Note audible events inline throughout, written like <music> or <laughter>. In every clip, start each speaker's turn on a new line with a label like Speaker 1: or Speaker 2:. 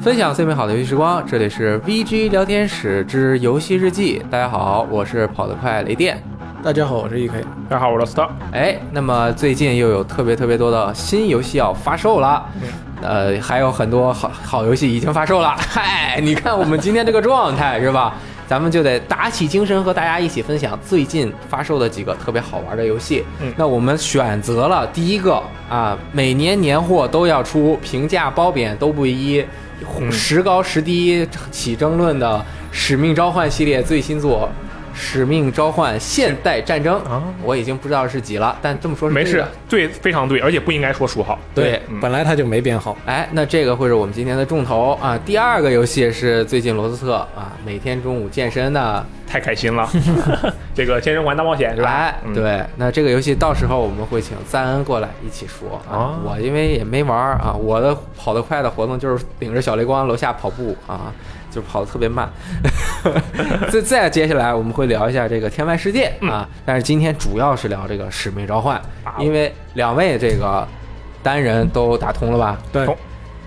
Speaker 1: 分享最美好的游戏时光，这里是 VG 聊天室之游戏日记。大家好，我是跑得快雷电。
Speaker 2: 大家好，我是 EK。
Speaker 3: 大家好，我是
Speaker 2: 啊
Speaker 3: Star。
Speaker 1: 哎，那么最近又有特别特别多的新游戏要发售了，呃，还有很多好好游戏已经发售了。 <laughs> 嗨，你看我们今天这个状态是吧？咱们就得打起精神，和大家一起分享最近发售的几个特别好玩的游戏。
Speaker 3: 嗯
Speaker 1: 那我们选择了第一个啊，每年年货都要出，评价褒贬都不一，
Speaker 3: 嗯
Speaker 1: 时高时低起争论的《使命召唤》系列最新作。《使命召唤：现代战争》
Speaker 3: 啊
Speaker 1: 我已经不知道是几了，但这么说是
Speaker 3: 没
Speaker 1: 对
Speaker 3: 事
Speaker 1: 的，
Speaker 3: 对，非常对，而且不应该说书好。
Speaker 1: 对，
Speaker 3: 嗯
Speaker 2: 本来他就没编好，
Speaker 1: 哎，那这个会是我们今天的重头啊。第二个游戏是最近罗斯特啊，每天中午健身的
Speaker 3: 太开心
Speaker 2: <laughs>
Speaker 3: 了。这个《健身环大冒险》是吧
Speaker 1: 来？
Speaker 3: 嗯，
Speaker 1: 哎对，那这个游戏到时候我们会请赞恩过来一起说啊
Speaker 3: 哦。
Speaker 1: 我因为也没玩儿啊，我的跑得快的活动就是领着小雷光楼下跑步啊，就跑得特别慢。 <laughs> 再再接下来我们会聊一下这个《天外世界》啊，但是今天主要是聊这个《使命召唤》，
Speaker 3: 嗯啊
Speaker 1: 因为两位这个单人都打通了吧，
Speaker 2: 对
Speaker 3: 通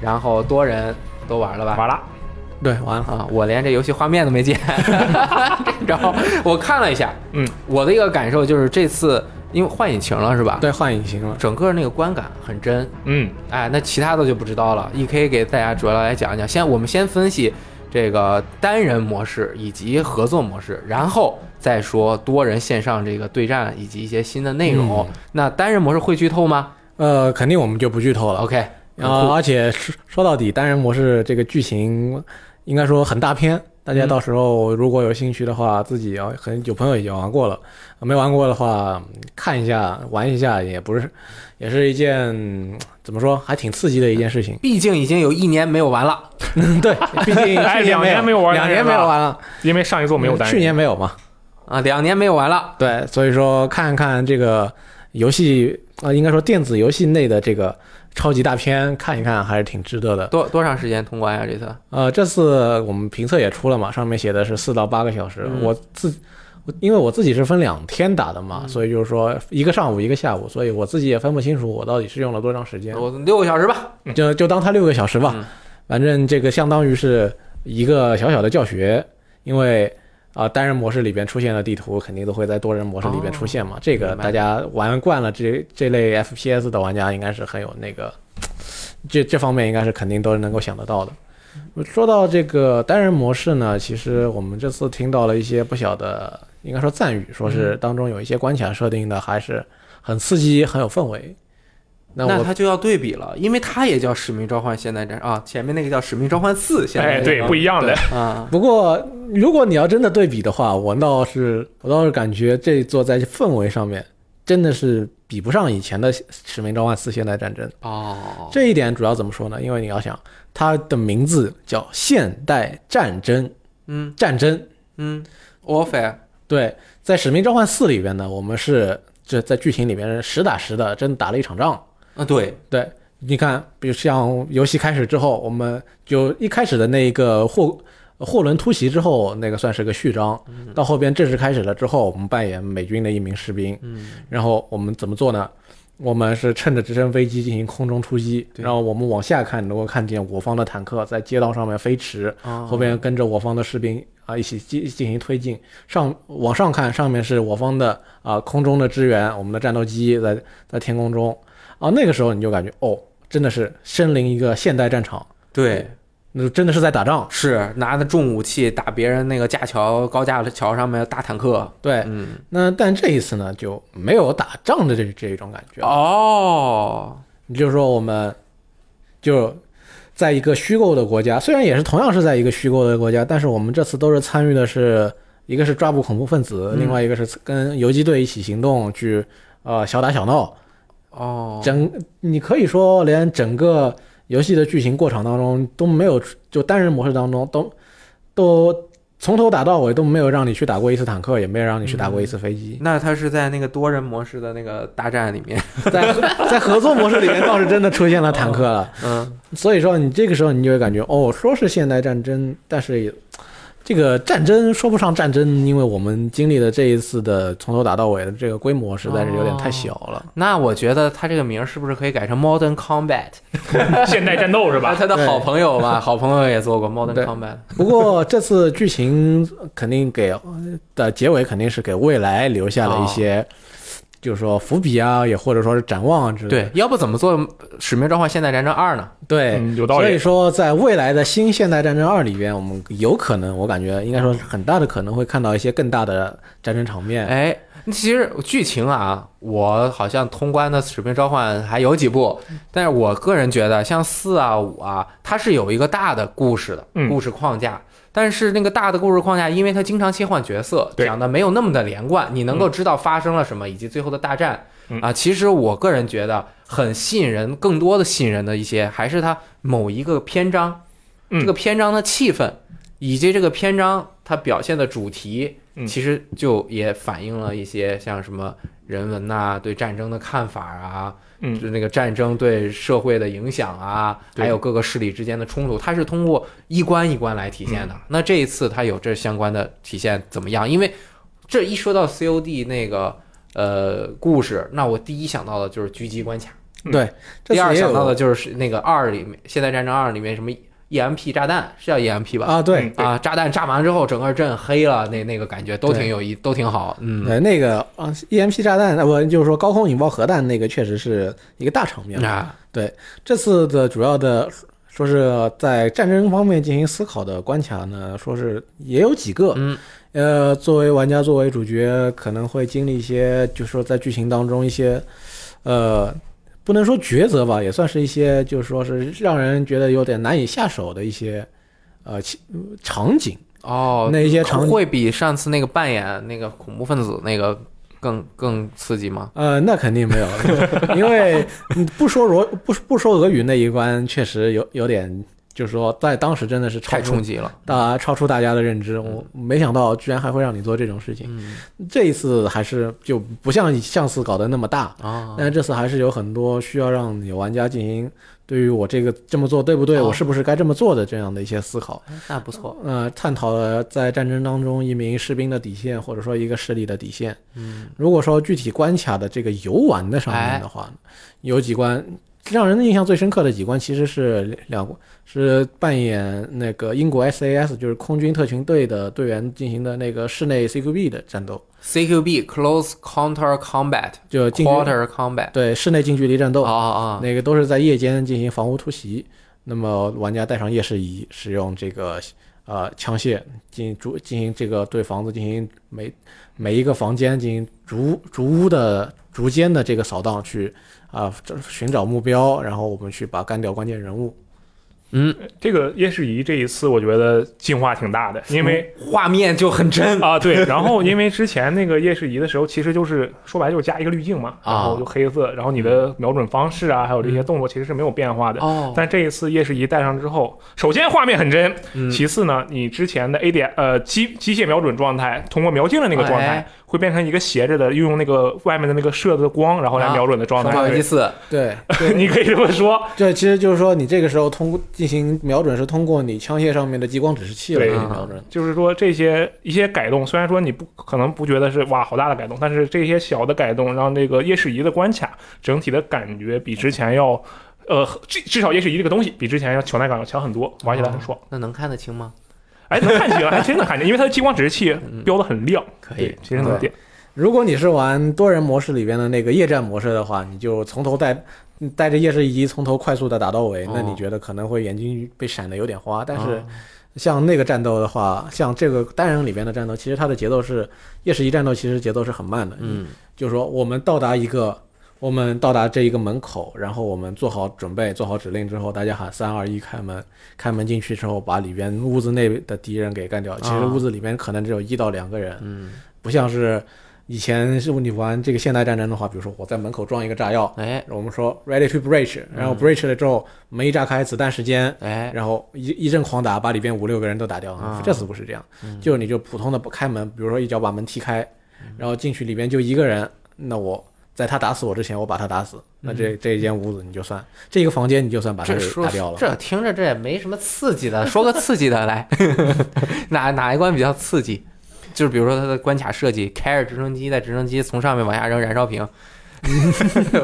Speaker 1: 然后多人都玩了吧，
Speaker 3: 完了，
Speaker 2: 对，完了，
Speaker 1: 啊，我连这游戏画面都没见，然后我看了一下，
Speaker 3: 嗯，
Speaker 1: 我的一个感受就是这次因为换引擎了是吧？，
Speaker 2: 对，换隐形了。
Speaker 1: 整个那个观感很真，
Speaker 3: 嗯，
Speaker 1: 哎，那其他的就不知道了。E K 给大家主要来讲一讲，先我们先分析这个单人模式以及合作模式，然后再说多人线上这个对战以及一些新的内容。那单人模式会剧透吗
Speaker 2: 呃，肯定我们就不剧透了。
Speaker 1: ？OK，。
Speaker 2: 然后，而且说说到底，单人模式这个剧情应该说很大篇，大
Speaker 3: 嗯
Speaker 2: 家到时候如果有兴趣的话，自己要很有朋友已经玩过了，没玩过的话看一下玩一下也不是，也是一件嗯怎么说还挺刺激的一件
Speaker 3: <laughs>
Speaker 2: 事情
Speaker 1: 毕竟已经有一年没有玩了，
Speaker 2: 对，毕竟去
Speaker 3: 哎
Speaker 2: 年
Speaker 3: 两年没有玩
Speaker 2: 两
Speaker 3: 单人
Speaker 2: 年没有
Speaker 3: 了
Speaker 2: 玩了，
Speaker 3: 因为上一座没有单人
Speaker 2: 嗯去年没有嘛。
Speaker 1: 啊，两年没有玩了。
Speaker 2: 对，所以说看看这个游戏啊、呃应该说电子游戏内的这个超级大片看一看还是挺值得的。
Speaker 1: 多多长时间通关呀、这次
Speaker 2: 呃，这次我们评测也出了嘛，上面写的是四到八个小时。
Speaker 1: 嗯
Speaker 2: 我自我因为我自己是分两天打的嘛，所以就是说一个上午一个下午，所以我自己也分不清楚我到底是用了多长时间，
Speaker 1: 我六个小时吧。
Speaker 2: 就就当它六个小时吧。
Speaker 1: 嗯
Speaker 2: 反正这个相当于是一个小小的教学，因为啊、单人模式里边出现的地图肯定都会在多人模式里边出现嘛。这个
Speaker 1: 哦明白
Speaker 2: 大家玩惯了这这类 FPS 的玩家应该是很有那个这这方面应该是肯定都能够想得到的。说到这个单人模式呢，其实我们这次听到了一些不小的，应该说赞誉，说是
Speaker 1: 嗯
Speaker 2: 当中有一些关卡设定的还是很刺激，很有氛围。那我
Speaker 1: 那它就要对比了，因为它也叫《使命召唤：现代战》啊，前面那个叫《使命召唤四》，现在
Speaker 3: 哎，对，不一样的。
Speaker 1: 啊，
Speaker 2: 不过，如果你要真的对比的话，我倒是我倒是感觉这一座在氛围上面真的是比不上以前的《使命召唤四：现代战争》。
Speaker 1: 哦，
Speaker 2: 这一点主要怎么说呢？因为你要想，它的名字叫《现代战争》，
Speaker 1: 嗯
Speaker 2: 战争
Speaker 1: 嗯，Warfare
Speaker 2: 对，在《使命召唤四》里边呢，我们是这在剧情里面是实打实的真打了一场仗。
Speaker 1: 啊，对，
Speaker 2: 对，你看，比如像游戏开始之后，我们就一开始的那一个货货轮突袭之后，那个算是个序章。
Speaker 1: 嗯
Speaker 2: 到后边正式开始了之后，我们扮演美军的一名士兵，
Speaker 1: 嗯，
Speaker 2: 然后我们怎么做呢？我们是趁着直升飞机进行空中突击，
Speaker 1: 对
Speaker 2: 然后我们往下看，能够看见我方的坦克在街道上面飞驰，
Speaker 1: 哦
Speaker 2: 后边跟着我方的士兵啊一起进进行推进。上往上看，上面是我方的啊空中的支援，我们的战斗机在在天空中啊，那个时候你就感觉哦，真的是身临一个现代战场，
Speaker 1: 对，
Speaker 2: 那真的是在打仗。
Speaker 1: 是拿着重武器打别人那个架桥高架桥上面的大坦克，
Speaker 2: 对，
Speaker 1: 嗯，
Speaker 2: 那但这一次呢就没有打仗的这这一种感觉，
Speaker 1: 哦，
Speaker 2: 你就说我们就在一个虚构的国家，虽然也是同样是在一个虚构的国家，但是我们这次都是参与的是一个是抓捕恐怖分子，
Speaker 1: 嗯
Speaker 2: 另外一个是跟游击队一起行动去呃小打小闹。
Speaker 1: 哦，
Speaker 2: 整你可以说连整个游戏的剧情过程当中都没有，就单人模式当中都都从头打到尾都没有让你去打过一次坦克，也没有让你去打过一次飞机。
Speaker 1: 那它是在那个多人模式的那个大战里面，
Speaker 2: 在在合作模式里面倒是真的出现了坦克了。
Speaker 1: 嗯，
Speaker 2: 所以说，你这个时候你就会感觉，哦，说是现代战争，但是也这个战争说不上战争，因为我们经历的这一次的从头打到尾的这个规模实在是有点太小了。
Speaker 1: <laughs> 那我觉得他这个名儿是不是可以改成 Modern Combat？
Speaker 3: <laughs> 现代战斗是
Speaker 1: 把
Speaker 3: 吧？
Speaker 1: 他的好朋友吧，好朋友也做过 Modern
Speaker 2: 对
Speaker 1: Combat。
Speaker 2: 不过这次剧情肯定给呃的结尾肯定是给未来留下了一些，
Speaker 1: 哦
Speaker 2: 就是说伏笔啊，也或者说是展望啊之类的。
Speaker 1: 对，要不怎么做《使命召唤：现代战争二》呢？
Speaker 2: <laughs> 对，
Speaker 3: 嗯有道理
Speaker 2: 所以说，在未来的新现代战争二里边，我们有可能，我感觉应该说很大的可能会看到一些更大的战争场面。
Speaker 1: 哎，其实剧情啊，我好像通关的《使命召唤》还有几部，
Speaker 3: 嗯
Speaker 1: 但是我个人觉得，像四啊、五啊，它是有一个大的故事的
Speaker 3: 嗯
Speaker 1: 故事框架。但是那个大的故事框架，因为它经常切换角色，
Speaker 3: 对
Speaker 1: 讲的没有那么的连贯，你能够知道发生了什么，以及最后的大战
Speaker 3: 嗯
Speaker 1: 啊。其实我个人觉得很吸引人，更多的吸引人的一些还是它某一个篇章，
Speaker 3: 嗯
Speaker 1: 这个篇章的气氛，以及这个篇章它表现的主题，
Speaker 3: 嗯
Speaker 1: 其实就也反映了一些像什么人文呐、对战争的看法啊，
Speaker 3: 嗯
Speaker 1: 就那个战争对社会的影响啊，
Speaker 3: 对
Speaker 1: 还有各个势力之间的冲突，它是通过一关一关来体现的。
Speaker 3: 嗯
Speaker 1: 那这一次它有这相关的体现怎么样？因为这一说到 COD 那个呃故事，那我第一想到的就是狙击关卡，
Speaker 3: 嗯
Speaker 2: 对，这
Speaker 1: 第
Speaker 2: 次
Speaker 1: 二
Speaker 2: 也有
Speaker 1: 想到的就是那个二里面《现代战争二》里面什么 EMP 炸弹是叫 EMP 吧？
Speaker 2: 啊，对，
Speaker 3: 嗯
Speaker 1: 啊，炸弹炸完之后，整个阵黑了，那那个感觉都
Speaker 2: 对
Speaker 1: 挺有意，都挺好。嗯，
Speaker 2: 呃，那个啊，EMP 炸弹，啊不就是说高空引爆核弹那个，确实是一个大场面。
Speaker 1: 啊，
Speaker 2: 这次的主要的说是在战争方面进行思考的关卡呢，说是也有几个，
Speaker 1: 嗯，
Speaker 2: 呃，作为玩家作为主角，可能会经历一些，就是说在剧情当中一些，呃。不能说抉择吧，也算是一些，就是说是让人觉得有点难以下手的一些，呃，其场景。
Speaker 1: 哦，
Speaker 2: 那一些场景
Speaker 1: 会比上次那个扮演那个恐怖分子那个更更刺激吗？
Speaker 2: 呃，那肯定没有， <laughs> 因为你不说俄不不说俄语那一关，确实有有点，就是说在当时真的是超
Speaker 1: 太
Speaker 2: 出
Speaker 1: 冲击了。
Speaker 2: 大超出大家的认知，我没想到居然还会让你做这种事情。
Speaker 1: 嗯
Speaker 2: 这一次还是就不像上次搞得那么大，
Speaker 1: 啊，
Speaker 2: 但是这次还是有很多需要让你玩家进行对于我这个这么做对不对，
Speaker 1: 哦
Speaker 2: 我是不是该这么做的这样的一些思考。
Speaker 1: 那不错。
Speaker 2: 呃，探讨了在战争当中一名士兵的底线，或者说一个势力的底线。
Speaker 1: 嗯，
Speaker 2: 如果说具体关卡的这个游玩的上面的话，
Speaker 1: 哎
Speaker 2: 有几关让人印象最深刻的几关，其实是两是扮演那个英国 SAS 就是空军特勤队的队员进行的那个室内 CQB 的战斗，
Speaker 1: CQB Close Counter Combat
Speaker 2: 就近距
Speaker 1: Quarter Combat。
Speaker 2: 对室内近距离战
Speaker 1: 哦
Speaker 2: 斗，
Speaker 1: 哦
Speaker 2: 那个都是在夜间进行防务突袭。那么玩家带上夜视仪，使用这个呃枪械进行逐进行这个对房子进行每每一个房间进行逐逐屋的逐间的这个扫荡去啊、这寻找目标，然后我们去把干掉关键人物。
Speaker 3: 这个夜视仪这一次我觉得进化挺大的，因为
Speaker 2: 嗯
Speaker 1: 哦，画面就很真。
Speaker 3: 啊对，然后因为之前那个夜视仪的时候，其实就是说白了就是加一个滤镜嘛，然
Speaker 2: 啊
Speaker 3: 后就黑色，然后你的瞄准方式啊，还有这些动作其实是没有变化的。
Speaker 1: 哦，
Speaker 3: 但这一次夜视仪戴上之后，首先画面很真，
Speaker 1: 嗯
Speaker 3: 其次呢，你之前的 A 点呃机机械瞄准状态，通过瞄镜的那个状态
Speaker 1: 哎，
Speaker 3: 会变成一个斜着的，运用那个外面的那个射的光，然后来
Speaker 1: 啊
Speaker 3: 瞄准的状
Speaker 1: 生
Speaker 3: 态。
Speaker 1: 化危机四
Speaker 2: 对，
Speaker 3: 对 <laughs> 你可以这么说，
Speaker 2: 这其实就是说你这个时候通过进行瞄准是通过你枪械上面的激光指示器来
Speaker 3: 对
Speaker 2: 进行瞄准。
Speaker 3: 就是说这些一些改动，虽然说你不可能不觉得是哇好大的改动，但是这些小的改动让这个夜视仪的关卡整体的感觉比之前要，呃，至至少夜视仪这个东西比之前要存在感要强很多，玩起来很爽。
Speaker 1: 那能看得清吗？
Speaker 3: 哎，能看清，还真能看清，因为它的激光指示器
Speaker 1: 嗯
Speaker 3: 标的很亮，
Speaker 1: 可嗯
Speaker 3: 对，其实能点。
Speaker 2: 如果你是玩多人模式里边的那个夜战模式的话，你就从头带带着夜视仪从头快速的打到尾，
Speaker 1: 哦
Speaker 2: 那你觉得可能会眼睛被闪的有点花。但是像那个战斗的话，像这个单人里边的战斗，其实它的节奏是夜视仪战斗，其实节奏是很慢的。，
Speaker 1: 嗯
Speaker 2: 就是说我们到达一个，我们到达这一个门口，然后我们做好准备，做好指令之后，大家喊三二一开门，开门进去之后，把里边屋子内的敌人给干掉。其实
Speaker 1: 啊
Speaker 2: 屋子里面可能只有一到两个人。
Speaker 1: 嗯，
Speaker 2: 不像是以前是你玩这个现代战争的话，比如说我在门口装一个炸药，
Speaker 1: 哎
Speaker 2: 我们说 ready to breach，然后 breach 了之后门一炸开，子弹时间，
Speaker 1: 哎，
Speaker 2: 然后一一阵狂打，把里边五六个人都打掉。
Speaker 1: 啊
Speaker 2: 这次不是这样，
Speaker 1: 嗯
Speaker 2: 就你就普通的不开门，比如说一脚把门踢开，然后进去里边就一个人，那我在他打死我之前，我把他打死，那这这一间屋子你就算，这个房间你就算把他
Speaker 1: 嗯这
Speaker 2: 给
Speaker 1: 说
Speaker 2: 打掉了。
Speaker 1: 这听着这也没什么刺激的，说个刺激的来， <laughs> 哪哪一关比较刺激？就是比如说它的关卡设计，开着直升机在直升机从上面往下扔燃烧瓶， <laughs>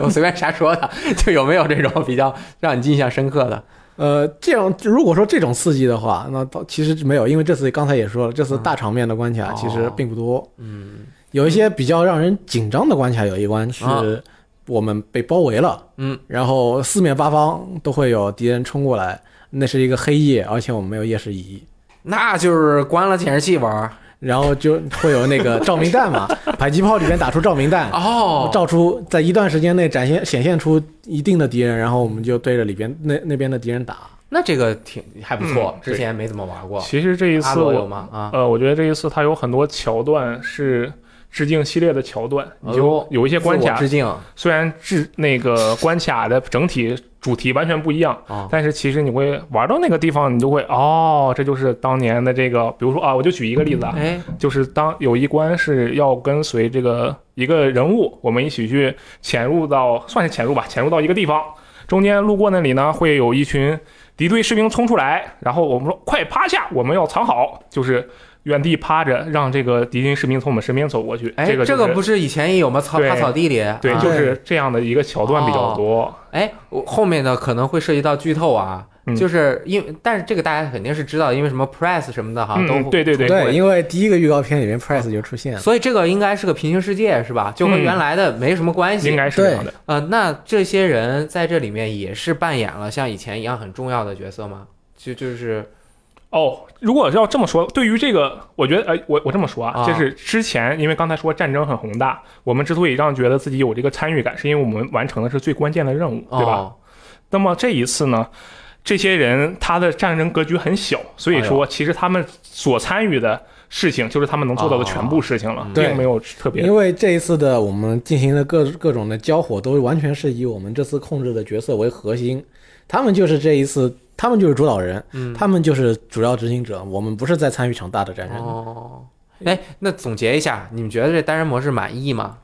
Speaker 1: 我随便瞎说的，就有没有这种比较让你印象深刻的？
Speaker 2: 呃，这样如果说这种刺激的话，那倒其实没有，因为这次刚才也说了，这次大场面的关卡
Speaker 1: 嗯
Speaker 2: 其实并不多，
Speaker 1: 嗯
Speaker 2: 有一些比较让人紧张的关卡，有一关
Speaker 1: 啊
Speaker 2: 是我们被包围了，
Speaker 1: 嗯，
Speaker 2: 然后四面八方都会有敌人冲过来，那是一个黑夜，而且我们没有夜视仪，
Speaker 1: 那就是关了显示器玩儿
Speaker 2: 然后就会有那个照明弹嘛，迫击炮里面打出照明弹，
Speaker 1: 哦，
Speaker 2: 照出在一段时间内展现显现出一定的敌人，然后我们就对着里边那那边的敌人打。
Speaker 1: 那这个挺还不错
Speaker 3: 嗯，
Speaker 1: 之前没怎么玩过。
Speaker 3: 其实这一
Speaker 1: 阿
Speaker 3: 次
Speaker 1: 罗有
Speaker 3: 我，
Speaker 1: 吗？啊，
Speaker 3: 呃，我觉得这一次它有很多桥段是致敬系列的桥段，你
Speaker 1: 哦
Speaker 3: 就有一些关
Speaker 1: 自我
Speaker 3: 卡
Speaker 1: 致敬
Speaker 3: 虽然致那个关卡的整体主题完全不一样，
Speaker 1: 啊，
Speaker 3: 但是其实你会玩到那个地方，你就会哦，这就是当年的这个，比如说啊，我就举一个例子啊，
Speaker 1: 哎，
Speaker 3: 就是当有一关是要跟随这个一个人物，我们一起去潜入到，算是潜入吧，潜入到一个地方，中间路过那里呢，会有一群敌对士兵冲出来，然后我们说快趴下，我们要藏好，就是原地趴着，让这个敌军士兵从我们身边走过去。
Speaker 1: 哎，
Speaker 3: 这个、就是、
Speaker 1: 不是以前也有吗？草
Speaker 3: 对
Speaker 1: 爬草地里，
Speaker 3: 对，
Speaker 1: 啊
Speaker 3: 就是这样的一个桥段比较多。
Speaker 1: 哎，我后面的可能会涉及到剧透啊，
Speaker 3: 嗯
Speaker 1: 就是因为，但是这个大家肯定是知道的，因为什么 press 什么的哈，
Speaker 3: 嗯
Speaker 1: 都
Speaker 3: 嗯对对对
Speaker 1: 出过
Speaker 2: 对，因为第一个预告片里面 Press 就出现了，
Speaker 1: 所以这个应该是个平行世界是吧？就和
Speaker 3: 嗯
Speaker 1: 原来的没什么关系。
Speaker 3: 应该是这样的，
Speaker 1: 呃，那这些人在这里面也是扮演了像以前一样很重要的角色吗？就就是
Speaker 3: 哦，如果要这么说，对于这个，我觉得，呃，我我这么说啊
Speaker 1: 啊，
Speaker 3: 就是之前因为刚才说战争很宏大，我们之所以让觉得自己有这个参与感，是因为我们完成的是最关键的任务，对吧？
Speaker 1: 哦
Speaker 3: 那么这一次呢，这些人他的战争格局很小，所以
Speaker 2: 哎
Speaker 3: 说其实他们所参与的事情就是他们能做到的全部事情了，
Speaker 2: 啊对
Speaker 3: 并没有特别
Speaker 2: 因为这一次的我们进行的各各种的交火，都完全是以我们这次控制的角色为核心，他们就是这一次，他们就是主导人，
Speaker 1: 嗯
Speaker 2: 他们就是主要执行者，我们不是在参与一场大的战争。
Speaker 1: 哦，哎，那总结一下，你们觉得这单人模式满意吗？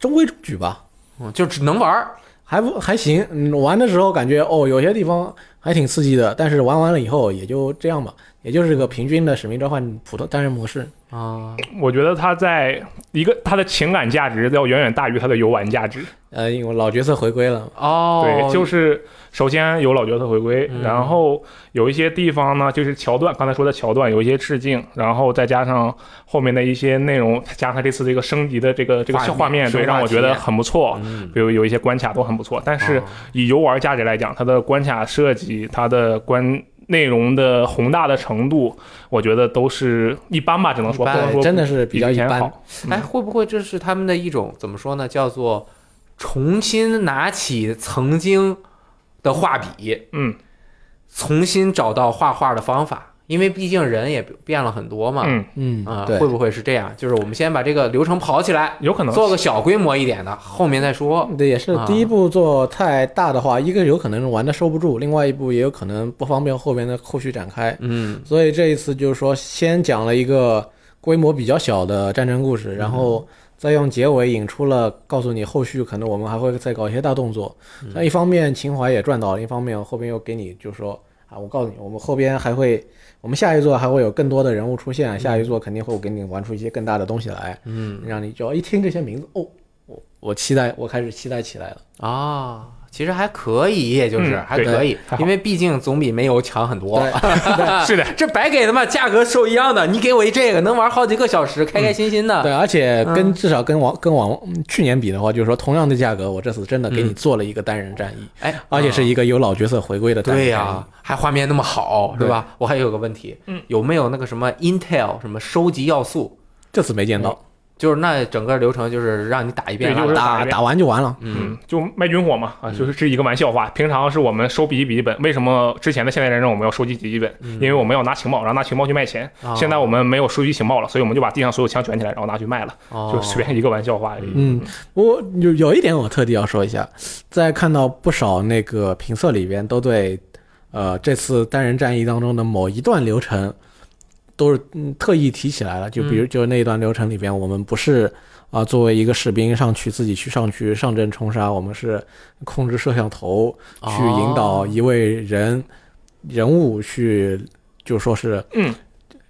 Speaker 2: 中规中矩吧，
Speaker 1: 嗯，就只能玩儿
Speaker 2: 还不还行。嗯，玩的时候感觉哦，有些地方还挺刺激的，但是玩完了以后也就这样吧，也就是个平均的使命召唤普通单人模式。
Speaker 1: 啊。
Speaker 3: 我觉得他在一个他的情感价值要远远大于他的游玩价值。
Speaker 2: 呃，因为老角色回归了，
Speaker 1: 哦，
Speaker 3: 对，就是首先有老角色回归，
Speaker 1: 嗯
Speaker 3: 然后有一些地方呢，就是桥段，刚才说的桥段有一些致敬，然后再加上后面的一些内容，加上这次这个升级的这个这个
Speaker 1: 画
Speaker 3: 小
Speaker 1: 面
Speaker 3: 画面，对，
Speaker 1: 生化
Speaker 3: 让我觉
Speaker 1: 体
Speaker 3: 得
Speaker 1: 验
Speaker 3: 很不错。
Speaker 1: 嗯，
Speaker 3: 比如有一些关卡都很不错，但是
Speaker 1: 哦
Speaker 3: 以游玩价值来讲，它的关卡设计、它的关内容的宏大的程度，我觉得都是一般吧，只能说
Speaker 1: 一
Speaker 3: 不
Speaker 1: 般
Speaker 3: 能说
Speaker 2: 哎真的是比较
Speaker 3: 以
Speaker 2: 一
Speaker 3: 前
Speaker 2: 般
Speaker 3: 好。。
Speaker 1: 哎，会不会这是他们的一种怎么说呢？叫做重新拿起曾经的画笔，
Speaker 3: 嗯
Speaker 1: 重新找到画画的方法，因为毕竟人也变了很多嘛。
Speaker 3: 嗯，
Speaker 2: 嗯
Speaker 1: 啊、
Speaker 2: 对
Speaker 1: 会，不会是这样？就是我们先把这个流程跑起来，
Speaker 3: 有可能
Speaker 1: 做个小规模一点的，后面再说。
Speaker 2: 对，也是
Speaker 1: 啊
Speaker 2: 第一部做太大的话，一个有可能玩的收不住，另外一部也有可能不方便后边的后续展开。
Speaker 1: 嗯，
Speaker 2: 所以这一次就是说，先讲了一个规模比较小的战争故事，然后再用结尾引出了告诉你后续可能我们还会再搞一些大动作。那一方面情怀也赚到了，一方面后边又给你就说啊，我告诉你，我们后边还会，我们下一座还会有更多的人物出现，下一座肯定会给你玩出一些更大的东西来，
Speaker 1: 嗯，
Speaker 2: 让你就一听这些名字，哦，我我期待，我开始期待起来了。
Speaker 1: 啊、其实还可以，也就是、
Speaker 3: 嗯
Speaker 1: 还
Speaker 3: 对
Speaker 1: 可以
Speaker 3: 还，好
Speaker 1: 因为毕竟总比没有强很多。啊
Speaker 3: 是的，
Speaker 1: <laughs> 这白给他妈价格收一样的，你给我一这个能玩好几个小时，开开心心
Speaker 3: 嗯
Speaker 1: 的。
Speaker 2: 对，而且
Speaker 1: 嗯
Speaker 2: 跟至少跟往跟往嗯去年比的话，就是说同样的价格，我这次真的给你做了一个单人战役，
Speaker 1: 哎，
Speaker 2: 而且是
Speaker 1: 嗯啊
Speaker 2: 一个有老角色回归的单
Speaker 1: 对
Speaker 2: 人
Speaker 1: 呀、
Speaker 2: 战役。
Speaker 1: 还画面那么好，是吧？我还有个问题，
Speaker 3: 嗯，
Speaker 1: 有没有那个什么 Intel 什么收集要素？
Speaker 2: 这次没见到，
Speaker 1: 就是那整个流程就是让你打一遍
Speaker 3: 对
Speaker 1: 拉
Speaker 3: 就
Speaker 1: 倒，
Speaker 3: 是打一
Speaker 2: 打
Speaker 3: 遍
Speaker 2: 打完就完了。
Speaker 1: 嗯
Speaker 3: 嗯，就卖军火嘛，啊，就是是一个玩笑话。平常是我们收笔记笔记本，为什么之前的现代战争我们要收集笔记本？因为我们要拿情报，然后拿情报去卖钱。
Speaker 1: 啊
Speaker 3: 现在我们没有收集情报了，所以我们就把地上所有枪卷起来，然后拿去卖了，
Speaker 1: 哦
Speaker 3: 就随便一个玩笑话而已。
Speaker 2: 嗯，我有有一点我特地要说一下，在看到不少那个评测里边都对，呃，这次单人战役当中的某一段流程都是嗯特意提起来了。就
Speaker 3: 嗯
Speaker 2: 比如就是那一段流程里边，我们不是啊、作为一个士兵上去自己去上去上阵冲杀，我们是控制摄像头
Speaker 1: 哦
Speaker 2: 去引导一位人、人物去，就说是
Speaker 3: 嗯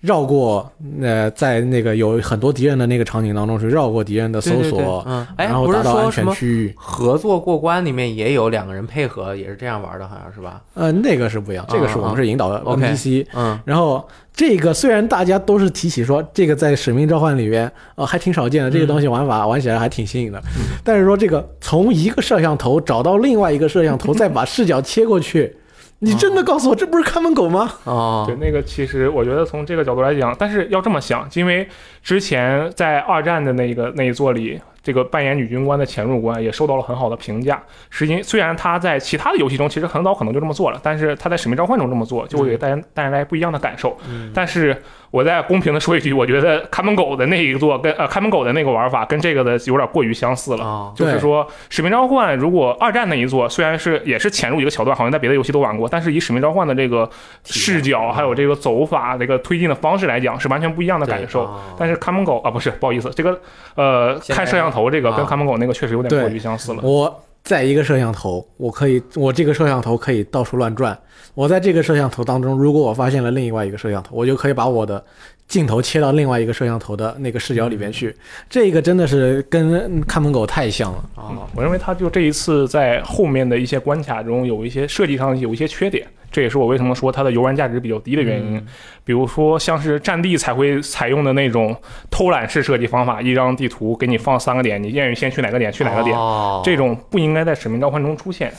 Speaker 2: 绕过呃在那个有很多敌人的那个场景当中去绕过敌人的搜
Speaker 1: 对
Speaker 2: 索。
Speaker 1: 对对嗯，哎，
Speaker 2: 然后
Speaker 1: 不
Speaker 2: 达
Speaker 1: 是
Speaker 2: 到安
Speaker 1: 说什
Speaker 2: 全
Speaker 1: 么
Speaker 2: 区域，
Speaker 1: 合作过关里面也有两个人配合，也是这样玩的，好像是吧？
Speaker 2: 呃，那个是不一样，
Speaker 1: 啊
Speaker 2: 这个是我们是引导的
Speaker 1: 嗯嗯
Speaker 2: NPC，、
Speaker 1: 嗯，
Speaker 2: 然后这个虽然大家都是提起说这个在《使命召唤》里边，呃，还挺少
Speaker 1: 嗯
Speaker 2: 见的，这个东西玩法玩起来还挺新颖的，但是说这个从一个摄像头找到另外一个摄像头，再把视角切过去，你真的告诉我这不是看门狗吗？
Speaker 1: 哦
Speaker 3: 对，，那个其实我觉得从这个角度来讲，但是要这么想，因为之前在二战的那个那一座里，这个扮演女军官的潜入官也受到了很好的评价。是因虽然他在其他的游戏中其实很早可能就这么做了，但是他在《使命召唤》中这么做，就会给大家带来不一样的感受。但是我再公平的说一句，我觉得看门狗的那一座跟呃看门狗的那个玩法跟这个的有点过于相似了。
Speaker 1: 哦，
Speaker 3: 就是
Speaker 2: 对
Speaker 3: 说，《使命召唤》如果二战那一座虽然是也是潜入一个桥段，好像在别的游戏都玩过，但是以《使命召唤》的这个视
Speaker 2: 嗯
Speaker 3: 角，还有这个走法、这个推进的方式来讲，是完全不一样的感受。但
Speaker 1: 是
Speaker 3: 是看门狗啊，不是，不好意思，这个呃，
Speaker 1: 现在
Speaker 3: 看摄像头这个
Speaker 1: 啊
Speaker 3: 跟看门狗那个确实有点
Speaker 2: 对
Speaker 3: 过于相似了。
Speaker 2: 我在一个摄像头，我可以，我这个摄像头可以到处乱转。我在这个摄像头当中，如果我发现了另外一个摄像头，我就可以把我的镜头切到另外一个摄像头的那个视角里边去。这个真的是跟看门狗太像了。
Speaker 1: 哦，
Speaker 3: 我认为他就这一次在后面的一些关卡中有一些设计上有一些缺点，这也是我为什么说它的游玩价值比较低的原因。
Speaker 1: 嗯
Speaker 3: 比如说像是战地才会采用的那种偷懒式设计方法，一张地图给你放三个点，你愿意先去哪个点去哪个点，
Speaker 1: 哦、
Speaker 3: 这种不应该在使命召唤中出现。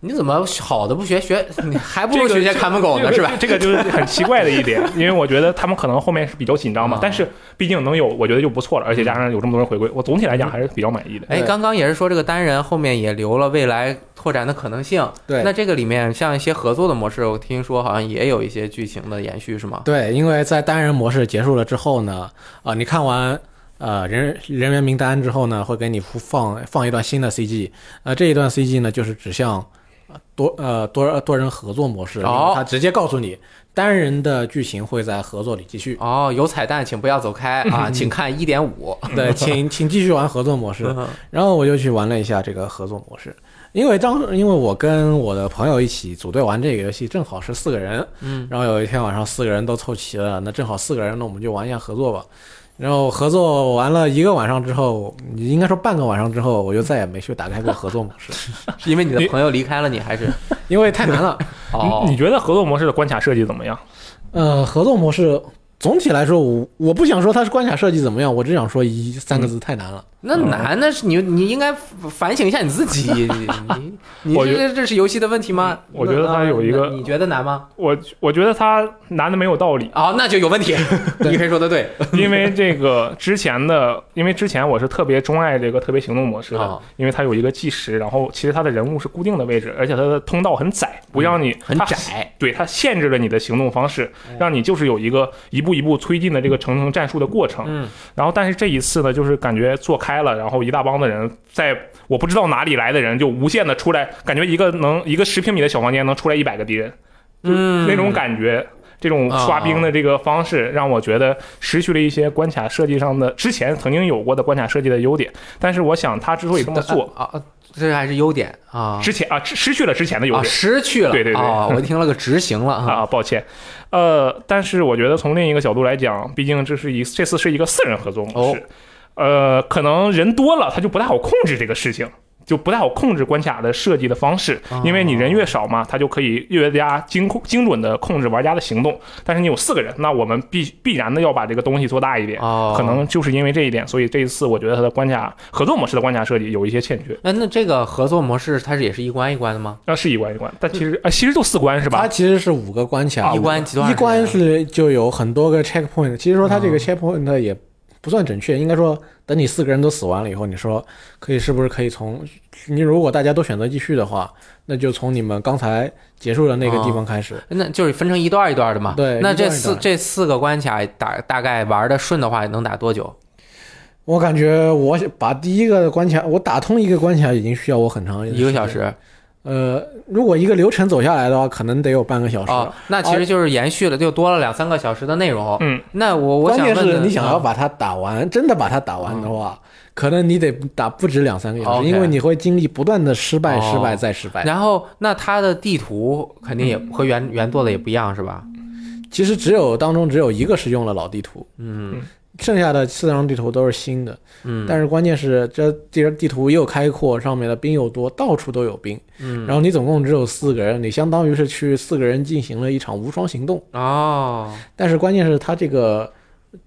Speaker 1: 你怎么好的不学学，你还不
Speaker 3: 这
Speaker 1: 如
Speaker 3: 个
Speaker 1: 学学看门狗哦呢，是吧？
Speaker 3: 这个就是很奇怪的一点，因为我觉得他们可能后面是比较紧张嘛
Speaker 1: 啊，嗯
Speaker 3: 但是毕竟能有，我觉得就不错了，而且加上有这么多人回归，我总体来讲还是比较满意的。
Speaker 1: 哎，刚刚也是说这个单人后面也留了未来拓展的可能性。
Speaker 2: 对
Speaker 1: 那这个里面像一些合作的模式，我听说好像也有一些剧情的延续，是吗？
Speaker 2: 对，因为在单人模式结束了之后呢，啊、你看完呃人人员名单之后呢，会给你放放一段新的 CG，呃，这一段 CG 呢就是指向呃多呃多多人合作模式，
Speaker 1: 哦
Speaker 2: 因为它直接告诉你单人的剧情会在合作里继续。
Speaker 1: 哦，有彩蛋，请不要走开
Speaker 3: <laughs>
Speaker 1: 啊，请看一点五。
Speaker 2: 对，请请继续玩合作模式。
Speaker 1: 嗯
Speaker 2: 然后我就去玩了一下这个合作模式，因为当因为我跟我的朋友一起组队玩这个游戏，正好是四个人，
Speaker 1: 嗯，
Speaker 3: <laughs>
Speaker 2: 然后有一天晚上四个人都凑齐了，那正好四个人，那我们就玩一下合作吧。然后合作完了一个晚上之后，应该说半个晚上之后，我就再也没去打开过合作模式，
Speaker 1: 是因为你的朋友离开了你，还是
Speaker 2: 因为太难了。
Speaker 1: 哦
Speaker 3: 你你觉得合作模式的关卡设计怎么样？
Speaker 2: 呃，合作模式总体来说，我我不想说它是关卡设计怎么样，我只想说一三个字太难了。
Speaker 1: 那难那是你你应该反省一下你自
Speaker 3: <laughs>
Speaker 1: 己，你你
Speaker 3: 我觉
Speaker 1: 这这是游戏的问题吗？
Speaker 3: 我觉得
Speaker 1: 那
Speaker 3: 它有一个
Speaker 1: 那你觉得难吗？
Speaker 3: 我我觉得它难的没有
Speaker 1: <laughs>
Speaker 3: 道理，
Speaker 1: 哦，那就有
Speaker 3: <laughs>
Speaker 1: 问题。你可以说的对，
Speaker 3: 因为这个之前的，因为之前我是特别钟爱这个特别行动模式的，
Speaker 1: 哦
Speaker 3: 因为它有一个计时，然后其实它的人物是固定的位置，而且它的通道很窄，不让你、
Speaker 1: 嗯很
Speaker 3: 它
Speaker 1: 窄，嗯
Speaker 3: 对它限制了你的行动方式，让你就是有一个一步一步推进的这个层层战术的过程。
Speaker 1: 嗯，
Speaker 3: 然后但是这一次呢，就是感觉做开了，然后一大帮的人在我不知道哪里来的人就无限的出来，感觉一个能一个十平米的小房间能出来一百个敌人。
Speaker 1: 嗯，
Speaker 3: 那种感觉。这种刷兵的这个方式，让我觉得失去了一些关卡设计上的之前曾经有过的关卡设计的优点。但是我想，他之所以这么做，
Speaker 1: 啊，啊这还是优点啊。
Speaker 3: 之前啊失失去了之前的优
Speaker 1: 啊，
Speaker 3: 点
Speaker 1: 失去了，
Speaker 3: 对对对
Speaker 1: 啊，
Speaker 3: <laughs>
Speaker 1: 我听了个执行了啊，
Speaker 3: 啊，抱歉。呃，但是我觉得从另一个角度来讲，毕竟这是一这次是一个四人合作模式，呃，可能人多了，他就不太好控制这个事情。就不太好控制关卡的设计的方式，因为你人越少嘛，他就可以越加精控精准的控制玩家的行动。但是你有四个人，那我们必必然的要把这个东西做大一点。
Speaker 1: 哦，
Speaker 3: 可能就是因为这一点，所以这一次我觉得它的关卡合作模式的关卡设计有一些欠缺。
Speaker 1: 哎，那这个合作模式它是也是一关一关的吗？
Speaker 3: 那是一关一关，但其实啊，其实就四关是
Speaker 2: 它
Speaker 3: 吧？
Speaker 2: 其实是五个关卡，
Speaker 1: 一关几多少
Speaker 2: 啊一
Speaker 1: 人？
Speaker 2: 关是就有很多个 checkpoint，其实说它这个 checkpoint
Speaker 1: 啊
Speaker 2: 也不算准确，应该说等你四个人都死完了以后，你说可以是不是可以从你如果大家都选择继续的话，那就从你们刚才结束的那个地方开始。
Speaker 1: 那就是分成一段一段的嘛。
Speaker 2: 对
Speaker 1: 那这
Speaker 2: 一段一
Speaker 1: 四
Speaker 2: 段
Speaker 1: 这四个关卡打大概玩的顺的话，能打多久？
Speaker 2: 我感觉我把第一个关卡我打通一个关卡已经需要我很长
Speaker 1: 一个小时。
Speaker 2: 呃，如果一个流程走下来的话，可能得有半个小时。
Speaker 1: 哦，那其实就是延续了，就多了两三个小时的内容。
Speaker 3: 嗯，
Speaker 1: 那我我
Speaker 2: 关
Speaker 1: 想
Speaker 2: 键
Speaker 1: 问
Speaker 2: 是
Speaker 1: 的
Speaker 2: 你想要
Speaker 1: 嗯
Speaker 2: 把它打完，真的把它打完的话，可能你得打不止两三个小
Speaker 1: OK
Speaker 2: 时，因为你会经历不断的失败、
Speaker 1: 哦
Speaker 2: 失败再失败。
Speaker 1: 然后那它的地图肯定也和原、原做的也不一样是吧？
Speaker 2: 其实只有当中只有一个是用了老地图，
Speaker 1: 嗯
Speaker 2: 剩下的四张地图都是新的。
Speaker 1: 嗯，
Speaker 2: 但是关键是这地地图又开阔，上面的兵又多，到处都有兵。
Speaker 1: 嗯
Speaker 2: 然后你总共只有四个人，你相当于是去四个人进行了一场无双行动。
Speaker 1: 哦
Speaker 2: 但是关键是它这个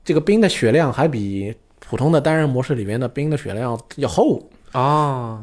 Speaker 2: 这个兵的血量还比普通的单人模式里面的兵的血量要厚，
Speaker 1: 哦，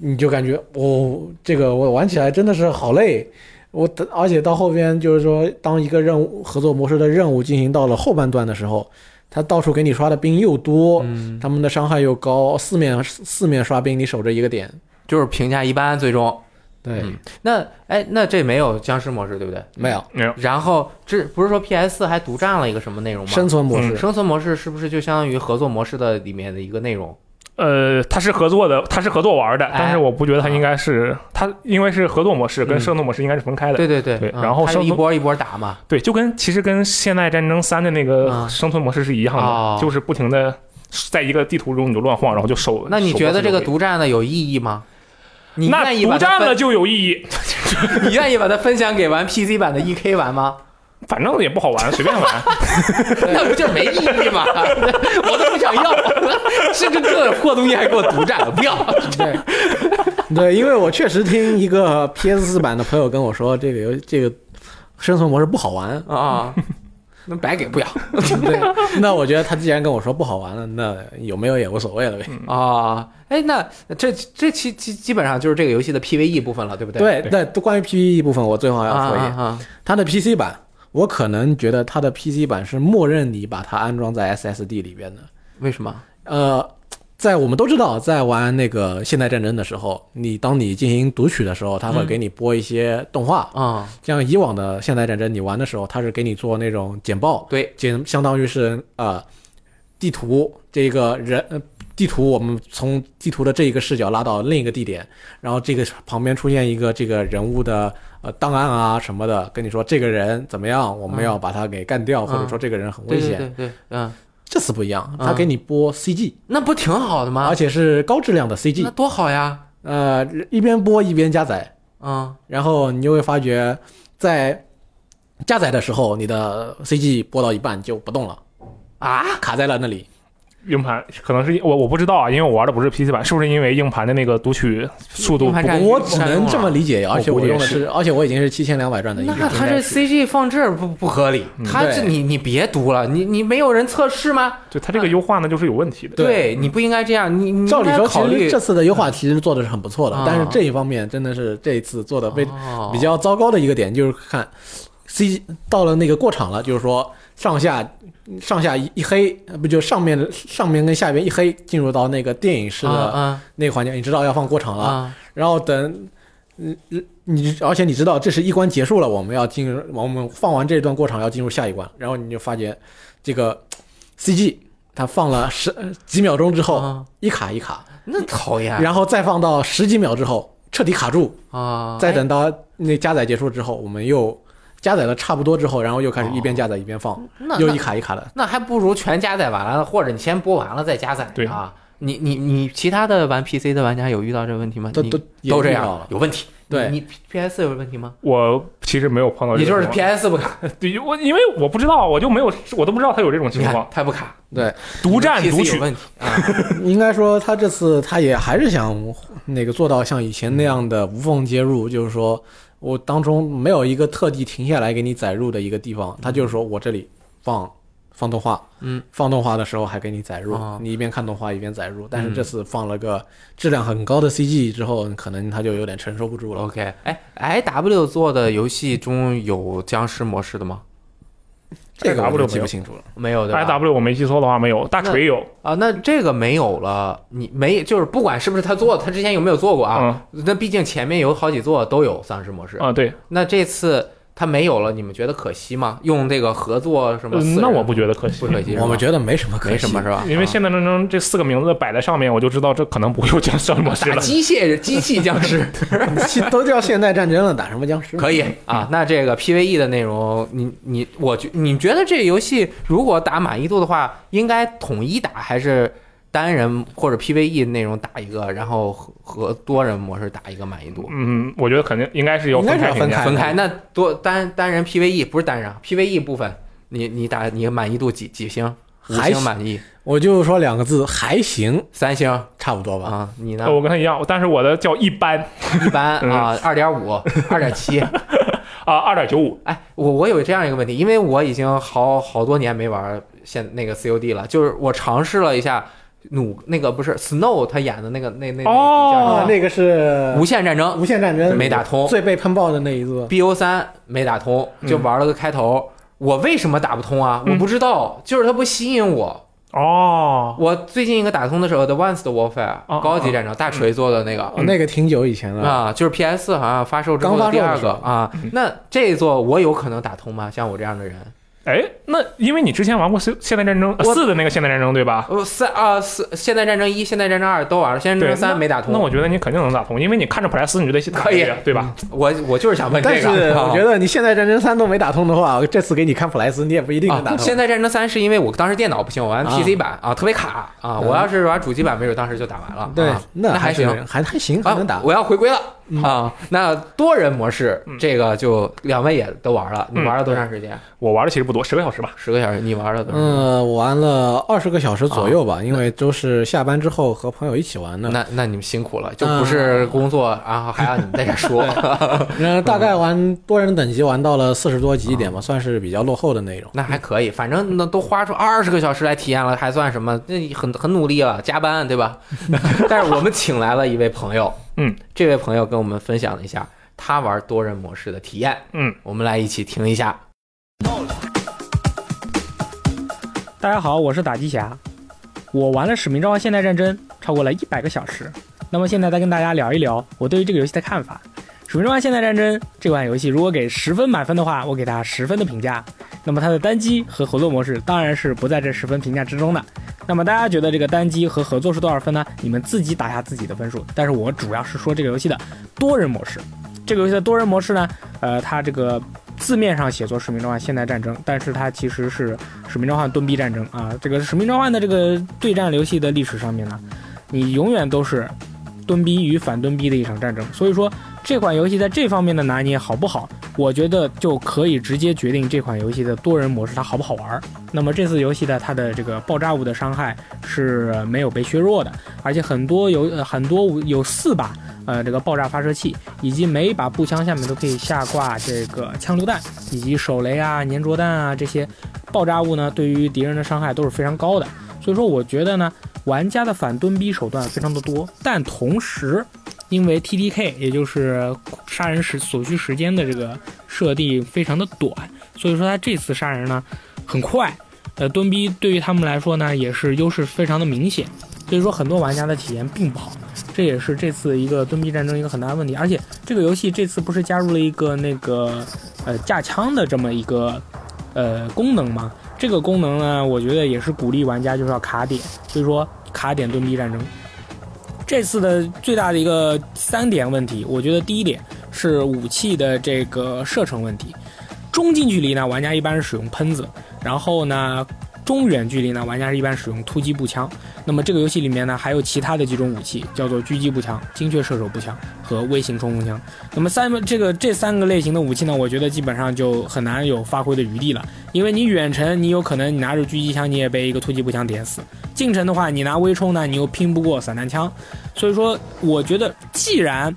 Speaker 2: 你就感觉哦，这个我玩起来真的是好累。我而且到后边就是说，当一个任务合作模式的任务进行到了后半段的时候，它到处给你刷的兵又多，
Speaker 1: 嗯，
Speaker 2: 他们的伤害又高，四面四面刷兵，你守着一个点。
Speaker 1: 就是评价一般，最终
Speaker 2: 对，
Speaker 1: 嗯那哎那这没有僵尸模式对不对？
Speaker 2: 没有
Speaker 3: 没有，
Speaker 1: 然后这不是说 PS 四还独占了一个什么内容吗？
Speaker 2: 生存模式，
Speaker 1: 生存模式是不是就相当于合作模式的里面的一个内容？
Speaker 3: 呃，它是合作的，它是合作玩的，
Speaker 1: 哎啊
Speaker 3: 但是我不觉得它应该是它，因为是合作模式跟
Speaker 1: 嗯
Speaker 3: 生存模式应该是分开的。
Speaker 1: 对对对
Speaker 3: 对
Speaker 1: 嗯
Speaker 3: 然后
Speaker 1: 它是
Speaker 3: 生
Speaker 1: 一
Speaker 3: 存
Speaker 1: 波一波打嘛。
Speaker 3: 对，就跟其实跟《现代战争三》的那个
Speaker 1: 嗯
Speaker 3: 生存模式是一样的，
Speaker 1: 哦
Speaker 3: 就是不停的在一个地图中你就乱晃，然后就守。
Speaker 1: 那你
Speaker 3: 守
Speaker 1: 觉
Speaker 3: 不
Speaker 1: 得
Speaker 3: 住
Speaker 1: 这个
Speaker 3: 位置
Speaker 1: 独占的有意义吗？你愿意
Speaker 3: 那
Speaker 1: 把
Speaker 3: 独
Speaker 1: 它
Speaker 3: 占
Speaker 1: 分
Speaker 3: 了就有意义，
Speaker 1: 你愿意把它分享给玩 PC 版的 EK 玩吗？
Speaker 3: 反正也不好玩，随便玩。
Speaker 1: <laughs> 那不就没意义吗？ <laughs> 我都不想要， <laughs> 甚至这破东西还给我独占了， <laughs> 不要。
Speaker 2: 对， <laughs> 对，因为我确实听一个 PS 四版的朋友跟我说，这个游这个生存模式不
Speaker 1: <laughs>
Speaker 2: 好玩。
Speaker 1: 啊，那白给不要
Speaker 2: 对，那我觉得他既然跟我说不好玩了，那有没有也无所谓了呗。
Speaker 1: 啊。哎，那这这期基基本上就是这个游戏的 PVE 部分了，对不对？
Speaker 2: 对，那关于 PVE 部分，我最后
Speaker 1: 啊
Speaker 2: 还要说一
Speaker 1: 啊
Speaker 2: 点，
Speaker 1: 啊！
Speaker 2: 它的 PC 版，我可能觉得它的 PC 版是默认你把它安装在 SSD 里边的。
Speaker 1: 为什么？
Speaker 2: 呃，在我们都知道，在玩那个现代战争的时候，你当你进行读取的时候，它会给你播一些动画，
Speaker 1: 啊，
Speaker 2: 像以往的现代战争，你玩的时候，它是给你做那种简报，
Speaker 1: 对，
Speaker 2: 简相当于是呃地图这个人、呃、地图，我们从地图的这一个视角拉到另一个地点，然后这个旁边出现一个这个人物的呃档案啊什么的，跟你说这个人怎么样，我们要把他给干掉，
Speaker 1: 嗯
Speaker 2: 或者说这个人很危
Speaker 1: 对
Speaker 2: 险。
Speaker 1: 对对对，嗯，
Speaker 2: 这次不一样，
Speaker 1: 嗯
Speaker 2: 他给你播 CG，、
Speaker 1: 那不挺好的吗
Speaker 2: 而？且是高质量的
Speaker 1: 那
Speaker 2: CG，
Speaker 1: 多好呀！
Speaker 2: 呃，一边播一边加载。
Speaker 1: 嗯，
Speaker 2: 然后你就会发觉，在加载的时候，你的 CG 播到一半就不动了
Speaker 1: 啊，
Speaker 2: 卡在了那里。
Speaker 3: 硬盘可能是我我不知道啊，因为我玩的不是 PC 版，是不是因为硬盘的那个读取速度
Speaker 1: 硬盘
Speaker 3: 不
Speaker 1: 占
Speaker 3: 够？
Speaker 2: 我只能这么理解，
Speaker 3: 我
Speaker 2: 而且
Speaker 3: 估
Speaker 2: 我
Speaker 3: 计
Speaker 2: 用的
Speaker 3: 是
Speaker 2: 是，而且我已经是七千两百转的一个
Speaker 1: 啊那
Speaker 2: 平
Speaker 1: 他
Speaker 2: 台
Speaker 1: 这 CG 放这儿不不合理，他这
Speaker 2: 嗯对
Speaker 1: 你你别读了，你你没有人测试吗？
Speaker 3: 对它这个优化呢，就是有问题的。
Speaker 2: 对
Speaker 1: 你不应该这样，你你
Speaker 2: 照
Speaker 1: 应
Speaker 2: 理
Speaker 1: 该
Speaker 2: 说，
Speaker 1: 考
Speaker 2: 其
Speaker 1: 虑
Speaker 2: 实这次的优化其实做的是很不错的
Speaker 1: 啊，
Speaker 2: 但是这一方面真的是这一次做的非
Speaker 1: 哦
Speaker 2: 比较糟糕的一个点，就是看 CG 到了那个过场了，就是说上下上下一一黑，呃不就上面上面跟下边一黑，进入到那个电影式的
Speaker 1: 啊
Speaker 2: 那个环节，你知道要放过场
Speaker 1: 啊
Speaker 2: 了，
Speaker 1: 啊
Speaker 2: 然后等，嗯，你而且你知道这是一关结束了，我们要进入，我们放完这段过场要进入下一关，然后你就发觉这个 CG 它放了十呃几秒钟之后、
Speaker 1: 啊
Speaker 2: 一卡一卡，
Speaker 1: 那讨厌
Speaker 2: 然后再放到十几秒之后彻底卡住，
Speaker 1: 啊！
Speaker 2: 再等到那加载结束之后，我们又加载了差不多之后，然后又开始
Speaker 1: 哦
Speaker 2: 一边加载一边放，
Speaker 1: 那
Speaker 2: 又
Speaker 1: 那
Speaker 2: 一卡一卡的。
Speaker 1: 那还不如全加载完了，或者你先播完了再加载
Speaker 3: 对
Speaker 1: 啊。你你你其他的玩 PC 的玩家有遇到这个问题吗？
Speaker 2: 都
Speaker 1: 你
Speaker 2: 都也
Speaker 1: 都这
Speaker 2: 遇
Speaker 1: 样
Speaker 2: 到了
Speaker 1: 有问题。
Speaker 2: 对
Speaker 1: 你你 PS 有问题吗？
Speaker 3: 我其实没哦有啊碰到这
Speaker 1: 你
Speaker 3: 种
Speaker 1: 就
Speaker 3: 情
Speaker 1: 是
Speaker 3: 况，
Speaker 1: PS 不卡，
Speaker 3: 对我因为我不知道，我就没有，我都不知道它有这种情
Speaker 1: 你看
Speaker 3: 况，
Speaker 1: 它不卡，
Speaker 2: 对，
Speaker 3: 独占
Speaker 1: 你的
Speaker 3: 读
Speaker 1: PC 有
Speaker 3: 取。 <laughs>
Speaker 1: 问题啊。
Speaker 2: 应该说他这次他也还是想那个做到像以前那样的无缝接入，就是说我当中没有一个特地停下来给你载入的一个地方，他就是说我这里放放动画，
Speaker 1: 嗯，
Speaker 2: 放动画的时候还给你载入
Speaker 1: 哦，
Speaker 2: 你一边看动画一边载入，但
Speaker 1: 嗯
Speaker 2: 是这次放了个质量很高的 CG 之后，可能他就有点承受不住了。
Speaker 1: OK，哎，IW 做的游戏中有僵尸模式的吗？
Speaker 2: 这个我
Speaker 3: IW
Speaker 2: 就记
Speaker 3: 没有
Speaker 2: 不清楚了。
Speaker 1: 没有对吧
Speaker 3: I W 我没记错的话没有，大
Speaker 1: 那
Speaker 3: 锤有
Speaker 1: 啊，那这个没有了，你没就是不管是不是他做的，他之啊前有没有做过啊？那毕竟前面有好几座都有丧尸模式，
Speaker 3: 嗯啊，对，
Speaker 1: 那这次它没有了，你们觉得可惜吗？用这个合作什么
Speaker 3: 呃
Speaker 1: 四人？啊
Speaker 3: 那我不觉得可惜
Speaker 1: 不，可惜，
Speaker 2: 我们觉得没什么
Speaker 1: 得
Speaker 2: 可
Speaker 1: 没
Speaker 2: 惜
Speaker 1: 什么，是吧？
Speaker 3: 因为现在能能这四个名字摆在上面，我就知道这可能不会有僵尸模式
Speaker 1: 打
Speaker 3: 了。
Speaker 1: 机械人机器僵
Speaker 3: <laughs>
Speaker 1: 尸
Speaker 2: 现 <laughs> 都叫现代战争了，打什么僵尸？
Speaker 1: 可以啊。那这个 PVE 的内容，你你我觉你觉得这游戏如果打满意度的话，应该统一打还是单人或者 PVE 内容打一个，然后和和多人模式打一个满意度？
Speaker 3: 嗯，我觉得肯定应该是有分开
Speaker 2: 应该是要
Speaker 3: 评
Speaker 2: 分
Speaker 3: 价
Speaker 2: 开。
Speaker 1: 分开那多单单人 PVE 不是单人啊 PVE 部分，你你打你满意度几几星？五
Speaker 2: 还
Speaker 1: 星
Speaker 2: 行
Speaker 1: 满意，
Speaker 2: 我就说两个字，还行，
Speaker 1: 三星
Speaker 2: 差不多吧。
Speaker 1: 啊，你呢
Speaker 3: 呃？我跟他一样，但是我的叫一般
Speaker 1: 一般啊，二点五、二点七。
Speaker 3: 啊，二点九五。
Speaker 1: 哎，我我有这样一个问题，因为我已经好好多年没玩现那个 COD 了，就是我尝试了一下努那个不是 Snow 他演的那个那那那
Speaker 3: 哦
Speaker 1: 叫什
Speaker 2: 啊
Speaker 1: 么，
Speaker 2: 那个是
Speaker 1: 无限战争
Speaker 2: 无限战争
Speaker 1: 没打通嗯
Speaker 2: 最被喷爆的那一座。
Speaker 1: BO 三没打通，就玩了个开头。我为什么打不通啊？我不知道，就是它不吸引我。
Speaker 3: 哦，
Speaker 1: 我最近一个打通的是 Advanced Warfare，、
Speaker 3: 哦
Speaker 1: 高级战争，大锤做的那个。
Speaker 2: 哦那个挺久以前了，
Speaker 1: 啊，就是 PS 好像发售之后
Speaker 2: 刚
Speaker 1: 的
Speaker 2: 发
Speaker 1: 第
Speaker 2: 售的
Speaker 1: 二
Speaker 2: 时
Speaker 1: 个
Speaker 2: 候嗯
Speaker 1: 啊，那这一座我有可能打通吗？像我这样的人，
Speaker 3: 哎，那因为你之前玩过《现现代战争》呃
Speaker 1: 我
Speaker 3: 四的那个《现代战争》对吧？
Speaker 1: 呃，三啊，四现代战争一、现代战争二都玩了，现代
Speaker 3: 对
Speaker 1: 战，争三没打通。
Speaker 3: 那我觉得你肯定能打通，因为你看着普莱斯，你就得去打
Speaker 1: 可以嗯
Speaker 3: 这个对吧？
Speaker 1: 我我就是想问这
Speaker 2: 但
Speaker 1: 个，
Speaker 2: 是
Speaker 1: 啊
Speaker 2: 我觉得你现代战争三都没打通的话，我这次给你看普莱斯，你也不一定能打
Speaker 1: 啊，
Speaker 2: 通
Speaker 1: 现。代战争三是因为我当时电脑不行，我玩
Speaker 2: 啊嗯
Speaker 1: PC 版啊，特别卡啊。我要是玩主机版，没准当时就打完了。
Speaker 2: 对
Speaker 1: 啊，
Speaker 2: 那
Speaker 1: 那还
Speaker 2: 是
Speaker 1: 行，
Speaker 2: 还还行，还
Speaker 1: 啊
Speaker 2: 能打。，嗯
Speaker 1: 我要回归了啊。那多人模式
Speaker 3: 嗯
Speaker 1: 这个就两位也都玩了，你
Speaker 3: 嗯
Speaker 1: 玩了多长时间？
Speaker 3: 我玩的其实不多，十个小时吧。
Speaker 1: 十个小时，你玩了多长时间？
Speaker 2: 嗯，我玩了二十个小时左右吧，因为都是下班之后和朋友一起玩的。
Speaker 1: 啊那那你们辛苦了，就不
Speaker 3: 嗯
Speaker 1: 是工作，然后还要你们在这说
Speaker 2: 嗯，大概玩多人等级玩到了四十多级一点吧，
Speaker 1: 啊
Speaker 2: 算是比较落后的那种。
Speaker 1: <laughs> 那还可以，反正那都花出二十个小时来体验了，还算什么？那很很努力了，加班对吧？ <laughs> 但是我们请来了一位朋友，
Speaker 3: 嗯，
Speaker 1: 这位朋友跟我们分享了一下他玩多人模式的体验，
Speaker 3: 嗯，
Speaker 1: 我们来一起听一下。
Speaker 4: 大家好，我是打机侠，我玩了《使命召唤：现代战争》超过了一百个小时。那么现在再跟大家聊一聊我对于这个游戏的看法。《使命召唤：现代战争》这款游戏，如果给十分满分的话，我给它十分的评价。那么它的单机和合作模式当然是不在这十分评价之中的。那么大家觉得这个单机和合作是多少分呢？你们自己打下自己的分数。但是我主要是说这个游戏的多人模式。这个游戏的多人模式呢，呃，它这个字面上写作《使命召唤：现代战争》，但是它其实是《使命召唤：盾臂战争》啊，这个《使命召唤》的这个对战游戏的历史上面呢，你永远都是盾逼与反盾逼的一场战争。所以说，这款游戏在这方面的拿捏好不好，我觉得就可以直接决定这款游戏的多人模式它好不好玩儿。那么这次游戏呢，它的这个爆炸物的伤害是没有被削弱的，而且很多有呃很多武有四把呃这个爆炸发射器，以及每一把步枪下面都可以下挂这个枪榴弹以及手雷啊、粘着弹啊这些爆炸物呢，对于敌人的伤害都是非常高的。所以说，我觉得呢，玩家的反蹲逼手段非常的多，但同时，因为 TDK 也就是杀人时所需时间的这个设定非常的短，所以说他这次杀人呢很快，呃，蹲逼对于他们来说呢也是优势非常的明显，所以说很多玩家的体验并不好。这也是这次一个蹲逼战争一个很大的问题，而且这个游戏这次不是加入了一个那个呃架枪的这么一个呃功能嘛。这个功能呢，我觉得也是鼓励玩家就是要卡点，所以说卡点盾逼战争。这次的最大的一个三点问题，我觉得第一点是武器的这个射程问题。中近距离呢，玩家一般是使用喷子，然后呢，中远距离呢，玩家是一般使用突击步枪。那么这个游戏里面呢，还有其他的几种武器，叫做狙击步枪、精确射手步枪和微型冲锋枪。那么三这个这三个类型的武器呢，我觉得基本上就很难有发挥的余地了，因为你远程你有可能你拿着狙击枪你也被一个突击步枪点死，近程的话你拿微冲呢你又拼不过散弹枪，所以说我觉得既然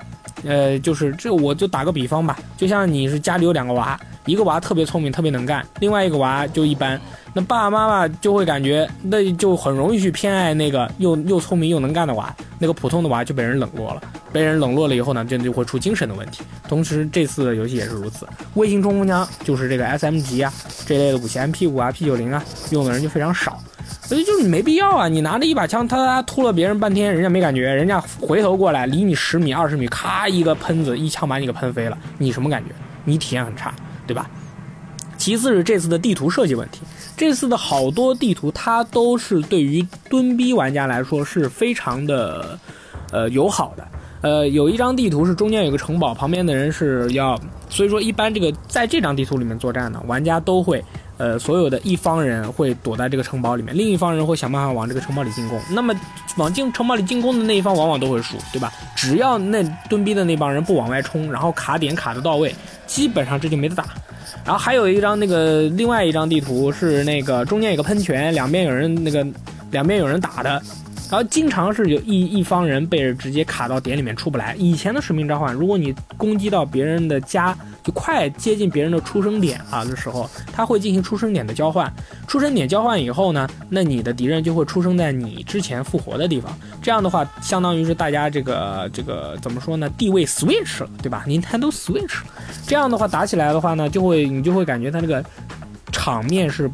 Speaker 4: 呃，就是这，我就打个比方吧，就像你是家里有两个娃，一个娃特别聪明，特别能干，另外一个娃就一般。那爸爸妈妈就会感觉，那就很容易去偏爱那个又又聪明又能干的娃，那个普通的娃就被人冷落了。被人冷落了以后呢，这就会出精神的问题。同时，这次的游戏也是如此。微型冲锋枪就是这个 SMG 啊这类的武器，MP 五啊、P 九零啊，用的人就非常少。所以就是你没必要啊！你拿着一把枪，他他突了别人半天，人家没感觉，人家回头过来，离你十米、二十米，咔一个喷子，一枪把你给喷飞了，你什么感觉？你体验很差。对吧？其次是这次的地图设计问题，这次的好多地图它都是对于蹲逼玩家来说是非常的呃友好的。呃，有一张地图是中间有个城堡，旁边的人是要，所以说一般这个在这张地图里面作战呢，玩家都会，呃，所有的一方人会躲在这个城堡里面，另一方人会想办法往这个城堡里进攻。那么往进城堡里进攻的那一方往往都会输，对吧？只要那蹲逼的那帮人不往外冲，然后卡点卡的到位，基本上这就没得打。然后还有一张那个另外一张地图是那个中间有个喷泉，两边有人那个两边有人打的，然后经常是有一一方人被直接卡到点里面出不来。以前的使命召唤，如果你攻击到别人的家，就快接近别人的出生点了的时候，它会进行出生点的交换。出生点交换以后呢，那你的敌人就会出生在你之前复活的地方。这样的话，相当于是大家这个这个怎么说呢？地位 switch 了，对吧？Nintendo Switch 了。这样的话打起来的话呢，就会你就会感觉它这个场面是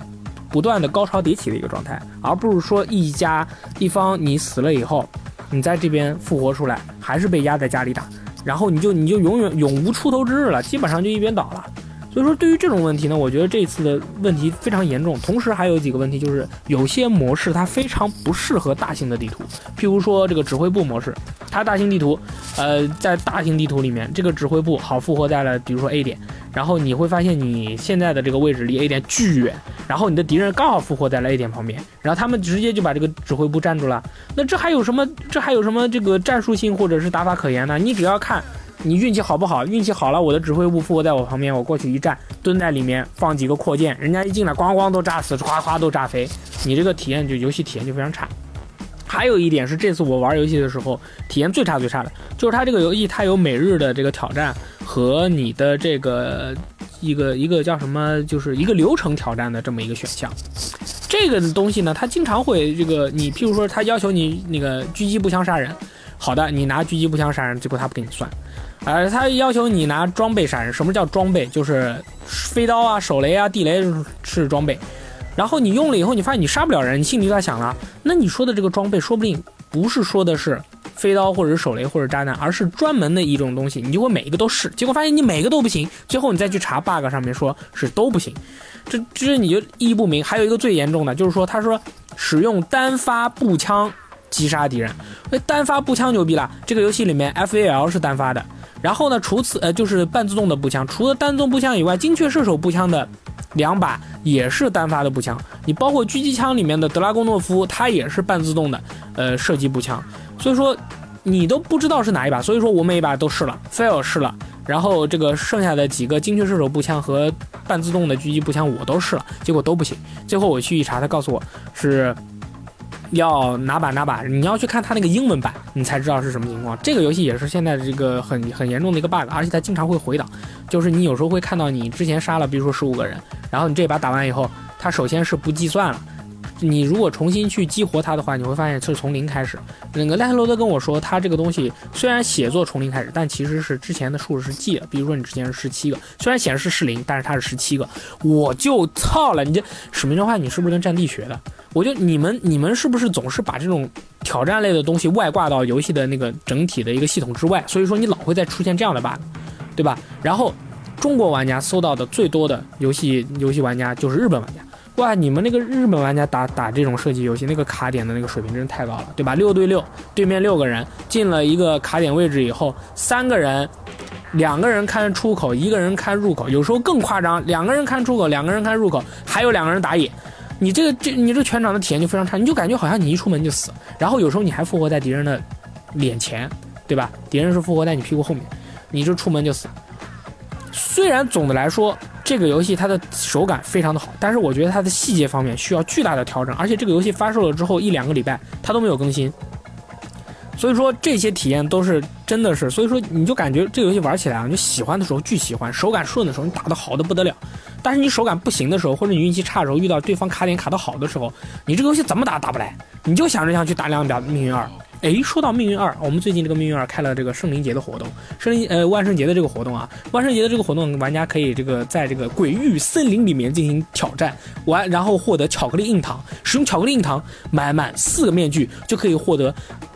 Speaker 4: 不断的高潮迭起的一个状态，而不是说一家一方你死了以后，你在这边复活出来，还是被压在家里打，然后你就你就永远永无出头之日了，基本上就一边倒了。所以说，对于这种问题呢，我觉得这次的问题非常严重。同时还有几个问题，就是有些模式它非常不适合大型的地图，譬如说这个指挥部模式，它大型地图，呃，在大型地图里面，这个指挥部好复活在了比如说 A 点，然后你会发现你现在的这个位置离 A 点巨远，然后你的敌人刚好复活在了 A 点旁边，然后他们直接就把这个指挥部占住了。那这还有什么？这还有什么这个战术性或者是打法可言呢？你只要看你运气好不好，运气好了，我的指挥部复活在我旁边，我过去一站，蹲在里面放几个扩建，人家一进来咣咣都炸死，咵咵都炸飞，你这个体验就游戏体验就非常差。还有一点是，这次我玩游戏的时候，体验最差最差的就是它这个游戏，它有每日的这个挑战和你的这个一个一个叫什么，就是一个流程挑战的这么一个选项。这个东西呢，它经常会这个你，譬如说，它要求你那个狙击步枪杀人，好的，你拿狙击步枪杀人，结果它不给你算。而它要求你拿装备杀人，什么叫装备？就是飞刀啊、手雷啊、地雷是装备。然后你用了以后，你发现你杀不了人，你心里就在想了，那你说的这个装备，说不定不是说的是飞刀或者是手雷或者炸弹，而是专门的一种东西，你就会每一个都试，结果发现你每个都不行，最后你再去查 bug 上面说是都不行，这这你就意义不明。还有一个最严重的就是说，他说使用单发步枪击杀敌人，那单发步枪牛逼了，这个游戏里面 FAL 是单发的。然后呢，除此呃就是半自动的步枪，除了单自动步枪以外，精确射手步枪的两把也是单发的步枪。你包括狙击枪里面的德拉贡诺夫，它也是半自动的呃射击步枪。所以说你都不知道是哪一把，所以说我每一把都试了，fail 试了，然后这个剩下的几个精确射手步枪和半自动的狙击步枪我都试了，结果都不行。最后我去一查，他告诉我是。要哪把哪把，你要去看它那个英文版，你才知道是什么情况。这个游戏也是现在这个很很严重的一个 bug，而且它经常会回档，就是你有时候会看到你之前杀了，比如说十五个人，然后你这把打完以后，它首先是不计算了。你如果重新去激活它的话，你会发现是从零开始。那个赖特罗德跟我说，他这个东西虽然写作从零开始，但其实是之前的数是记的。比如说你之前是十七个，虽然显示是零，但是它是十七个。我就操了，你这使命召唤你是不是跟战地学的？我就你们你们是不是总是把这种挑战类的东西外挂到游戏的那个整体的一个系统之外？所以说你老会再出现这样的 bug，对吧？然后中国玩家搜到的最多的游戏游戏玩家就是日本玩家。哇，你们那个日本玩家打打这种射击游戏，那个卡点的那个水平真是太高了，对吧？六对六，对面六个人进了一个卡点位置以后，三个人，两个人看出口，一个人看入口，有时候更夸张，两个人看出口，两个人看入口，还有两个人打野。你这个这你这全场的体验就非常差，你就感觉好像你一出门就死，然后有时候你还复活在敌人的脸前，对吧？敌人是复活在你屁股后面，你这出门就死。虽然总的来说这个游戏它的手感非常的好，但是我觉得它的细节方面需要巨大的调整，而且这个游戏发售了之后一两个礼拜它都没有更新，所以说这些体验都是真的是，所以说你就感觉这个游戏玩起来啊，你就喜欢的时候巨喜欢，手感顺的时候你打的好的不得了，但是你手感不行的时候，或者你运气差的时候，遇到对方卡点卡的好的时候，你这个游戏怎么打打不来，你就想着想去打两把命运二。诶，说到命运二，我们最近这个命运二开了这个圣灵节的活动，圣灵呃万圣节的这个活动啊，万圣节的这个活动，玩家可以这个在这个鬼域森林里面进行挑战，完然后获得巧克力硬糖，使用巧克力硬糖买满四个面具就可以获得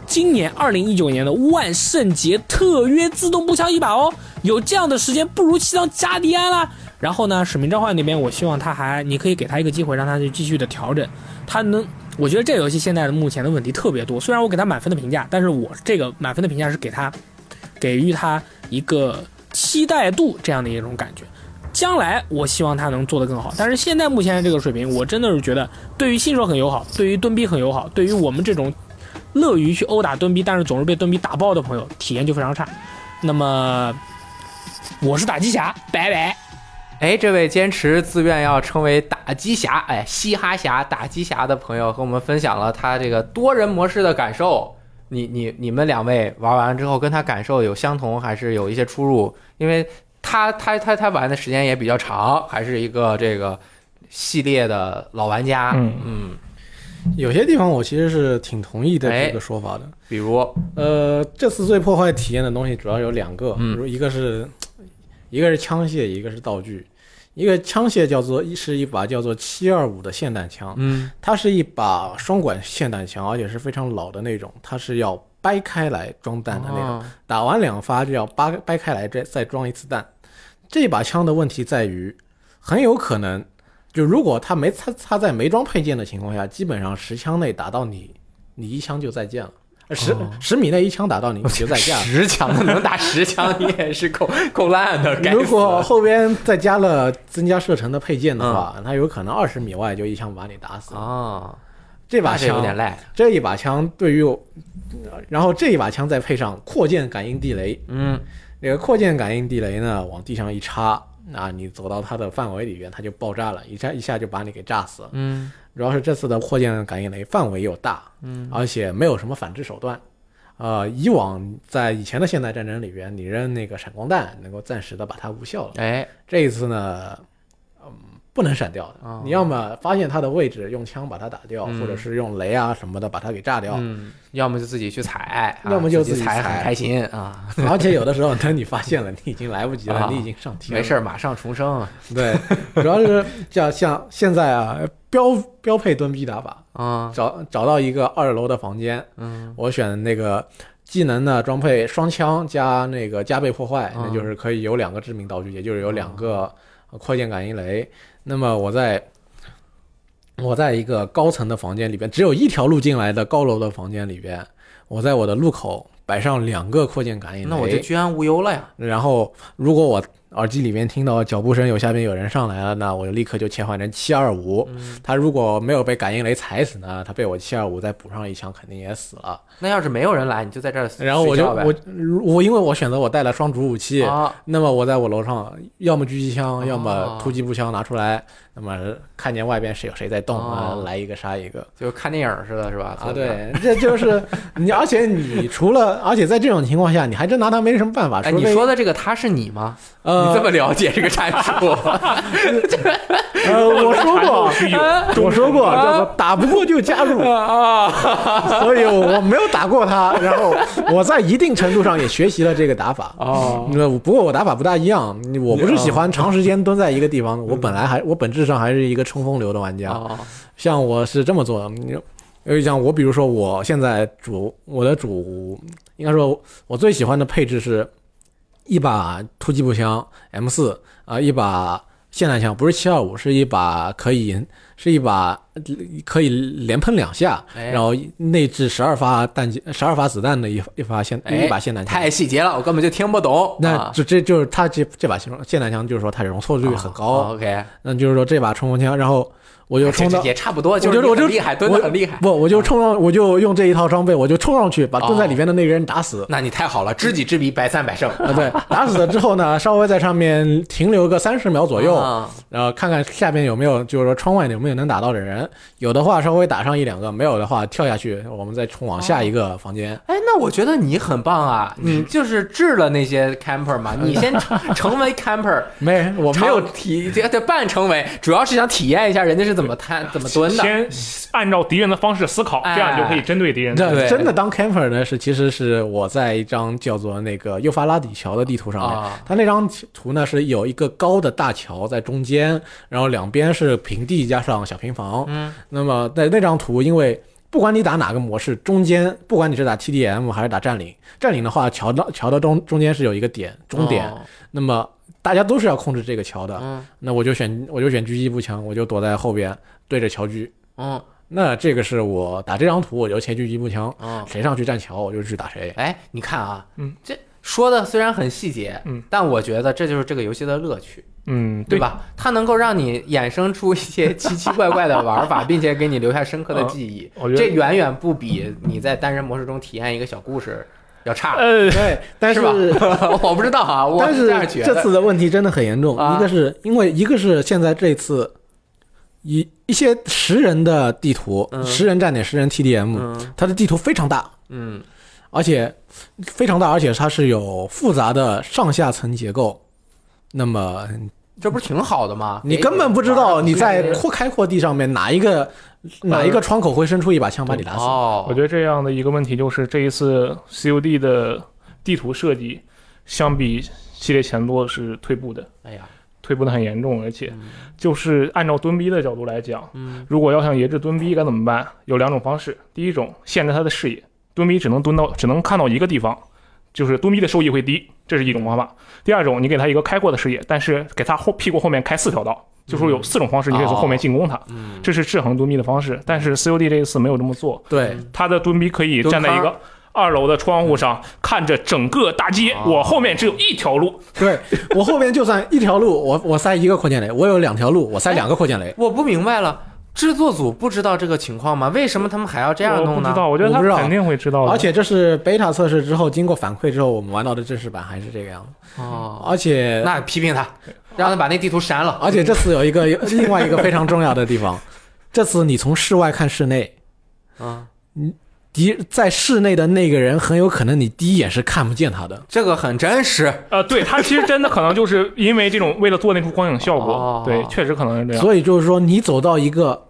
Speaker 4: 今年二零一九年的万圣节特约自动步枪一把哦。有这样的时间，不如去当加迪安啦。然后呢，使命召唤那边，我希望他还，你可以给他一个机会，让他去继续的调整。他能，我觉得这游戏现在的目前的问题特别多。虽然我给他满分的评价，但是我这个满分的评价是给他，给予他一个期待度这样的一种感觉。将来我希望他能做得更好，但是现在目前的这个水平，我真的是觉得对于新手很友好，对于蹲逼很友好，对于我们这种乐于去殴打蹲逼，但是总是被蹲逼打爆的朋友，体验就非常差。那么，我是打机侠，拜拜。
Speaker 1: 哎，这位坚持自愿要成为打击侠，哎，嘻哈侠、打击侠的朋友和我们分享了他这个多人模式的感受。你、你、你们两位玩完之后，跟他感受有相同，还是有一些出入？因为他、他、他、他玩的时间也比较长，还是一个这个系列的老玩家。
Speaker 3: 嗯
Speaker 1: 嗯，
Speaker 2: 有些地方我其实是挺同意的
Speaker 1: 哎
Speaker 2: 这个说法的。
Speaker 1: 比如
Speaker 2: 呃，这次最破坏体验的东西主要有两个，
Speaker 1: 嗯
Speaker 2: 比如一个是一个是枪械，一个是道具。一个枪械叫做是一把叫做七二五的霰弹枪，
Speaker 1: 嗯
Speaker 2: 它是一把双管霰弹枪，而且是非常老的那种，它是要掰开来装弹的那种。
Speaker 1: 哦
Speaker 2: 打完两发就要掰掰开来再再装一次弹。这把枪的问题在于，很有可能就如果它没它它在没装配件的情况下，基本上十枪内打到你，你一枪就再见了。呃十
Speaker 1: 哦
Speaker 2: 十米内一枪打到你，你就
Speaker 1: <laughs>
Speaker 2: 再见了。
Speaker 1: 十强的能打十强， <laughs> 你也是够够烂的。该死
Speaker 2: 如果后边再加了增加射程的配件的
Speaker 1: 嗯
Speaker 2: 话，它有可能二十米外就一枪把你打死。
Speaker 1: 啊，
Speaker 2: 这把
Speaker 1: 那是有
Speaker 2: 枪
Speaker 1: 点赖。
Speaker 2: 这一把枪对于我，然后这一把枪再配上扩建感应地雷，
Speaker 1: 嗯，
Speaker 2: 这个扩建感应地雷呢，往地上一插，啊，你走到它的范围里边，它就爆炸了，一下一下就把你给炸死了。
Speaker 1: 嗯，
Speaker 2: 主要是这次的扩建感应雷范围又大，嗯，而且没有什么反制手段。呃，以往在以前的现代战争里边，你扔那个闪光弹能够暂时的把它无效了。
Speaker 1: 哎，
Speaker 2: 这一次呢，嗯，不能闪掉的，
Speaker 1: 哦
Speaker 2: 你要么发现它的位置用枪把它打掉，
Speaker 1: 嗯
Speaker 2: 或者是用雷啊什么的把它给炸掉。
Speaker 1: 嗯，要么就自己去踩，啊
Speaker 2: 哦要么就
Speaker 1: 自
Speaker 2: 自己
Speaker 1: 踩，
Speaker 2: 踩
Speaker 1: 很开心啊，
Speaker 2: <laughs> 而且有的时候，等你发现了，你已经来不及了，
Speaker 1: <laughs> 啊
Speaker 2: 你已经上天
Speaker 1: 没
Speaker 2: 了。
Speaker 1: 事儿，马上重生啊
Speaker 2: 对，主要是像像现在啊，标标配蹲逼打法，
Speaker 1: 啊，
Speaker 2: 找找到一个二楼的房间，
Speaker 1: 嗯，
Speaker 2: 我选那个技能呢装配双枪加那个加倍破坏，
Speaker 1: 嗯
Speaker 2: 那就是可以有两个致命道具，也就是有两个呃扩建感应雷。那么我在我在一个高层的房间里边，只有一条路进来的高楼的房间里边，我在我的路口摆上两个扩建感应雷，
Speaker 1: 那我就居安无忧了呀。
Speaker 2: 然后，如果我耳机里面听到脚步声，有下面有人上来了，那我就立刻就切换成七二五。他如果没有被感应雷踩死呢，他被我七二五再补上一枪，肯定也死了。
Speaker 1: 那要是没有人来，你就在这儿睡觉呗，
Speaker 2: 然后我就我如我因为我选择我带了双主武器，
Speaker 1: 啊，
Speaker 2: 那么我在我楼上要么狙击枪，要
Speaker 1: 哦
Speaker 2: 么突击步枪拿出来，那么看见外边谁有谁在动啊
Speaker 1: 哦，
Speaker 2: 来一个杀一个。
Speaker 1: 就看电影似的，是吧？
Speaker 2: 啊，，对，这 <laughs> 就是你，而且你除了，而且在这种情况下，你还真拿他没什么办法。
Speaker 1: 哎，
Speaker 2: 除
Speaker 1: 你
Speaker 2: 非
Speaker 1: 说的这个他是你吗？
Speaker 2: 呃，
Speaker 1: 你这么了解这个战
Speaker 2: <laughs>
Speaker 1: 术？
Speaker 2: 呃，我说 <laughs> 过，哎我说过，
Speaker 1: 啊
Speaker 2: 叫做打不过就加 <laughs> 入，
Speaker 1: 啊，
Speaker 2: <laughs> 所以我没有打过他。然后我在一定程度上也学习了这个打法。
Speaker 1: 哦，
Speaker 2: 那不过我打法不大一样，我不是喜欢长时间蹲在一个地方。我本来还我本质上还是一个冲锋流的玩家，
Speaker 1: 嗯哦，
Speaker 2: 像我是这么做的。你因为像我，比如说我现在主我的主应该说我最喜欢的配置是一把突击步枪 M 四啊、一把霰弹枪，不是七二五，是一把可以是一把呃可以连喷两下，
Speaker 1: 哎
Speaker 2: 然后内置十二发弹十二发子弹的一一发霰
Speaker 1: 哎
Speaker 2: 一把霰弹枪。
Speaker 1: 太细节了，我根本就听不懂。
Speaker 2: 那
Speaker 1: 啊
Speaker 2: 这这就是它这这把霰霰弹枪，就是说它容错率很高。
Speaker 1: 哦，OK，
Speaker 2: 那就是说这把冲锋枪，然后我就
Speaker 1: 啊这
Speaker 2: 冲
Speaker 1: 这
Speaker 2: 到
Speaker 1: 也差不多，
Speaker 2: 就是
Speaker 1: 你
Speaker 2: 我就
Speaker 1: 很厉害，蹲的很厉害。
Speaker 2: 不，我就冲上，我就用这一套装备，我就冲上去把蹲在里面的那个人打死。
Speaker 1: 那你太好了，知己知彼，百战百胜。
Speaker 2: 啊，对，打死了之后呢，稍微在上面停留个三十秒 <laughs> 左右，
Speaker 1: 啊
Speaker 2: 然后看看下面有没有，就是说窗外有没有能打到的人，有的话稍微打上一两个，没有的话跳下去，我们再冲往下一个房间。
Speaker 1: 哎，那我觉得你很棒啊！你就是治了那些 camper 嘛，你先 <laughs> 成成为 camper，
Speaker 2: 没，我没
Speaker 1: 没
Speaker 2: 有
Speaker 1: 有体这这半成为，主要是想体验一下人家是怎么 <laughs> 摊怎么蹲的。
Speaker 3: 先按照敌人的方式思考，
Speaker 1: 哎
Speaker 3: 这样就可以针对敌人。
Speaker 1: 对
Speaker 2: 这真的当 camper 呢，是其实是我在一张叫做那个幼发拉底桥的地图上面，
Speaker 1: 啊
Speaker 2: 它那张图呢是有一个高的大桥在中间，然后两边是平地加上小平房。嗯，那么在那张图，因为不管你打哪个模式，中间不管你是打 TDM 还是打占领，占领的话，桥到桥到中中间是有一个点终点，
Speaker 1: 哦
Speaker 2: 那么大家都是要控制这个桥的，
Speaker 1: 嗯
Speaker 2: 那我就选我就选狙击步枪，我就躲在后边对着桥狙。
Speaker 1: 嗯
Speaker 2: 那这个是我打这张图，我就前狙击步枪，
Speaker 1: 嗯，
Speaker 2: 谁上去站桥我就去打谁。
Speaker 1: 哎，你看啊，
Speaker 3: 嗯，
Speaker 1: 这说的虽然很细节，
Speaker 3: 嗯，
Speaker 1: 但我觉得这就是这个游戏的乐趣，
Speaker 3: 嗯，
Speaker 1: 对？吧？它能够让你衍生出一些 <laughs> 奇奇怪怪的玩 <laughs> 法，并且给你留下深刻的记忆。
Speaker 3: 我觉
Speaker 1: 这
Speaker 3: 得
Speaker 1: 远远不比你在单人模式中体验一个小故事要差。
Speaker 3: 呃，
Speaker 2: 对，但
Speaker 1: 是吧
Speaker 2: <laughs>
Speaker 1: 我不知道啊，我
Speaker 2: 但
Speaker 1: 这样觉
Speaker 2: 是
Speaker 1: 得。
Speaker 2: 这次的问题真的很严重，
Speaker 1: 啊
Speaker 2: 一个是因为一个是现在这次一一些十人的地图，
Speaker 1: 嗯
Speaker 2: 十人站点，十人 TDM，、
Speaker 1: 嗯
Speaker 2: 它的地图非常大，
Speaker 1: 嗯
Speaker 2: 而且非常大，而且它是有复杂的上下层结构。那么，
Speaker 1: 这不是挺好的吗？
Speaker 2: 你
Speaker 1: 给
Speaker 2: 根本不知
Speaker 1: 哎玩
Speaker 2: 道
Speaker 1: 儿
Speaker 2: 你在
Speaker 1: 对
Speaker 2: 扩开阔地上面哪一个哪一个窗口会伸出一把枪把你打死。
Speaker 1: 哦，
Speaker 3: 我觉得这样的一个问题就是这一次 COD 的地图设计相比系列前作是退步的，
Speaker 1: 哎呀，
Speaker 3: 退步的很严重，而且
Speaker 1: 嗯
Speaker 3: 就是按照蹲逼的角度来讲，
Speaker 1: 嗯
Speaker 3: 如果要想研制蹲逼该怎么办？有两种方式，第一种限制他的视野，蹲逼只能蹲到只能看到一个地方，就是蹲逼的收益会低，这是一种方法。第二种，你给他一个开阔的视野，但是给他后屁股后面开四条道，就说有四种方式你可以从后面进攻他，
Speaker 1: 嗯，
Speaker 3: 这是制衡蹲逼的方式。但是 COD 这一次没有这么做，
Speaker 2: 对，
Speaker 3: 他的蹲逼可以站在一
Speaker 1: 蹲
Speaker 3: 个。二楼的窗户上看着整个大街，
Speaker 1: 哦
Speaker 3: 我后面只有一条路，
Speaker 2: 对我后边就算一条路，我我塞一个扩建雷，我有两条路，我塞两个扩建雷。
Speaker 1: 我不明白了。制作组不知道这个情况吗？为什么他们还要这样
Speaker 3: 我
Speaker 1: 弄
Speaker 3: 不知
Speaker 1: 呢？
Speaker 3: 道，我觉得
Speaker 2: 我
Speaker 3: 他
Speaker 2: 不知道
Speaker 3: 肯定会知
Speaker 1: 哦
Speaker 3: 道的。
Speaker 2: 而且这是 beta 测试之后，经过反馈之后，我们玩到的正式版还是这个样子。
Speaker 1: 哦，
Speaker 2: 而且，
Speaker 1: 那批评他，让他把那地图删了。
Speaker 2: 而且这次有一个另外一个非常重要的地方，这次你从室外看室内，
Speaker 1: 嗯，
Speaker 2: 敌在室内的那个人很有可能你第一眼是看不见他的。
Speaker 1: 这个很真实。
Speaker 3: 呃，对他其实真的可能就是因为这种为了做那出光影效果，
Speaker 1: 哦
Speaker 3: 对，啊确实可能是这样。
Speaker 2: 所以就是说，你走到一个，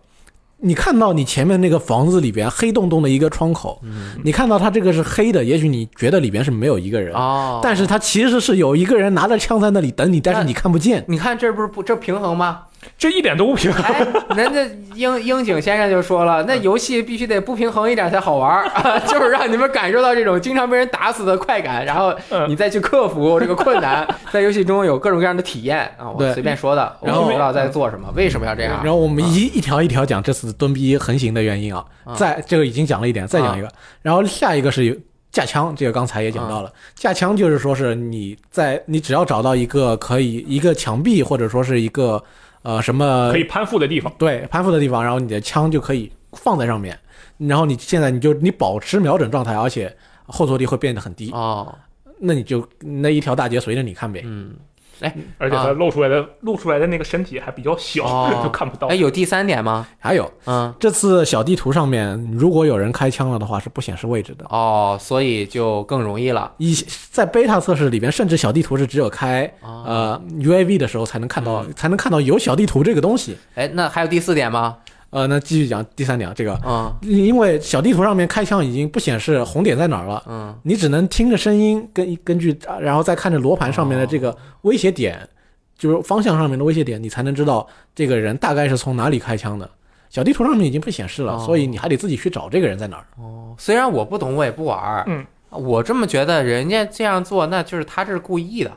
Speaker 2: 你看到你前面那个房子里边黑洞洞的一个窗口，你看到它这个是黑的，也许你觉得里边是没有一个人，
Speaker 1: 哦，
Speaker 2: 但是它其实是有一个人拿着枪在那里等你，但是你看不见。
Speaker 1: 你看这不是不这平衡吗？
Speaker 3: 这一点都不平
Speaker 1: <laughs>
Speaker 3: 衡。
Speaker 1: 哎，人家樱樱井先生就说了，
Speaker 3: 嗯
Speaker 1: 那游戏必须得不平衡一点才好玩儿， <laughs> 就是让你们感受到这种经常被人打死的快感，然后
Speaker 3: 嗯
Speaker 1: 你再去克服这个困难，在游戏中有各种各样的体验啊。我
Speaker 2: 对
Speaker 1: 随便说的，我
Speaker 2: 然后
Speaker 1: 不知道在做什么，为什么要这样？
Speaker 2: 然后我们一一条一条讲这次蹲逼横行的原因啊
Speaker 1: 啊，
Speaker 2: 在这个已经讲了一点，再讲一个，然后下一个是有架枪，这个刚才也讲到了，架枪就是说是你在你只要找到一个可以一个墙壁或者说是一个呃什么
Speaker 3: 可以攀附的地方，
Speaker 2: 对攀附的地方，然后你的枪就可以放在上面，然后你现在你就你保持瞄准状态，而且后坐力会变得很低，
Speaker 1: 哦，
Speaker 2: 那你就那一条大街随着你看呗。
Speaker 1: 嗯，
Speaker 3: 而且
Speaker 1: 啊
Speaker 3: 他露出来的、露出来的那个身体还比较小，
Speaker 1: 哦
Speaker 3: 就看不到
Speaker 1: 哎，。有第三点吗？
Speaker 2: 还有
Speaker 1: 嗯，
Speaker 2: 这次小地图上面，如果有人开枪了的话，是不显示位置的。
Speaker 1: 哦，所以就更容易了。
Speaker 2: 以在 beta 测试里边，甚至小地图是只有开
Speaker 1: 啊，嗯
Speaker 2: 呃 UAV 的时候才能看到，才能看到有小地图这个东西。
Speaker 1: 哎，那还有第四点吗？
Speaker 2: 呃，那继续讲第三点啊，这个
Speaker 1: 嗯
Speaker 2: 因为小地图上面开枪已经不显示红点在哪儿了，
Speaker 1: 嗯，
Speaker 2: 你只能听着声音，根根据，啊然后再看着罗盘上面的这
Speaker 1: 啊
Speaker 2: 个威胁点，就是方向上面的威胁点，你才能知道这个人大概是从哪里开枪的。小地图上面已经不显示了，
Speaker 1: 哦
Speaker 2: 所以你还得自己去找这个人在哪儿。
Speaker 1: 虽然我不懂，我也不玩儿，
Speaker 3: 嗯，
Speaker 1: 我这么觉得，人家这样做，那就是他这是故意的，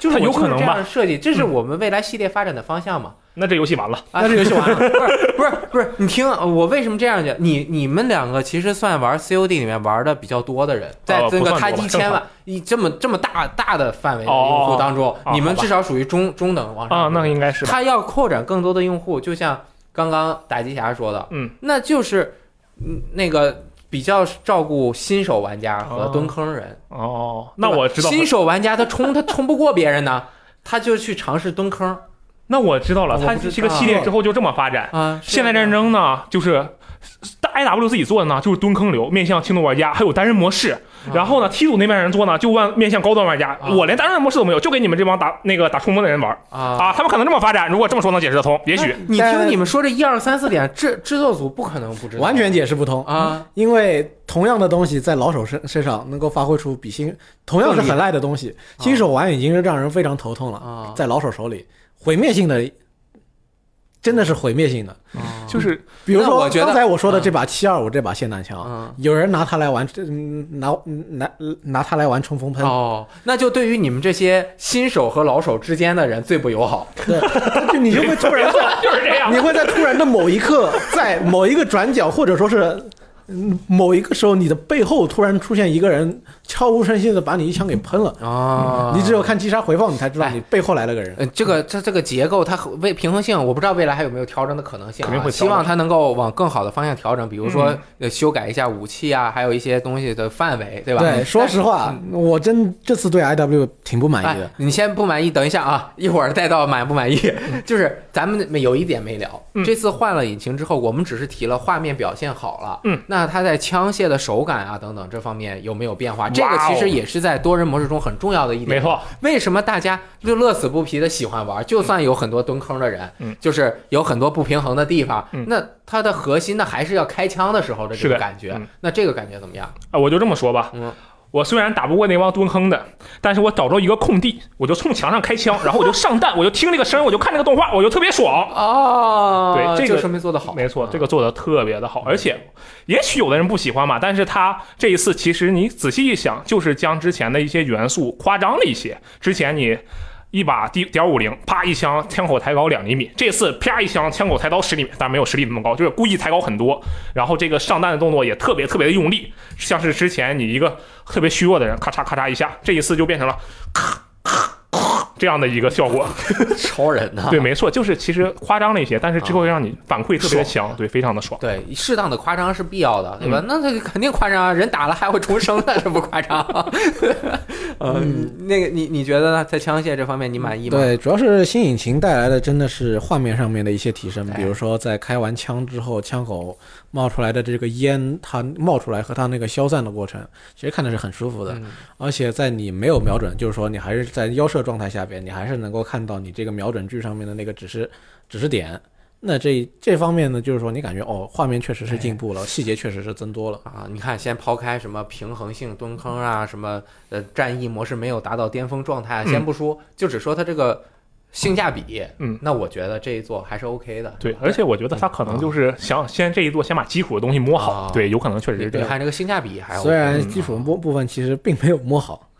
Speaker 1: 就是
Speaker 3: 他有
Speaker 1: 我就
Speaker 3: 可
Speaker 1: 是
Speaker 3: 能
Speaker 1: 这
Speaker 3: 吧嗯
Speaker 1: 样设计，这是我们未来系列发展的方向嘛。
Speaker 3: 那这游戏完了，
Speaker 1: 啊，
Speaker 2: 那这游戏完
Speaker 1: 了， <laughs> 不是不是不是，你听我为什么这样讲？你你们两个其实算玩 COD 里面玩的比较多的人，在
Speaker 3: 哦
Speaker 1: 这
Speaker 3: 不
Speaker 1: 个
Speaker 3: 算
Speaker 1: 他
Speaker 3: 多吧
Speaker 1: 一
Speaker 3: 正
Speaker 1: 千万
Speaker 3: 常
Speaker 1: 一这么这么大大的范围的
Speaker 3: 哦哦
Speaker 1: 用户
Speaker 3: 哦
Speaker 1: 当中，你们
Speaker 3: 好吧
Speaker 1: 至少属于中中等往上
Speaker 3: 啊，
Speaker 1: 的
Speaker 3: 那应该是吧。
Speaker 1: 他要扩展更多的用户，就像刚刚打击侠说的，
Speaker 3: 嗯，
Speaker 1: 那就是嗯那个比较照顾新手玩家和蹲坑人。
Speaker 3: 哦，
Speaker 1: 对吧
Speaker 3: 那我知道，
Speaker 1: 新手玩家他冲他冲不过别人呢，他就去尝试蹲坑
Speaker 3: 那我知道了。
Speaker 1: 哦我
Speaker 3: 他
Speaker 1: 不知
Speaker 3: 这个
Speaker 1: 道
Speaker 3: 系列之后就这么发展。 <laughs>
Speaker 1: 啊。是
Speaker 3: 现代战争呢，就是。I W 自己做的呢，就是蹲坑流，面向轻度玩家，还有单人模式。
Speaker 1: 啊
Speaker 3: 然后呢，T 组那边人做呢，就问面向高端玩家。
Speaker 1: 啊
Speaker 3: 我连单人模式都没有，就给你们这帮打那个打冲锋的人玩
Speaker 1: 啊，
Speaker 3: 啊。他们可能这么发展，如果这么说能解释得通，也许。
Speaker 1: 你
Speaker 2: 但
Speaker 1: 听你们说这一二三四点，制制作组不可能不知道，
Speaker 2: 完全解释不通，
Speaker 1: 啊，
Speaker 2: 因为同样的东西在老手身身上能够发挥出比新同样是很赖的东西，
Speaker 1: 啊
Speaker 2: 新手玩已经是让人非常头痛了，
Speaker 1: 啊
Speaker 2: 在老手手里毁灭性的真的是毁灭性的。
Speaker 1: 啊
Speaker 3: <laughs> 就是
Speaker 2: 比如
Speaker 1: 那
Speaker 2: 说
Speaker 1: 我觉得啊
Speaker 2: 刚才我说的这把七二五这把霰弹枪，
Speaker 1: 嗯
Speaker 2: 有人拿它来玩，嗯拿拿拿它来玩冲锋喷，
Speaker 1: 哦，那就对于你们这些新手和老手之间的人最不友好。
Speaker 2: 对，就你就会突
Speaker 1: <laughs>
Speaker 2: 然在，
Speaker 3: 就是这样
Speaker 2: 你。会在突然的某一刻，在某一个转角，或者说是。嗯某一个时候，你的背后突然出现一个人，悄无声息的把你一枪给喷了。
Speaker 1: 哦
Speaker 2: 你只有看击杀回放，你才知道
Speaker 1: 哎
Speaker 2: 你背后来了个人。
Speaker 1: 呃，这个这这个结构，它为平衡性，我不知道未来还有没有调整的可能性、啊，
Speaker 3: 肯定会调
Speaker 1: 希
Speaker 3: 整
Speaker 1: 望它能够往更好的方向调整，比如说、
Speaker 3: 嗯
Speaker 1: 呃修改一下武器啊，还有一些东西的范围，对吧？哎嗯
Speaker 2: 对，说实话，我真这次对 I W 挺不满意
Speaker 1: 哎
Speaker 2: 的。，
Speaker 1: 你先不满意，等一下啊，一会儿再到满不满意。 <laughs> 就是咱们有一点没聊，
Speaker 3: 嗯
Speaker 1: 这次换了引擎之后，我们只是提了画面表现好了，
Speaker 3: 嗯，
Speaker 1: 那它在枪械的手感啊等等这方面有没有变化？这个
Speaker 3: 哇哦
Speaker 1: 其实也是在多人模式中很重要的一点。
Speaker 3: <laughs> 没错，
Speaker 1: 为什么大家就乐此不疲的喜欢玩？就算有很多蹲坑的人，
Speaker 3: 嗯
Speaker 1: 就是有很多不平衡的地方，
Speaker 3: 嗯
Speaker 1: 那它的核心呢还是要开枪的时候的这
Speaker 3: 是
Speaker 1: 个
Speaker 3: 的
Speaker 1: 感觉。
Speaker 3: 嗯
Speaker 1: 那这个感觉怎么样？
Speaker 3: 啊，我就这么说吧。
Speaker 1: 嗯
Speaker 3: 我虽然打不过那帮蹲坑的，但是我找着一个空地，我就冲墙上开枪，然后我就上弹，我就听那个声，我就看那个动画，我就特别爽。
Speaker 1: 哦，
Speaker 3: 对这个
Speaker 1: 就说明做的好，
Speaker 3: 没错，这
Speaker 1: 个
Speaker 3: 个做的特别的好，而且也许有的人不喜欢嘛，但是他这一次其实你仔细一想，就是将之前的一些元素夸张了一些。之前你一把 D 点五零，啪一枪，枪口抬高两厘米，这次啪一枪，枪口抬高十厘米，但没有十厘米那么高，就是故意抬高很多。然后这个上弹的动作也特别特别的用力，像是之前你一个特别虚弱的人，咔嚓咔嚓一下，这一次就变成了咔咔咔这样的一个效果。
Speaker 1: 超人呢、
Speaker 3: 对，没错，就是其实夸张了一些，但是之后让你反馈特别强，对，非常的爽。
Speaker 1: 对，适当的夸张是必要
Speaker 3: 嗯
Speaker 1: 的，对吧？那这肯定夸张啊，人打了还会重生的，这不夸张？ <laughs> 嗯，那个你你觉得呢？在枪械这方面你满意吗？，
Speaker 2: 对，主要是新引擎带来的真的是画面上面的一些提升，
Speaker 1: 对
Speaker 2: 比如说在开完枪之后，枪口冒出来的这个烟，它冒出来和它那个消散的过程，其实看的是很舒服的。
Speaker 1: 嗯
Speaker 2: 而且在你没有瞄准，就是说你还是在腰射状态下边，你还是能够看到你这个瞄准距上面的那个指示指示点。那这这方面呢，就是说你感觉哦，画面确实是进步
Speaker 1: 哎
Speaker 2: 了，细节确实是增多了。
Speaker 1: 啊，你看，先抛开什么平衡性蹲坑啊，什么呃战役模式没有达到巅峰状态啊，先不说，就只说它这个性价比，
Speaker 3: 嗯，
Speaker 1: 那我觉得这一座还是 OK 的。
Speaker 3: 对，而且我觉得他可能就是想先这一座先把基础的东西摸
Speaker 1: 嗯啊
Speaker 3: 好，对，有可能确实
Speaker 1: 你
Speaker 3: 是这
Speaker 1: 你
Speaker 3: 样。
Speaker 1: 看这个性价比还 OK，嗯
Speaker 2: 虽然基础部部分其实并没有摸好，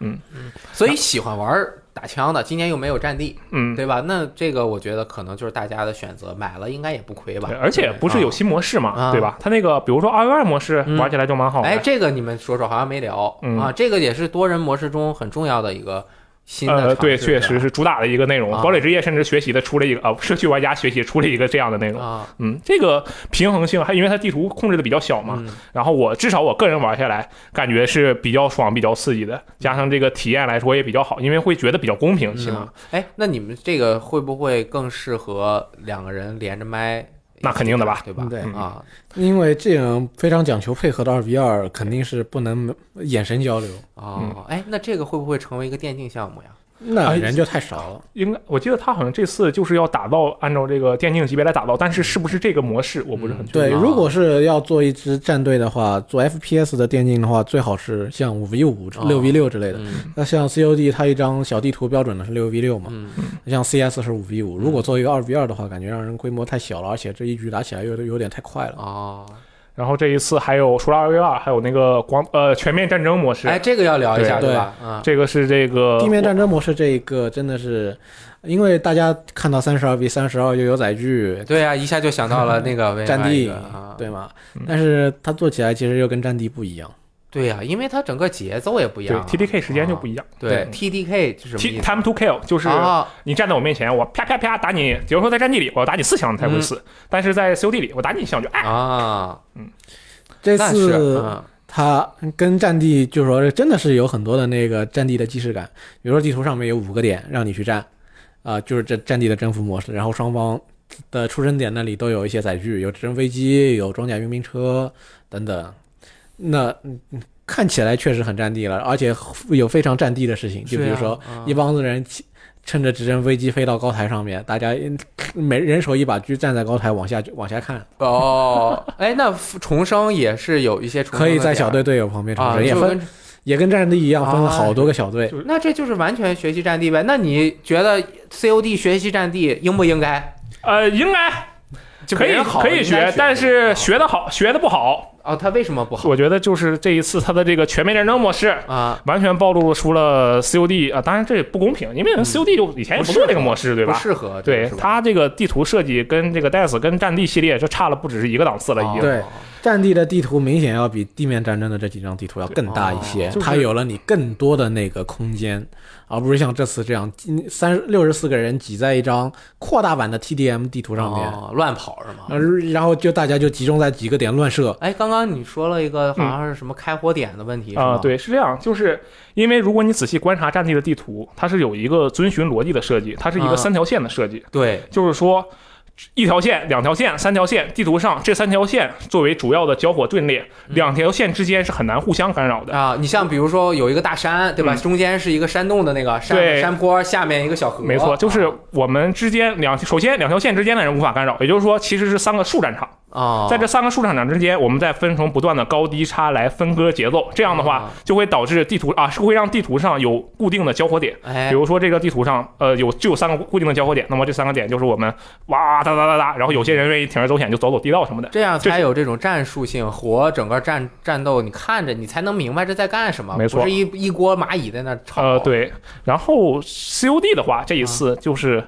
Speaker 1: 所以喜欢玩打枪的，今年又没有战地，
Speaker 3: 嗯，
Speaker 1: 对吧？那这个我觉得可能就是大家的选择，买了应该也不亏吧
Speaker 3: 对，。而且不是有新模式
Speaker 1: 啊
Speaker 3: 嘛，对吧？他那个比如说 R U 二模式
Speaker 1: 嗯
Speaker 3: 玩起来就蛮好
Speaker 1: 哎，
Speaker 3: 玩。
Speaker 1: 这个你们说说，好像没聊、
Speaker 3: 嗯
Speaker 1: 啊。这个也是多人模式中很重要的一个新的尝
Speaker 3: 呃，
Speaker 1: 试。
Speaker 3: 对，确实是主打的一个内容。
Speaker 1: 啊
Speaker 3: 堡垒之夜甚至学习的出了一个，呃，社区玩家学习出了一个这样的内
Speaker 1: 吧
Speaker 3: 容。
Speaker 1: 啊，
Speaker 3: 嗯，这个平衡性还因为它地图控制的比较小嘛，
Speaker 1: 嗯
Speaker 3: 然后我至少我个人玩下来感觉是比较爽、比较刺激的，加上这个体验来说也比较好，因为会觉得比较公平，起码
Speaker 1: 嗯。哎，那你们这个会不会更适合两个人连着麦？
Speaker 3: 那肯定的吧嗯
Speaker 1: 对吧？
Speaker 2: 嗯对
Speaker 1: 啊，
Speaker 2: 因为这种非常讲求配合的二 v 二，肯定是不能眼神交流，
Speaker 3: 嗯
Speaker 1: 哦，哎，那这个会不会成为一个电竞项目呀？
Speaker 2: 那
Speaker 3: 哎
Speaker 2: 啊人就太少了。
Speaker 3: 应该我记得他好像这次就是要打造按照这个电竞级别来打造，但
Speaker 1: 嗯
Speaker 3: 是是不是这个模式我不是很确定。
Speaker 2: 对，
Speaker 1: 啊
Speaker 2: 如果是要做一支战队的话，做 FPS 的电竞的话，最好是像五 v 五、
Speaker 1: 哦
Speaker 2: 六 v 六之类的。
Speaker 1: 嗯
Speaker 2: 那像 COD 它一张小地图标准的是六 v 六嘛，
Speaker 1: 嗯，
Speaker 2: 像 CS 是五 v 五。如果做一个二 v 二的话，感觉让人规模太小了，而且这一局打起来又有点太快了。
Speaker 1: 哦，
Speaker 3: 然后这一次还有除了二 v 二，还有那个广呃全面战争模式，
Speaker 1: 哎，这个要聊一下
Speaker 2: 对
Speaker 1: 吧？啊，
Speaker 3: 这个是这个
Speaker 2: 地面战争模式这一个真的是，因为大家看到三十二 v 三十二又有载具，
Speaker 1: 对啊呀，一下就想到
Speaker 3: <laughs>
Speaker 1: 了那个
Speaker 2: 战
Speaker 1: 另外一
Speaker 2: 地
Speaker 1: 个啊，
Speaker 2: 对吗
Speaker 3: 嗯？
Speaker 2: 但是它做起来其实又跟战地不一样。
Speaker 1: 对呀，因为它整个节奏也不一
Speaker 3: 对
Speaker 1: 样啊
Speaker 3: TDK 时间就不
Speaker 1: 啊
Speaker 3: 一样。嗯
Speaker 1: 对 TDK 是什么
Speaker 3: T
Speaker 1: 意思？
Speaker 3: time to kill 就是
Speaker 1: 啊
Speaker 3: 你站在我面前，我啪啪啪打你，比如说在战地里我要打你四枪你才会
Speaker 1: 嗯
Speaker 3: 死，但是在 COD 里我打你一枪就哎，
Speaker 1: 啊，
Speaker 2: 这
Speaker 1: 那是
Speaker 2: 次
Speaker 1: 嗯
Speaker 2: 它跟战地就是说真的是有很多的那个战地的既视感，比如说地图上面有五个点让你去占，啊、就是这战地的征服模式，然后双方的出生点那里都有一些载具，有直升飞机，有装甲运兵车等等，那嗯看起来确实很战地了，而且有非常战地的事情，就比如说
Speaker 1: 是啊
Speaker 2: 一帮子人骑。趁着直升飞机飞到高台上面，大家嗯每人手一把狙，站在高台往下往下看，
Speaker 1: 哦，哎，那重生也是有一些重生
Speaker 2: 可以在小
Speaker 1: 队
Speaker 2: 队队友旁边冲
Speaker 1: 啊，
Speaker 2: 绳，也
Speaker 1: 就
Speaker 2: 分
Speaker 1: 跟
Speaker 2: 也跟战地一样分
Speaker 3: 啊
Speaker 2: 了好多个小队。
Speaker 1: 那这就是完全学习战地呗？那你觉得 COD 学习战地应不应该？
Speaker 3: 呃，应该
Speaker 1: 就
Speaker 3: 可
Speaker 1: 没
Speaker 3: 以
Speaker 1: 人好
Speaker 3: 可以
Speaker 1: 应该
Speaker 3: 学，但是学的好学的不好，
Speaker 1: 哦，他为什么不好
Speaker 3: 我觉得就是这一次他的这个全面战争模式。
Speaker 1: 啊？
Speaker 3: 完全暴露出了 COD 啊，当然这也不公平，因为
Speaker 1: 嗯
Speaker 3: COD 就以前也不做这个模式，对
Speaker 1: 不
Speaker 3: 吧？
Speaker 1: 适合，
Speaker 3: 对
Speaker 1: 他
Speaker 3: 它这个地图设计跟这个 DICE 跟战地系列这差了不只是一个档次了，
Speaker 1: 哦
Speaker 3: 已经。
Speaker 2: 对战地的地图明显要比地面战争的这几张地图要更大一些，
Speaker 1: 哦
Speaker 3: 啊就是
Speaker 2: 它有了你更多的那个空间，而不是像这次这样三六十四个人挤在一张扩大版的 TDM 地图上面，
Speaker 3: 啊
Speaker 1: 哦乱跑是
Speaker 3: 嗯
Speaker 1: 吗？
Speaker 2: 呃然后就大家就集中在几个点乱射。
Speaker 1: 哎，刚刚你说了一个好像是什么开火点的问题
Speaker 3: 嗯啊、
Speaker 1: 是吗
Speaker 3: 对，是这样，就是因为如果你仔细观察战地的地图，它是有一个遵循逻辑的设计，它是一
Speaker 1: 啊
Speaker 3: 个三条线的设计，
Speaker 1: 对，
Speaker 3: 就是说一条线、两条线、三条线，地图上这三条线作为主要的交火阵列，
Speaker 1: 嗯
Speaker 3: 两条线之间是很难互相干扰的。
Speaker 1: 啊，你像比如说有一个大山，对吧？
Speaker 3: 嗯
Speaker 1: 中间是一个山洞的那个山
Speaker 3: 对
Speaker 1: 山坡，下面一个小河。
Speaker 3: 没错，就是我们之间两，首先两条线之间的人无法干扰，也就是说，其实是三个竖战场，
Speaker 1: 啊，
Speaker 3: 在这三个竖战场之间，我们再分成不断的高低差来分割节奏，这样的
Speaker 1: 啊
Speaker 3: 话就会导致地图啊，是会让地图上有固定的交火点。
Speaker 1: 哎
Speaker 3: 比，如说这个地图上，呃，有就有三个固定的交火点，那么这三个点就是我们哇哒哒哒哒，然后有些人愿意铤而走险就走走地道什么的。
Speaker 1: 这样
Speaker 3: 这
Speaker 1: 才有这种战术性和整个战战斗，你看着你才能明白这在干什么，
Speaker 3: 没错
Speaker 1: 不是一一锅蚂蚁在那吵。
Speaker 3: 呃，，对，然后 COD 的话，这
Speaker 1: 嗯
Speaker 3: 一次就是。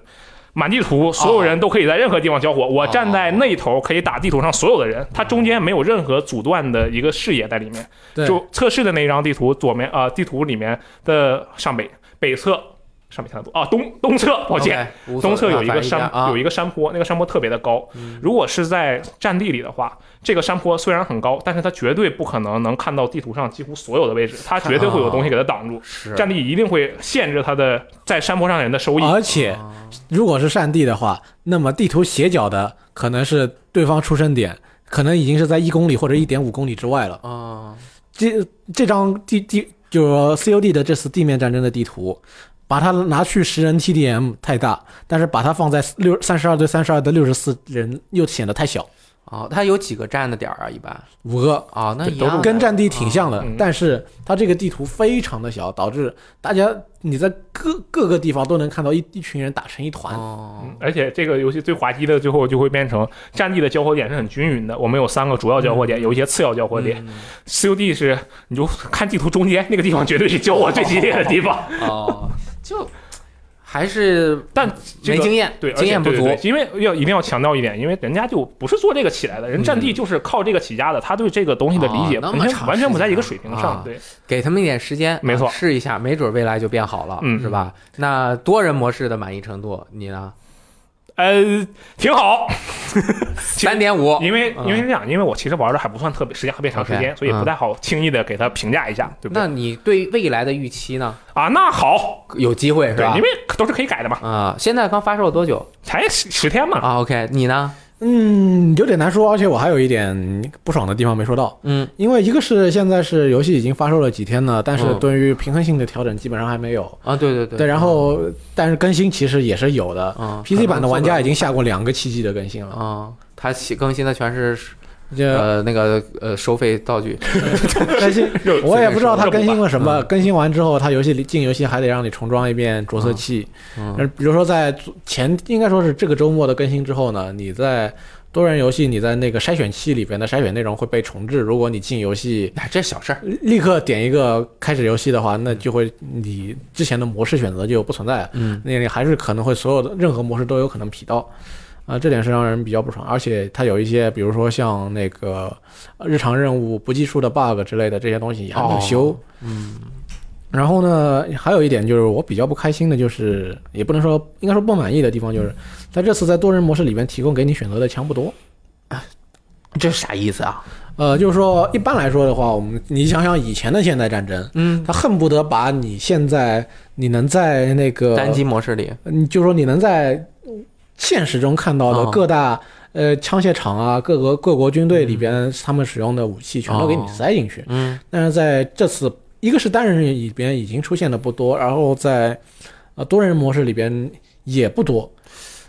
Speaker 3: 满地图，所
Speaker 1: 哦
Speaker 3: 有人都可以在任何地方交火。我站在那一头，可以打地图上所有的人，它中间没有任何阻断的一个视野在里面。
Speaker 2: 对，
Speaker 3: 就测试的那一张地图，左面啊、呃地图里面的上北北侧，上北看不啊，东东侧，抱歉，
Speaker 1: OK，无所
Speaker 3: 东
Speaker 1: 谓，
Speaker 3: 侧有一个山，
Speaker 1: 反正啊嗯
Speaker 3: 有一个山坡，那个山坡特别的高。如果是在战地里的话，这个山坡虽然很高，但是它绝对不可能能看到地图上几乎所有的位置，它绝对会有东西给它挡住。
Speaker 1: 是啊
Speaker 3: 战地一定会限制它的在山坡上人的收益。
Speaker 2: 而且，
Speaker 3: 啊
Speaker 2: 如果是善地的话，那么地图斜角的可能是对方出生点，可能已经是在一公里或者一点五公里之外了。
Speaker 1: 啊，
Speaker 2: 这这张地地就是说 COD 的这次地面战争的地图，把它拿去十人 TDM 太大，但是把它放在六三十二对三十二的六十四人又显得太小，
Speaker 1: 哦，它有几个站的点儿啊？一般
Speaker 2: 五个。
Speaker 1: 啊，那
Speaker 3: 对
Speaker 1: 一
Speaker 3: 都是
Speaker 1: 样的
Speaker 2: 跟战地挺像的
Speaker 3: 嗯，
Speaker 2: 但是它这个地图非常的小，导致大家你在各各个地方都能看到一一群人打成一团。
Speaker 1: 哦
Speaker 3: 嗯，而且这个游戏最滑稽的，最后就会变成战地的交火点是很均匀的。我们有三个主要交
Speaker 1: 嗯
Speaker 3: 火点，有一些次要交火点。COD 是你就看地图中间那个地方，绝对是交火最激烈的地方。
Speaker 1: 哦，就还是
Speaker 3: 但这
Speaker 1: 没
Speaker 3: 个
Speaker 1: 经验，
Speaker 3: 对，而且
Speaker 1: 经验不
Speaker 3: 对
Speaker 1: 足
Speaker 3: 对对因为要一定要强调一点，因为人家就不是做这个起来的，人战地就是靠这个起家的，他对这个东西的理解
Speaker 1: 哦那
Speaker 3: 完
Speaker 1: 么
Speaker 3: 全
Speaker 1: 长
Speaker 3: 完全不在一个水
Speaker 1: 时
Speaker 3: 平
Speaker 1: 间啊
Speaker 3: 上。对，
Speaker 1: 给他们一点时间，
Speaker 3: 没错
Speaker 1: 啊试一下，没准未来就变好了，
Speaker 3: 嗯
Speaker 1: 是吧？那多人模式的满意程度，你呢？
Speaker 3: 呃，挺好，
Speaker 1: 三点五，
Speaker 3: 因为
Speaker 1: 嗯
Speaker 3: 因为是这样，因为我其实玩的还不算特别时间还别长时间，
Speaker 1: OK，
Speaker 3: 所以
Speaker 1: 嗯
Speaker 3: 不太好轻易的给他评价一下，对不
Speaker 1: 那
Speaker 3: 对？
Speaker 1: 你对未来的预期呢？
Speaker 3: 啊，那好，
Speaker 1: 有机会是
Speaker 3: 对
Speaker 1: 吧，
Speaker 3: 因？为都是可以改的嘛，
Speaker 1: 啊、现在刚发售了多久
Speaker 3: 才十十天嘛。
Speaker 1: 啊？OK，你呢？
Speaker 2: 嗯，有点难说，而且我还有一点不爽的地方没说到，
Speaker 1: 嗯，
Speaker 2: 因为一个是现在是游戏已经发售了几天了，但是
Speaker 1: 嗯
Speaker 2: 对于平衡性的调整基本上还没有。
Speaker 1: 啊，对对对
Speaker 2: 对，然后但是更新其实也是有的、
Speaker 1: 啊
Speaker 2: p c 版的玩家已经下过两个奇迹的更新了。
Speaker 1: 啊，它起更新的全是
Speaker 2: 这
Speaker 1: 呃那个呃收费道具，<laughs>
Speaker 2: 更新
Speaker 3: 肉
Speaker 2: 我也不知道它更新了什么，
Speaker 1: 嗯
Speaker 2: 更新完之后，它游戏里进游戏还得让你重装一遍着色器。
Speaker 1: 嗯
Speaker 2: 呃比如说在前应该说是这个周末的更新之后呢，你在多人游戏你在那个筛选器里边的筛选内容会被重置，如果你进游戏。
Speaker 1: 哎，这小事儿，
Speaker 2: 立刻点一个开始游戏的话，那就会你之前的模式选择就不存在了，
Speaker 1: 嗯
Speaker 2: 那你还是可能会所有的任何模式都有可能匹到，啊、这点是让人比较不爽。而且它有一些，比如说像那个呃日常任务不计数的 bug 之类的这些东西也还没有修。
Speaker 1: 嗯
Speaker 2: 然后呢，还有一点就是我比较不开心的，就是也不能说应该说不满意的地方，就是它这次在多人模式里面提供给你选择的枪不多。
Speaker 1: 这是啥意思啊？
Speaker 2: 呃，就是说一般来说的话，我们你想想以前的现代战争。
Speaker 1: 嗯，
Speaker 2: 他恨不得把你现在你能在那个
Speaker 1: 单机模式里，
Speaker 2: 呃你就说你能在现实中看到的各大、呃枪械厂啊，各个各国军队里边他们使用的武器全都给你
Speaker 1: 哦
Speaker 2: 塞进去。
Speaker 1: 嗯
Speaker 2: 但是在这次，一个是单人里边已经出现的不多，然后在呃多人模式里边也不多，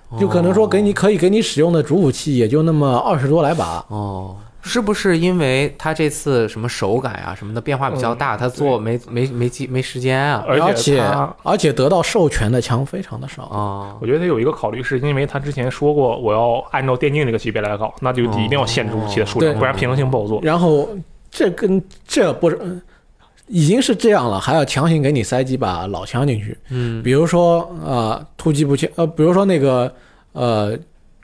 Speaker 1: 哦
Speaker 2: 就可能说给你可以给你使用的主武器也就那么二十多来把。
Speaker 1: 哦，是不是因为他这次什么手感啊什么的变化比较大，
Speaker 3: 嗯
Speaker 1: 他做没没没机没时间啊？
Speaker 3: 而
Speaker 2: 且
Speaker 3: 他
Speaker 2: 而且得到授权的枪非常的少。
Speaker 1: 哦
Speaker 3: 我觉得他有一个考虑，是因为他之前说过，我要按照电竞这个级别来搞，那就一定要限制武器的数量，
Speaker 2: 哦
Speaker 3: 不然平衡性不好做。
Speaker 2: 然后这跟这不是嗯已经是这样了，还要强行给你塞几把老枪进去。
Speaker 1: 嗯，
Speaker 2: 比如说呃，突击步枪，呃，比如说那个呃，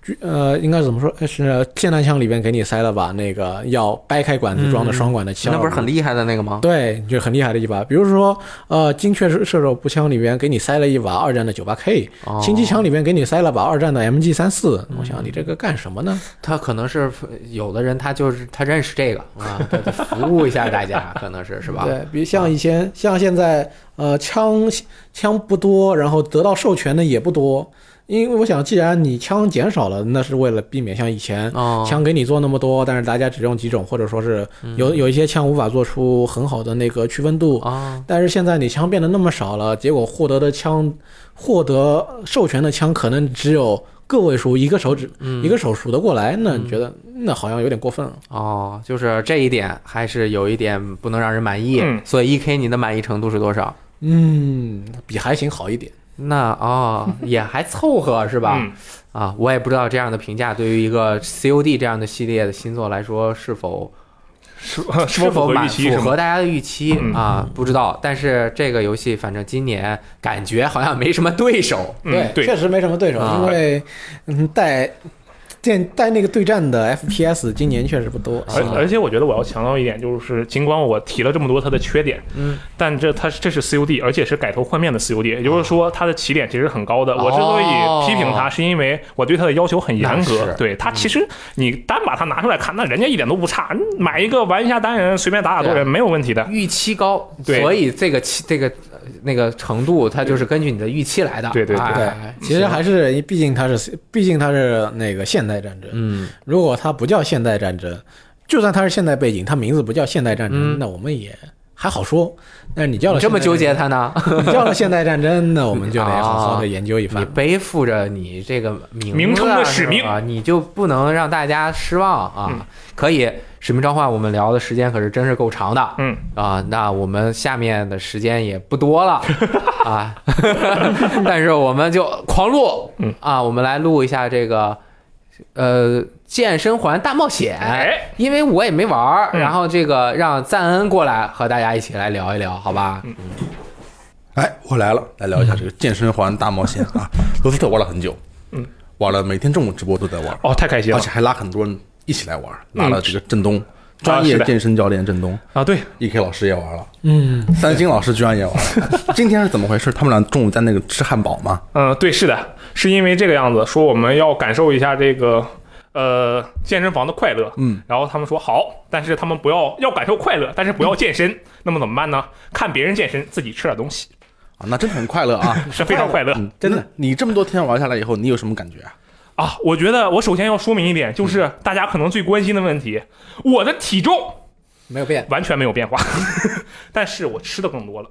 Speaker 2: 狙呃，应该怎么说？呃是霰弹枪里边给你塞了把那个要掰开管子装的
Speaker 1: 嗯
Speaker 2: 双管的枪，
Speaker 1: 那不是很厉害的那个吗？
Speaker 2: 对，就很厉害的一把。比如说呃，精确射射手步枪里边给你塞了一把二战的 98K，
Speaker 1: 哦
Speaker 2: 轻机枪里面给你塞了把二战的 MG 三四，我想你这个干什么呢？
Speaker 1: 他可能是有的人他就是他认识这个啊，他得服务一下大家，可能是是吧？啊
Speaker 2: 对，比如像以前，像现在，呃，枪枪不多，然后得到授权的也不多，因为我想，既然你枪减少了，那是为了避免像以前。
Speaker 1: 哦，
Speaker 2: 枪给你做那么多，但是大家只用几种，或者说是
Speaker 1: 嗯
Speaker 2: 有有一些枪无法做出很好的那个区分度。
Speaker 1: 啊，
Speaker 2: 但是现在你枪变得那么少了，结果获得的枪，获得授权的枪可能只有个位数，一个手指、
Speaker 1: 嗯
Speaker 2: 一个手数得过来，那你觉得那好像有点过分了。
Speaker 1: 哦，就是这一点还是有一点不能让人满意，
Speaker 3: 嗯
Speaker 1: 所以 E K 你的满意程度是多少？
Speaker 2: 嗯，比还行好一点。
Speaker 1: 那哦，也还凑合是吧？
Speaker 3: 嗯，
Speaker 1: 啊，我也不知道这样的评价对于一个 COD 这样的系列的新作来说是否
Speaker 3: 是
Speaker 1: 是
Speaker 3: 呃是
Speaker 1: 否
Speaker 3: 否合
Speaker 1: 满
Speaker 3: 预期
Speaker 1: 符
Speaker 3: 是吗？
Speaker 1: 合大家的预期
Speaker 3: 嗯
Speaker 1: 啊？不知道，但是这个游戏反正今年感觉好像没什么对手。
Speaker 3: 嗯，对，
Speaker 2: 确实没什么对手，
Speaker 1: 啊
Speaker 2: 因为嗯带电带那个对战的
Speaker 1: <laughs>
Speaker 2: FPS 今年确实不多。
Speaker 3: 而
Speaker 2: 新的
Speaker 3: 而且我觉得我要强调一点，就是尽管我提了这么多它的缺点，
Speaker 1: 嗯，
Speaker 3: 但这它这是 COD，而且是改头换面的 COD，也就是说它的起点其实很高的。
Speaker 1: 哦
Speaker 3: 我之所以批评它，是因为我对它的要求很严
Speaker 1: 那
Speaker 3: 格
Speaker 1: 是。
Speaker 3: 对它其实你单把它拿出来看，那人家一点都不差，你买一个玩一下单人，随便打打多人没有问题的。
Speaker 1: 预期高，
Speaker 3: 对
Speaker 1: 所以这个期这个呃那个程度，它就是根据你的预期来的。
Speaker 3: 对对对
Speaker 1: 哎
Speaker 2: 对，其实还是毕竟它是毕竟它是那个现代战争，
Speaker 1: 嗯，
Speaker 2: 如果它不叫现代战争，就算它是现代背景，它名字不叫现代战
Speaker 1: 嗯
Speaker 2: 争，那我们也还好说。但是你叫了
Speaker 1: 这么
Speaker 2: 现代
Speaker 1: 纠结它呢？啊
Speaker 2: 战争，你叫了现代战争，那我们就得好
Speaker 1: <laughs>
Speaker 2: 好的研究一
Speaker 1: 你
Speaker 2: 番。
Speaker 1: 背负着你这个名字
Speaker 3: 名称的使命嗯
Speaker 1: 啊，你就不能让大家失望啊！可以，《使命召唤》我们聊的时间可是真是够长的，
Speaker 3: 嗯
Speaker 1: 啊，那我们下面的时间也不多
Speaker 3: <laughs>
Speaker 1: 了啊， <laughs> 但是我们就狂录，
Speaker 3: 嗯
Speaker 1: 啊，我们来录一下这个呃健身环大冒险，
Speaker 3: 哎
Speaker 1: 因为我也没玩儿，
Speaker 3: 嗯
Speaker 1: 然后这个让赞恩过来和大家一起来聊一聊，好吧？
Speaker 3: 嗯
Speaker 5: 哎，我来了，来聊一下这个健身环大冒险
Speaker 3: <laughs>
Speaker 5: 啊！罗斯特玩了很久，
Speaker 3: 嗯，
Speaker 5: 玩了每天中午直播都在玩，
Speaker 3: 哦，太开心
Speaker 5: 而
Speaker 3: 了
Speaker 5: 且还拉很多人一起来玩，
Speaker 3: 嗯
Speaker 5: 拉了这个振东，专
Speaker 3: 啊
Speaker 5: 业
Speaker 3: 是的
Speaker 5: 健身教练振东
Speaker 3: 啊！对，
Speaker 5: ，E.K 老师也玩了，
Speaker 2: 嗯，
Speaker 5: 三星老师居然也玩了。 <laughs> 今天是怎么回事？他们俩中午在那个吃汉堡嘛，
Speaker 3: 嗯，对，是的，是因为这个样子，说我们要感受一下这个呃健身房的快乐，
Speaker 5: 嗯，
Speaker 3: 然后他们说好，但是他们不要要感受快乐，但是不要健
Speaker 5: 嗯
Speaker 3: 身，那么怎么办呢？看别人健身，自己吃点东西，
Speaker 5: 啊，那真的很快乐啊，
Speaker 3: <laughs> 是非常快乐
Speaker 5: 嗯，真的。你这么多天玩下来以后，你有什么感觉啊？
Speaker 3: 啊！我觉得我首先要说明一点，就是
Speaker 5: 嗯
Speaker 3: 大家可能最关心的问题，我的体重
Speaker 2: 没有变。
Speaker 3: 完全没有
Speaker 5: <laughs>
Speaker 3: 变化，但是我吃的更多了，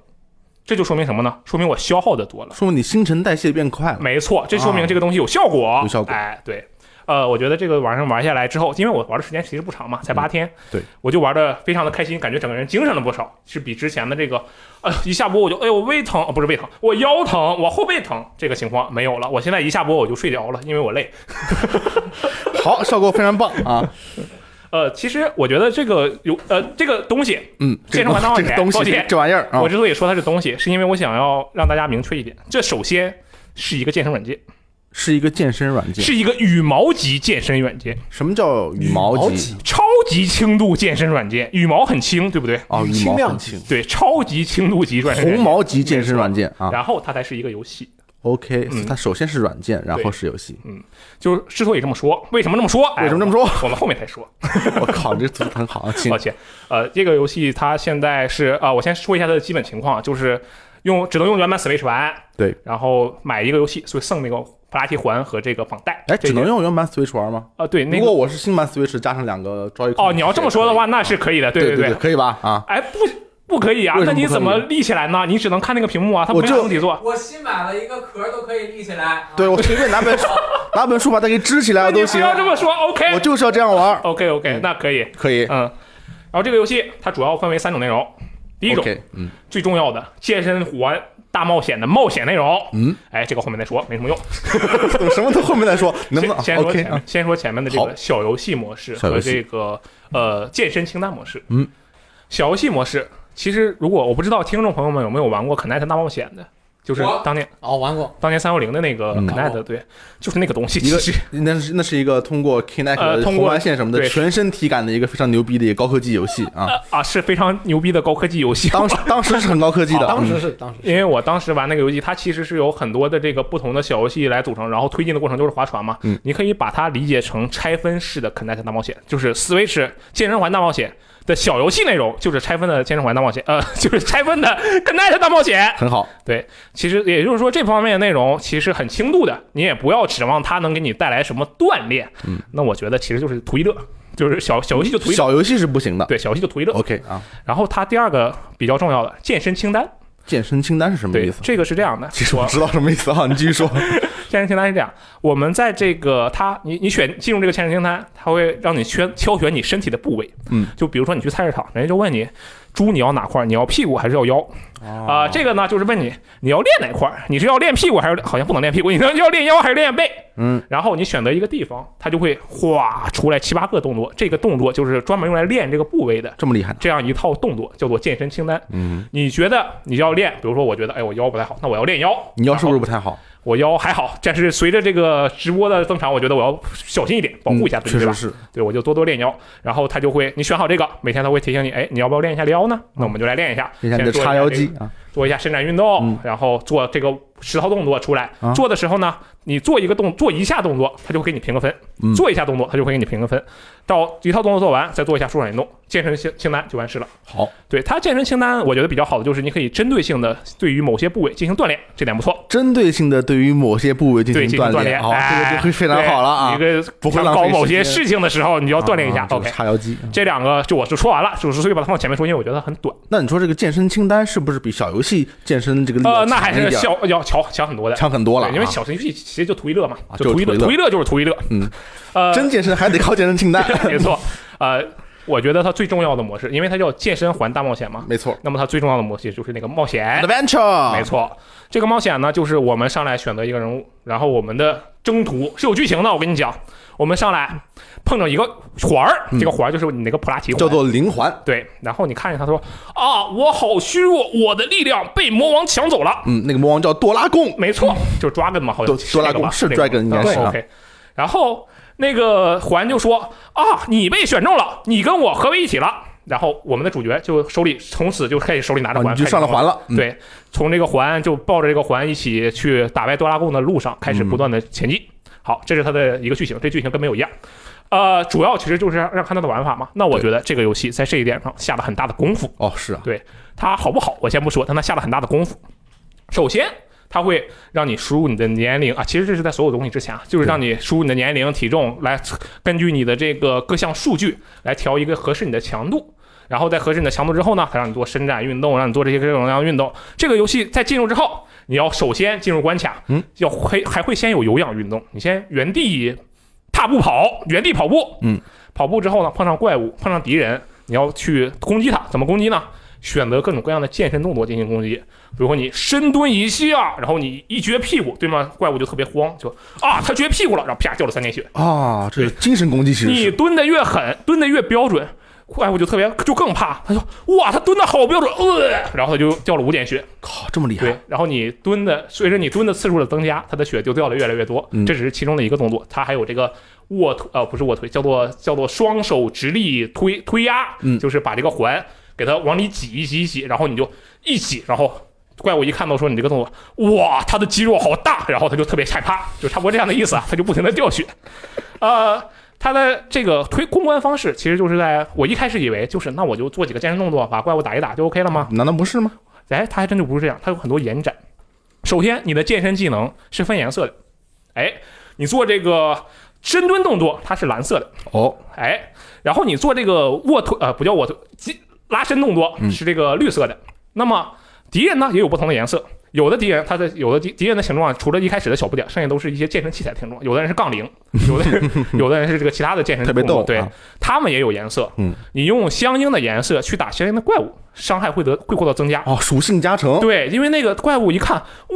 Speaker 3: 这就说明什么呢？说明我消耗的多了。
Speaker 5: 说明你新陈代谢变快了。
Speaker 3: 没错，这说明这个东西有效果，
Speaker 5: 啊有效果
Speaker 3: 哎，对，呃，我觉得这个晚上玩下来之后，因为我玩的时间其实不长嘛，才八天，
Speaker 5: 嗯对，
Speaker 3: 我就玩的非常的开心，感觉整个人精神了不少，是比之前的这个，呃，一下播我就哎呦胃疼、哦，不是胃疼，我腰疼，我后背疼这个情况没有了，我现在一下播我就睡着了，因为我累。
Speaker 5: 好，效果非常棒
Speaker 3: <laughs>
Speaker 5: 啊！
Speaker 3: 呃，其实我觉得这个有呃这个东西，
Speaker 5: 嗯，这
Speaker 3: 健身
Speaker 5: 个
Speaker 3: 环大冒
Speaker 5: 这
Speaker 3: 险
Speaker 5: 个东
Speaker 3: 抱
Speaker 5: 西
Speaker 3: 歉，
Speaker 5: 这玩意儿啊
Speaker 3: 我，之所以说它是东西，是因为我想要让大家明确一点，这首先是一个健身软件，
Speaker 5: 是一个健身软件。
Speaker 3: 是一个羽毛级健身软件。
Speaker 5: 什么叫羽毛级？
Speaker 3: 超级轻度健身软件，羽毛很轻，对不对？
Speaker 5: 啊，羽毛
Speaker 2: 轻量
Speaker 5: 很轻，
Speaker 3: 对，超级轻度级软件，
Speaker 5: <laughs> 红毛级健身软件啊。
Speaker 3: 然后它才是一个游戏。
Speaker 5: OK，
Speaker 3: 嗯
Speaker 5: 它首先是软件，然后是游戏。
Speaker 3: 就是之所以这么说，为什么这么说？哎
Speaker 5: 为什么这么说？
Speaker 3: 我们后面再说。
Speaker 5: <laughs> 我靠，这图
Speaker 3: <laughs>
Speaker 5: 很好，亲
Speaker 3: 抱。歉，呃，这个游戏它现在是啊、我先说一下它的基本情况，就是用只能用原版 Switch 玩，
Speaker 5: 对，
Speaker 3: 然后买一个游戏，所以送那个普拉提环和这个绑带。
Speaker 5: 哎，
Speaker 3: 这
Speaker 5: 只能
Speaker 3: 些
Speaker 5: 用原版 Switch 玩吗？
Speaker 3: 啊，对，那
Speaker 5: 如
Speaker 3: 个哦
Speaker 5: 果我是新版 Switch 加上两个 Joy，
Speaker 3: 哦，你要这么说的话，，那是可以的，
Speaker 5: 对
Speaker 3: 对
Speaker 5: 对，可以吧？啊，
Speaker 3: 哎，不不不可以啊
Speaker 5: 为？什
Speaker 3: 那
Speaker 5: 么
Speaker 3: 你
Speaker 5: 不可以
Speaker 3: 怎么立起来呢？你只能看那个屏幕啊，它
Speaker 5: 我
Speaker 3: 不
Speaker 5: 就
Speaker 3: 让自己做。
Speaker 1: 我新买了一个壳都可以立起来。
Speaker 5: 对我随便拿本书 <laughs> 拿本书把它给支起来
Speaker 3: 你
Speaker 5: 都
Speaker 3: 不
Speaker 5: 行，
Speaker 3: 要这么说，OK
Speaker 5: 我就是要这样玩
Speaker 3: <laughs>
Speaker 5: 儿，
Speaker 3: OK OK，
Speaker 5: 嗯
Speaker 3: 那可以，
Speaker 5: 可以。
Speaker 3: 嗯。然后这个游戏它主要分为三种内容，第一种
Speaker 5: OK，嗯， <laughs>
Speaker 3: 最重要的健身环大冒险的冒险内容，
Speaker 5: 嗯，
Speaker 3: 哎，这个后面再说，没什么用。
Speaker 5: 等什么都后
Speaker 3: <laughs>
Speaker 5: 面再说，能不能
Speaker 3: 先先说
Speaker 5: OK？
Speaker 3: 前面
Speaker 5: 啊，
Speaker 3: 先说前面的这
Speaker 5: 好
Speaker 3: 个小游戏模式
Speaker 5: 小游
Speaker 3: 和
Speaker 5: 戏
Speaker 3: 这个呃健身清单模式。
Speaker 5: 嗯，
Speaker 3: 小游戏模式其实如果我不知道听众朋友们有没有玩过《Connect 大冒险》的，就是
Speaker 1: 我
Speaker 3: 当年
Speaker 2: 哦，玩
Speaker 1: <laughs>
Speaker 2: 过，
Speaker 3: 当年三六零的那个
Speaker 5: 嗯
Speaker 3: Connect，、对，就是那个东西。
Speaker 5: 一个
Speaker 3: 其实
Speaker 5: 那是那是一个通过 Kinect
Speaker 3: 呃通过
Speaker 5: 红外线什么的
Speaker 3: 对
Speaker 5: 全身体感的一个非常牛逼的一个高科技游戏
Speaker 3: <laughs>
Speaker 5: 啊。
Speaker 3: 啊是非常牛逼的高科技游戏。
Speaker 5: 当时当时是很高科技的，
Speaker 2: 当
Speaker 5: 嗯
Speaker 2: 时是当时是
Speaker 3: 因为我当时玩那个游戏，它其实是有很多的这个不同的小游戏来组成，然后推进的过程就是划船嘛。
Speaker 5: 嗯，
Speaker 3: 你可以把它理解成拆分式的 Connect 大冒险，就是 Switch 健身环大冒险的小游戏内容，呃就是拆分的健身环大冒险，呃， <laughs> 就是拆分的 Connect 大冒险。
Speaker 5: 很好。
Speaker 3: 其实也就是说，这方面的内容其实很轻度的，你也不要指望它能给你带来什么锻炼。
Speaker 5: 嗯，
Speaker 3: 那我觉得其实就是图一乐，就是小小游戏就图一乐，
Speaker 5: <laughs> 小游戏是不行的。
Speaker 3: 对，小游戏就图一乐。
Speaker 5: OK 啊，
Speaker 3: 然后它第二个比较重要的健身清单，
Speaker 5: 健身清单是什么
Speaker 3: 对
Speaker 5: 嗯意，思？
Speaker 3: 这个是这样的，
Speaker 5: 其实我
Speaker 3: 我
Speaker 5: 知道什么意思
Speaker 3: <laughs>
Speaker 5: 啊，你继续说。
Speaker 3: 健身清单是这样，我们在这个它，你你选进入这个健身清单，它会让你圈挑选你身体的部位。
Speaker 5: 嗯，
Speaker 3: 就比如说你去菜市场，人家就问你，猪你要哪块儿？你要屁股还是要腰？啊、
Speaker 5: 哦
Speaker 3: 这个呢就是问你你要练哪块儿？你是要练屁股还是好像不能练屁股？你要练腰还是练背？
Speaker 5: 嗯，
Speaker 3: 然后你选择一个地方，它就会哗出来七八个动作，这个动作就是专门用来练这个部位的。
Speaker 5: 这么厉害呢？
Speaker 3: 这样一套动作叫做健身清单。
Speaker 5: 嗯，
Speaker 3: 你觉得你要练，比如说我觉得哎我腰不太好，那我要练腰。
Speaker 5: 你腰是不
Speaker 3: 然后
Speaker 5: 是不太好？
Speaker 3: 我腰还好，但是随着这个直播的增长，我觉得我要小心一点，保护一下
Speaker 5: 嗯
Speaker 3: 自己，对
Speaker 5: 确实
Speaker 3: 吧？
Speaker 5: 是。
Speaker 3: 对，我就多多练腰。然后他就会，你选好这个，每天他会提醒你，哎，你要不要练一下腰呢？那我们就来练一下，
Speaker 5: 你看你的
Speaker 3: 先做一下
Speaker 5: 叉腰
Speaker 3: 这个哎
Speaker 5: 肌啊，
Speaker 3: 做一下伸展运动，
Speaker 5: 嗯
Speaker 3: 然后做这个十套动作出来。
Speaker 5: 啊
Speaker 3: 做的时候呢，你做一个动，做一下动作，他就会给你评个分；
Speaker 5: 嗯
Speaker 3: 做一下动作，他就会给你评个分。到一套动作做完，再做一下舒展运动，健身清清单就完事了。
Speaker 5: 好，
Speaker 3: 对他健身清单，我觉得比较好的就是你可以针对性的对于某些部位进行锻炼，这点不错。
Speaker 5: 针对性的对于某些部位进
Speaker 3: 对
Speaker 5: 行
Speaker 3: 进行锻
Speaker 5: 炼，
Speaker 3: 炼
Speaker 5: 好，这
Speaker 3: 哎
Speaker 5: 个就会非常好了啊
Speaker 3: 一。个
Speaker 5: 不会
Speaker 3: 想
Speaker 5: 浪
Speaker 3: 搞
Speaker 5: 费
Speaker 3: 某
Speaker 5: 时
Speaker 3: 些
Speaker 5: 间
Speaker 3: 事情的时候，你要锻炼一下
Speaker 5: 啊。这个
Speaker 3: OK，
Speaker 5: 叉腰肌。
Speaker 3: 这两个就我就说完了，就是所以把它放前面说，因为我觉得很短。
Speaker 5: 那你说这个健身清单是不是比小游戏健身这个力
Speaker 3: 呃
Speaker 5: 要，
Speaker 3: 那还
Speaker 5: 强
Speaker 3: 是
Speaker 5: 嗯一点儿
Speaker 3: 小要强强很多的，
Speaker 5: 强很多了啊？
Speaker 3: 对因为小游戏其实就图一乐嘛
Speaker 5: 啊，
Speaker 3: 就图一
Speaker 5: 就是
Speaker 3: 乐，
Speaker 5: 图
Speaker 3: 图
Speaker 5: 一
Speaker 3: 一乐就是图一乐。
Speaker 5: 嗯，
Speaker 3: 呃，
Speaker 5: 真健身还得靠健身清单，
Speaker 3: <laughs> 没错，呃，我觉得它最重要的模式，因为它叫健身环大冒险嘛，
Speaker 5: 没错。
Speaker 3: 那么它最重要的模式就是那个冒险。
Speaker 5: Adventure，
Speaker 3: 没，错，这个冒险呢，就是我们上来选择一个人物，然后我们的征途是有剧情的。我跟你讲，我们上来碰着一个环儿，这个环儿就是你那个普拉提环，
Speaker 5: 嗯叫做灵环。
Speaker 3: 对。然后你看见他说啊，我好虚弱，我的力量被魔王抢走了。
Speaker 5: 嗯，那个魔王叫多拉贡，
Speaker 3: 没错，就是 Dragon 嘛，好像
Speaker 5: 多多拉贡是 Dragon 应该是啊
Speaker 3: OK。然后那个环就说啊，你被选中了，你跟我合为一体了。然后我们的主角就手里从此就开始手里拿着
Speaker 5: 啊，
Speaker 3: 环，
Speaker 5: 你就
Speaker 3: 开始
Speaker 5: 上了
Speaker 3: 玩
Speaker 5: 环了。嗯，
Speaker 3: 对，从这个环就抱着这个环一起去打败多拉贡的路上，开始不断的前进。好，这是它的一个剧情，这剧情跟没有一样。呃，主要其实就是让让看它的玩法嘛。那我觉得这个游戏在这一点上下了很大的功夫。
Speaker 5: 哦，是啊，
Speaker 3: 它好不好，我先不说，但它下了很大的功夫。首先，它会让你输入你的年龄啊，其实这是在所有东西之前啊，就是让你输入你的年龄、体重，来根据你的这个各项数据来调一个合适你的强度。然后在合适你的强度之后呢，它让你做伸展运动，让你做这些各种各样的运动。这个游戏在进入之后，你要首先进入关卡，
Speaker 5: 嗯，
Speaker 3: 要还还会先有有氧运动，你先原地踏步跑，原地跑步，
Speaker 5: 嗯，
Speaker 3: 跑步之后呢，碰上怪物，碰上敌人，你要去攻击它，怎么攻击呢？选择各种各样的健身动作进行攻击，比如说你深蹲一下，然后你一撅屁股，对吗？怪物就特别慌，就啊，他撅屁股了，然后啪掉了三滴血。
Speaker 5: 啊，这是精神攻击，其实
Speaker 3: 你
Speaker 5: 是
Speaker 3: 蹲的越狠，蹲的越标准，怪物就特别就更怕。他说哇，他蹲的好标准，呃，然后他就掉了五点血。
Speaker 5: 靠哦这么厉
Speaker 3: 对
Speaker 5: 害，，
Speaker 3: 然后你蹲的随着你蹲的次数的增加，他的血就掉的越来越多。
Speaker 5: 嗯
Speaker 3: 这只是其中的一个动作，他还有这个卧推，呃，不是卧推，叫做叫做双手直立推推压，
Speaker 5: 嗯
Speaker 3: 就是把这个环给它往里挤一挤一挤，然后你就一挤，然后。怪物一看到说你这个动作，哇，他的肌肉好大，然后他就特别害怕，就差不多这样的意思啊，他就不
Speaker 5: <laughs>
Speaker 3: 停的掉血，呃，它的这个推攻关方式其实就是在我一开始以为就是那我就做几个健身动作，把怪物打一打就 OK 了吗？
Speaker 5: 难道不是吗？
Speaker 3: 哎，它还真就不是这样，它有很多延展。首先，你的健身技能是分颜色的，哎，你做这个深蹲动作它是蓝色的，
Speaker 5: 哦，
Speaker 3: 哎，然后你做这个卧推呃不叫卧推，肌拉伸动作
Speaker 5: 嗯
Speaker 3: 是这个绿色的，那么敌人呢也有不同的颜色。有的敌人，他的有的敌敌人的形状，啊除了一开始的小不点儿，剩下都是一些健身器材的形状。有的人是杠铃，有的
Speaker 5: <laughs>
Speaker 3: 人有的人是这个其他的健身
Speaker 5: 特别
Speaker 3: 动作
Speaker 5: 逗，
Speaker 3: 对
Speaker 5: 啊，
Speaker 3: 他们也有颜色。
Speaker 5: 嗯，
Speaker 3: 你用相应的颜色去打相应的怪物，伤害会得会获得增加。
Speaker 5: 哦，属性加成，
Speaker 3: 对，因为那个怪物一看，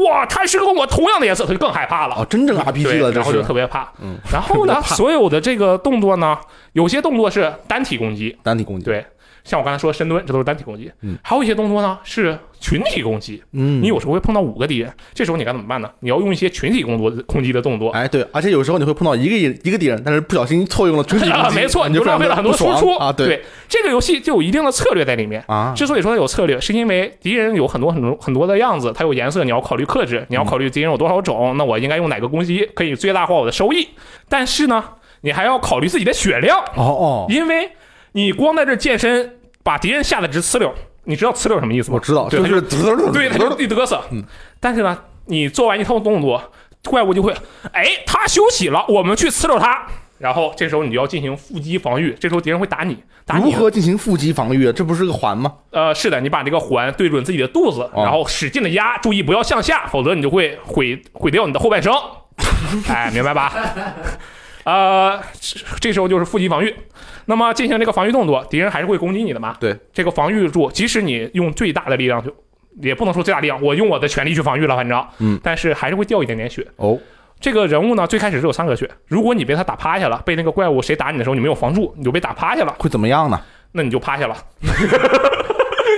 Speaker 3: 哇，他是跟我同样的颜色，他就更害怕了。
Speaker 5: 哦，真正 RPG
Speaker 3: 对，
Speaker 5: 了，这
Speaker 3: 然后就是特别怕。
Speaker 5: 嗯，
Speaker 3: 然后
Speaker 5: 特
Speaker 3: 呢，
Speaker 5: 别怕
Speaker 3: 所有的这个动作呢，有些动作是单体攻击，
Speaker 5: 单体攻击，
Speaker 3: 对，像我刚才说深蹲，这都是单体攻击。
Speaker 5: 嗯，
Speaker 3: 还有一些动作呢是群体攻击，
Speaker 5: 嗯，
Speaker 3: 你有时候会碰到五个敌人，这时候你该怎么办呢？你要用一些群体工作攻击的动作。
Speaker 5: 哎，对，而且有时候你会碰到一个一个敌人，但是不小心错用了群体攻
Speaker 3: 啊，<laughs>
Speaker 5: 击，
Speaker 3: 没错，
Speaker 5: 你
Speaker 3: 你就
Speaker 5: 非
Speaker 3: 浪
Speaker 5: 常
Speaker 3: 费了很多
Speaker 5: 不
Speaker 3: 输
Speaker 5: 爽
Speaker 3: 出
Speaker 5: 啊！
Speaker 3: 对这个游戏就有一定的策略在里面。
Speaker 5: 啊，
Speaker 3: 之所以说它有策略，是因为敌人有很多很多很多的样子，它有颜色，你要考虑克制，
Speaker 5: 嗯
Speaker 3: 你要考虑敌人有多少种，那我应该用哪个攻击可以最大化我的收益。但是呢，你还要考虑自己的血量，
Speaker 5: 哦哦，
Speaker 3: 因为你光在这健身，把敌人吓得直呲溜。你知道呲溜什么意思吗？
Speaker 5: 我知道，
Speaker 3: 对
Speaker 5: 就
Speaker 3: 他就是
Speaker 5: 对
Speaker 3: 对，他就一嘚瑟。
Speaker 5: 嗯
Speaker 3: 但是呢，你做完一套动作，怪物就会，哎，他休息了，我们去呲溜他。然后这时候你就要进行腹肌防御，这时候敌人会打你，打
Speaker 5: 如
Speaker 3: 你
Speaker 5: 何进行腹肌防御？这不是个环吗？
Speaker 3: 呃，是的，你把这个环对准自己的肚子，
Speaker 5: 哦
Speaker 3: 然后使劲的压，注意不要向下，否则你就会毁毁掉你的后
Speaker 5: <laughs>
Speaker 3: 半生。哎，明白吧？ <laughs> 呃，这这时候就是腹肌防御。那么进行这个防御动作，敌人还是会攻击你的嘛？
Speaker 5: 对，
Speaker 3: 这个防御住，即使你用最大的力量去，也不能说最大力量，我用我的全力去防御了，反正，
Speaker 5: 嗯，
Speaker 3: 但是还是会掉一点点血。
Speaker 5: 哦，
Speaker 3: 这个人物呢，最开始只有三个血，如果你被他打趴下了，被那个怪物谁打你的时候，你没有防住，你就被打趴下了，
Speaker 5: 会怎么样呢？
Speaker 3: 那你就趴下了，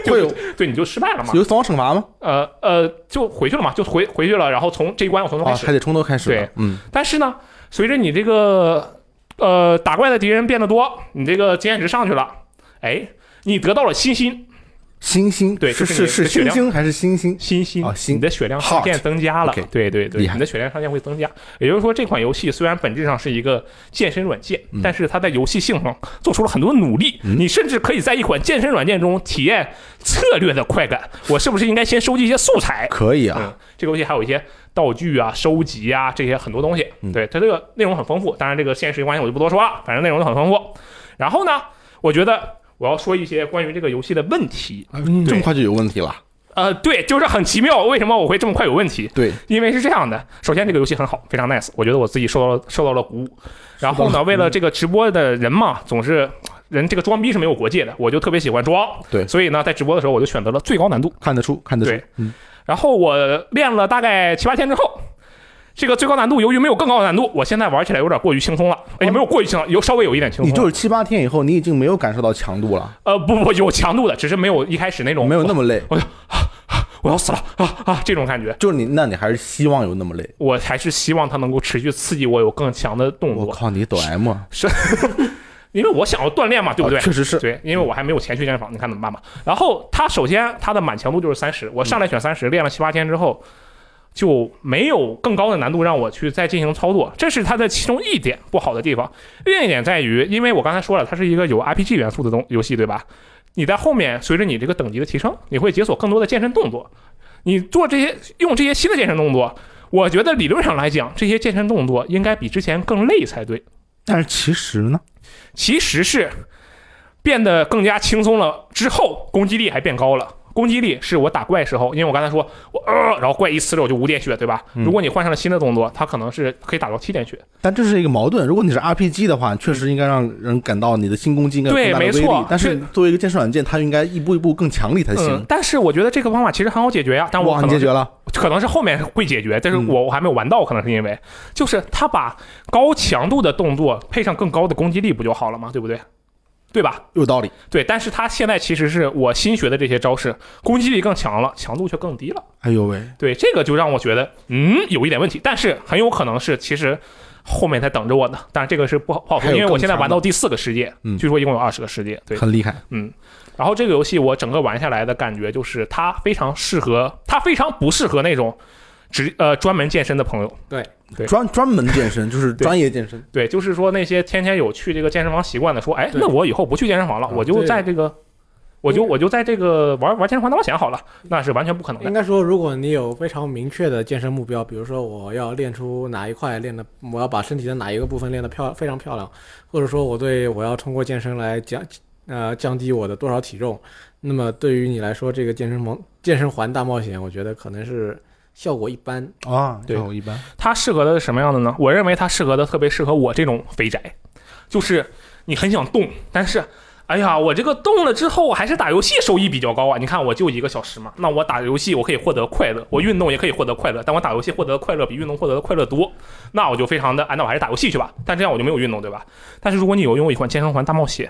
Speaker 5: 会有
Speaker 3: 对， <laughs> 你就失败了嘛。
Speaker 5: 有死亡惩罚吗？
Speaker 3: 呃呃，就回去了嘛，就回回去了，然后从这一关我从头
Speaker 5: 啊，
Speaker 3: 开始。
Speaker 5: 还得从头开始。
Speaker 3: 对，
Speaker 5: 嗯，
Speaker 3: 但是呢，随着你这个呃打怪的敌人变得多，你这个经验值上去了，哎，你得到了信心，
Speaker 5: 星星，
Speaker 3: 对
Speaker 5: 是
Speaker 3: 就是
Speaker 5: 是
Speaker 3: 你
Speaker 5: 是
Speaker 3: 的血
Speaker 5: 星
Speaker 3: 量
Speaker 5: 星还是星星？
Speaker 3: 信心，
Speaker 5: 啊信
Speaker 3: 你的血量上限
Speaker 5: Heart
Speaker 3: 增加了
Speaker 5: OK，
Speaker 3: 对对对，
Speaker 5: 厉害
Speaker 3: 你的血量上限会增加。也就是说，这款游戏虽然本质上是一个健身软件，
Speaker 5: 嗯
Speaker 3: 但是它在游戏性上做出了很多努力。你甚至可以在一款健身软件中体验策略的快感。我是不是应该先收集一些素材？
Speaker 5: 可以啊，
Speaker 3: 嗯，这个游戏还有一些道具啊、收集啊这些很多东西。
Speaker 5: 嗯
Speaker 3: 对它这个内容很丰富，当然这个现实关系我就不多说了，反正内容都很丰富。然后呢，我觉得我要说一些关于这个游戏的问题。
Speaker 5: 嗯这么快就有问题了。
Speaker 3: 呃，对，就是很奇妙，为什么我会这么快有问题？
Speaker 5: 对，
Speaker 3: 因为是这样的，首先这个游戏很好，非常 nice，我觉得我自己受到了受到了鼓舞。然后
Speaker 5: 受
Speaker 3: 呢，
Speaker 5: 到了
Speaker 3: 为了这个直播的人嘛，总是人这个装逼是没有国界的，我就特别喜欢装。
Speaker 5: 对
Speaker 3: 所以呢，在直播的时候我就选择了最高难度。
Speaker 5: 看得出，看得出
Speaker 3: 对。然后我练了大概七八天之后，这个最高难度由于没有更高的难度，我现在玩起来有点过于轻松了，也没有过于轻松，有稍微有一点轻松。
Speaker 5: 哦你就是七八天以后，你已经没有感受到强度了，
Speaker 3: 呃不不有强度的，只是没有一开始那种
Speaker 5: 没有那么累。
Speaker 3: 我要死了啊啊这种感觉。
Speaker 5: 就是你，那你还是希望有那么累。
Speaker 3: 我还是希望它能够持续刺激我有更强的动
Speaker 5: 我
Speaker 3: 作，
Speaker 5: 靠，你抖 M，啊
Speaker 3: 因为我想要锻炼嘛，对不对
Speaker 5: 啊？确实是。
Speaker 3: 对，因为我还没有钱去健身房，你看怎么办吧？然后它首先它的满强度就是三十，我上来选三十，练了七八天之后，就没有更高的难度让我去再进行操作，这是它的其中一点不好的地方。另一点在于，因为我刚才说了，它是一个有 RPG 元素的东游戏，对吧？你在后面随着你这个等级的提升，你会解锁更多的健身动作，你做这些用这些新的健身动作。我觉得理论上来讲，这些健身动作应该比之前更累才对。
Speaker 5: 但是其实呢，
Speaker 3: 其实是变得更加轻松了之后，攻击力还变高了。攻击力是我打怪时候，因为我刚才说我呃，然后怪一呲溜就五点血，对吧？
Speaker 5: 嗯
Speaker 3: 如果你换上了新的动作，它可能是可以打到七点血。
Speaker 5: 但这是一个矛盾。如果你是 RPG 的话，确实应该让人感到你的新攻击应该有
Speaker 3: 对
Speaker 5: 更大的
Speaker 3: 没
Speaker 5: 威力
Speaker 3: 错。
Speaker 5: 但是
Speaker 3: 是
Speaker 5: 作为一个健身软件，它应该一步一步更强力才
Speaker 3: 嗯
Speaker 5: 行，。
Speaker 3: 但是我觉得这个方法其实很好解决呀、啊但我可
Speaker 5: 哇，你解
Speaker 3: 能
Speaker 5: 决了，
Speaker 3: 可能是后面会解决，但是
Speaker 5: 嗯
Speaker 3: 我我还没有玩到，可能是因为就是他把高强度的动作配上更高的攻击力不就好了吗？对不对？对吧？
Speaker 5: 有道理。
Speaker 3: 对，但是他现在其实是我新学的这些招式，攻击力更强了，强度却更低了。
Speaker 5: 哎呦喂，
Speaker 3: 对，这个就让我觉得，嗯，有一点问题，但是很有可能是其实后面才等着我呢。但是这个是不好不好说，
Speaker 5: 还有
Speaker 3: 因为我
Speaker 5: 更
Speaker 3: 现在
Speaker 5: 强
Speaker 3: 玩
Speaker 5: 的
Speaker 3: 到第四个世界，
Speaker 5: 嗯
Speaker 3: 据说一共有二十个世界。对，
Speaker 5: 很厉害。
Speaker 3: 嗯。然后这个游戏我整个玩下来的感觉就是，它非常适合，它非常不适合那种只呃专门健身的朋友。对
Speaker 5: 专专门健身就是
Speaker 3: 对
Speaker 5: 专业健身，
Speaker 3: 对，就是说那些天天有去这个健身房习惯的，说，哎，那我以后不去健身
Speaker 5: 啊
Speaker 3: 房了，我就
Speaker 2: 对
Speaker 3: 在这个，我就我就在这个玩玩健身房冒险好了，那是完全不可能的
Speaker 2: 应。该说，如果你有非常明确的健身目标，比如说我要练出哪一块练的，我要把身体的哪一个部分练得漂非常漂亮，或者说我对我要通过健身来讲呃降低我的多少体重。那么对于你来说，这个健身蒙健身环大冒险，我觉得可能是效果一般。
Speaker 5: 啊，
Speaker 3: 对
Speaker 5: 我一般
Speaker 3: 它适合的是什么样的呢？我认为它适合的特别适合我这种肥宅，就是你很想动，但是。哎呀，我这个动了之后，我还是打游戏收益比较高啊！你看，我就一个小时嘛，那我打游戏我可以获得快乐，我运动也可以获得快乐，但我打游戏获得的快乐比运动获得的快乐多，那我就非常的，啊，那我还是打游戏去吧。但这样我就没有运动，对吧？但是如果你有拥有一款健身环大冒险，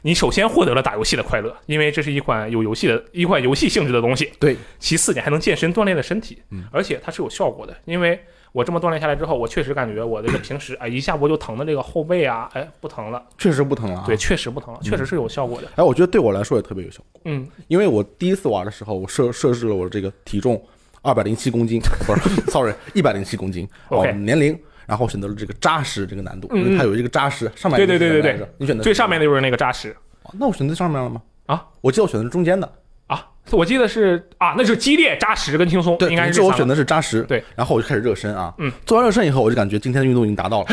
Speaker 3: 你首先获得了打游戏的快乐，因为这是一款有游戏的一款游戏性质的东西。
Speaker 5: 对，
Speaker 3: 其次你还能健身锻炼了身体，
Speaker 5: 嗯
Speaker 3: 而且它是有效果的，因为我这么锻炼下来之后，我确实感觉我这个平时哎一下脖就疼的这个后背啊，哎不疼了，
Speaker 5: 确实不疼啊。
Speaker 3: 对，，确实不疼了，确实是有效果的。
Speaker 5: 哎，我觉得对我来说也特别有效果，
Speaker 3: 嗯，
Speaker 5: 因为我第一次玩的时候，我设设置了我这个体重二百零七公斤，不是 <laughs> ，sorry，一百零七公斤，哦
Speaker 3: OK，
Speaker 5: 年龄，然后选择了这个扎实这个难度，
Speaker 3: 嗯
Speaker 5: 因为它有一个扎实上面
Speaker 3: 对
Speaker 5: 一
Speaker 3: 对对
Speaker 5: 个选择
Speaker 3: 对
Speaker 5: 来
Speaker 3: 对
Speaker 5: 着，你选择
Speaker 3: 最上面的就是那个扎实
Speaker 5: 哦那我选择上面了吗？
Speaker 3: 啊，
Speaker 5: 我记得我选择中间的，
Speaker 3: 啊，我记得是啊，那就是激烈、扎实跟轻松，
Speaker 5: 对，
Speaker 3: 应该是
Speaker 5: 是
Speaker 3: 这
Speaker 5: 我
Speaker 3: 三
Speaker 5: 选
Speaker 3: 个。
Speaker 5: 的是扎实，
Speaker 3: 对，
Speaker 5: 然后我就开始热身啊，
Speaker 3: 嗯，
Speaker 5: 做完热身以后，我就感觉今天的运动已经达到了，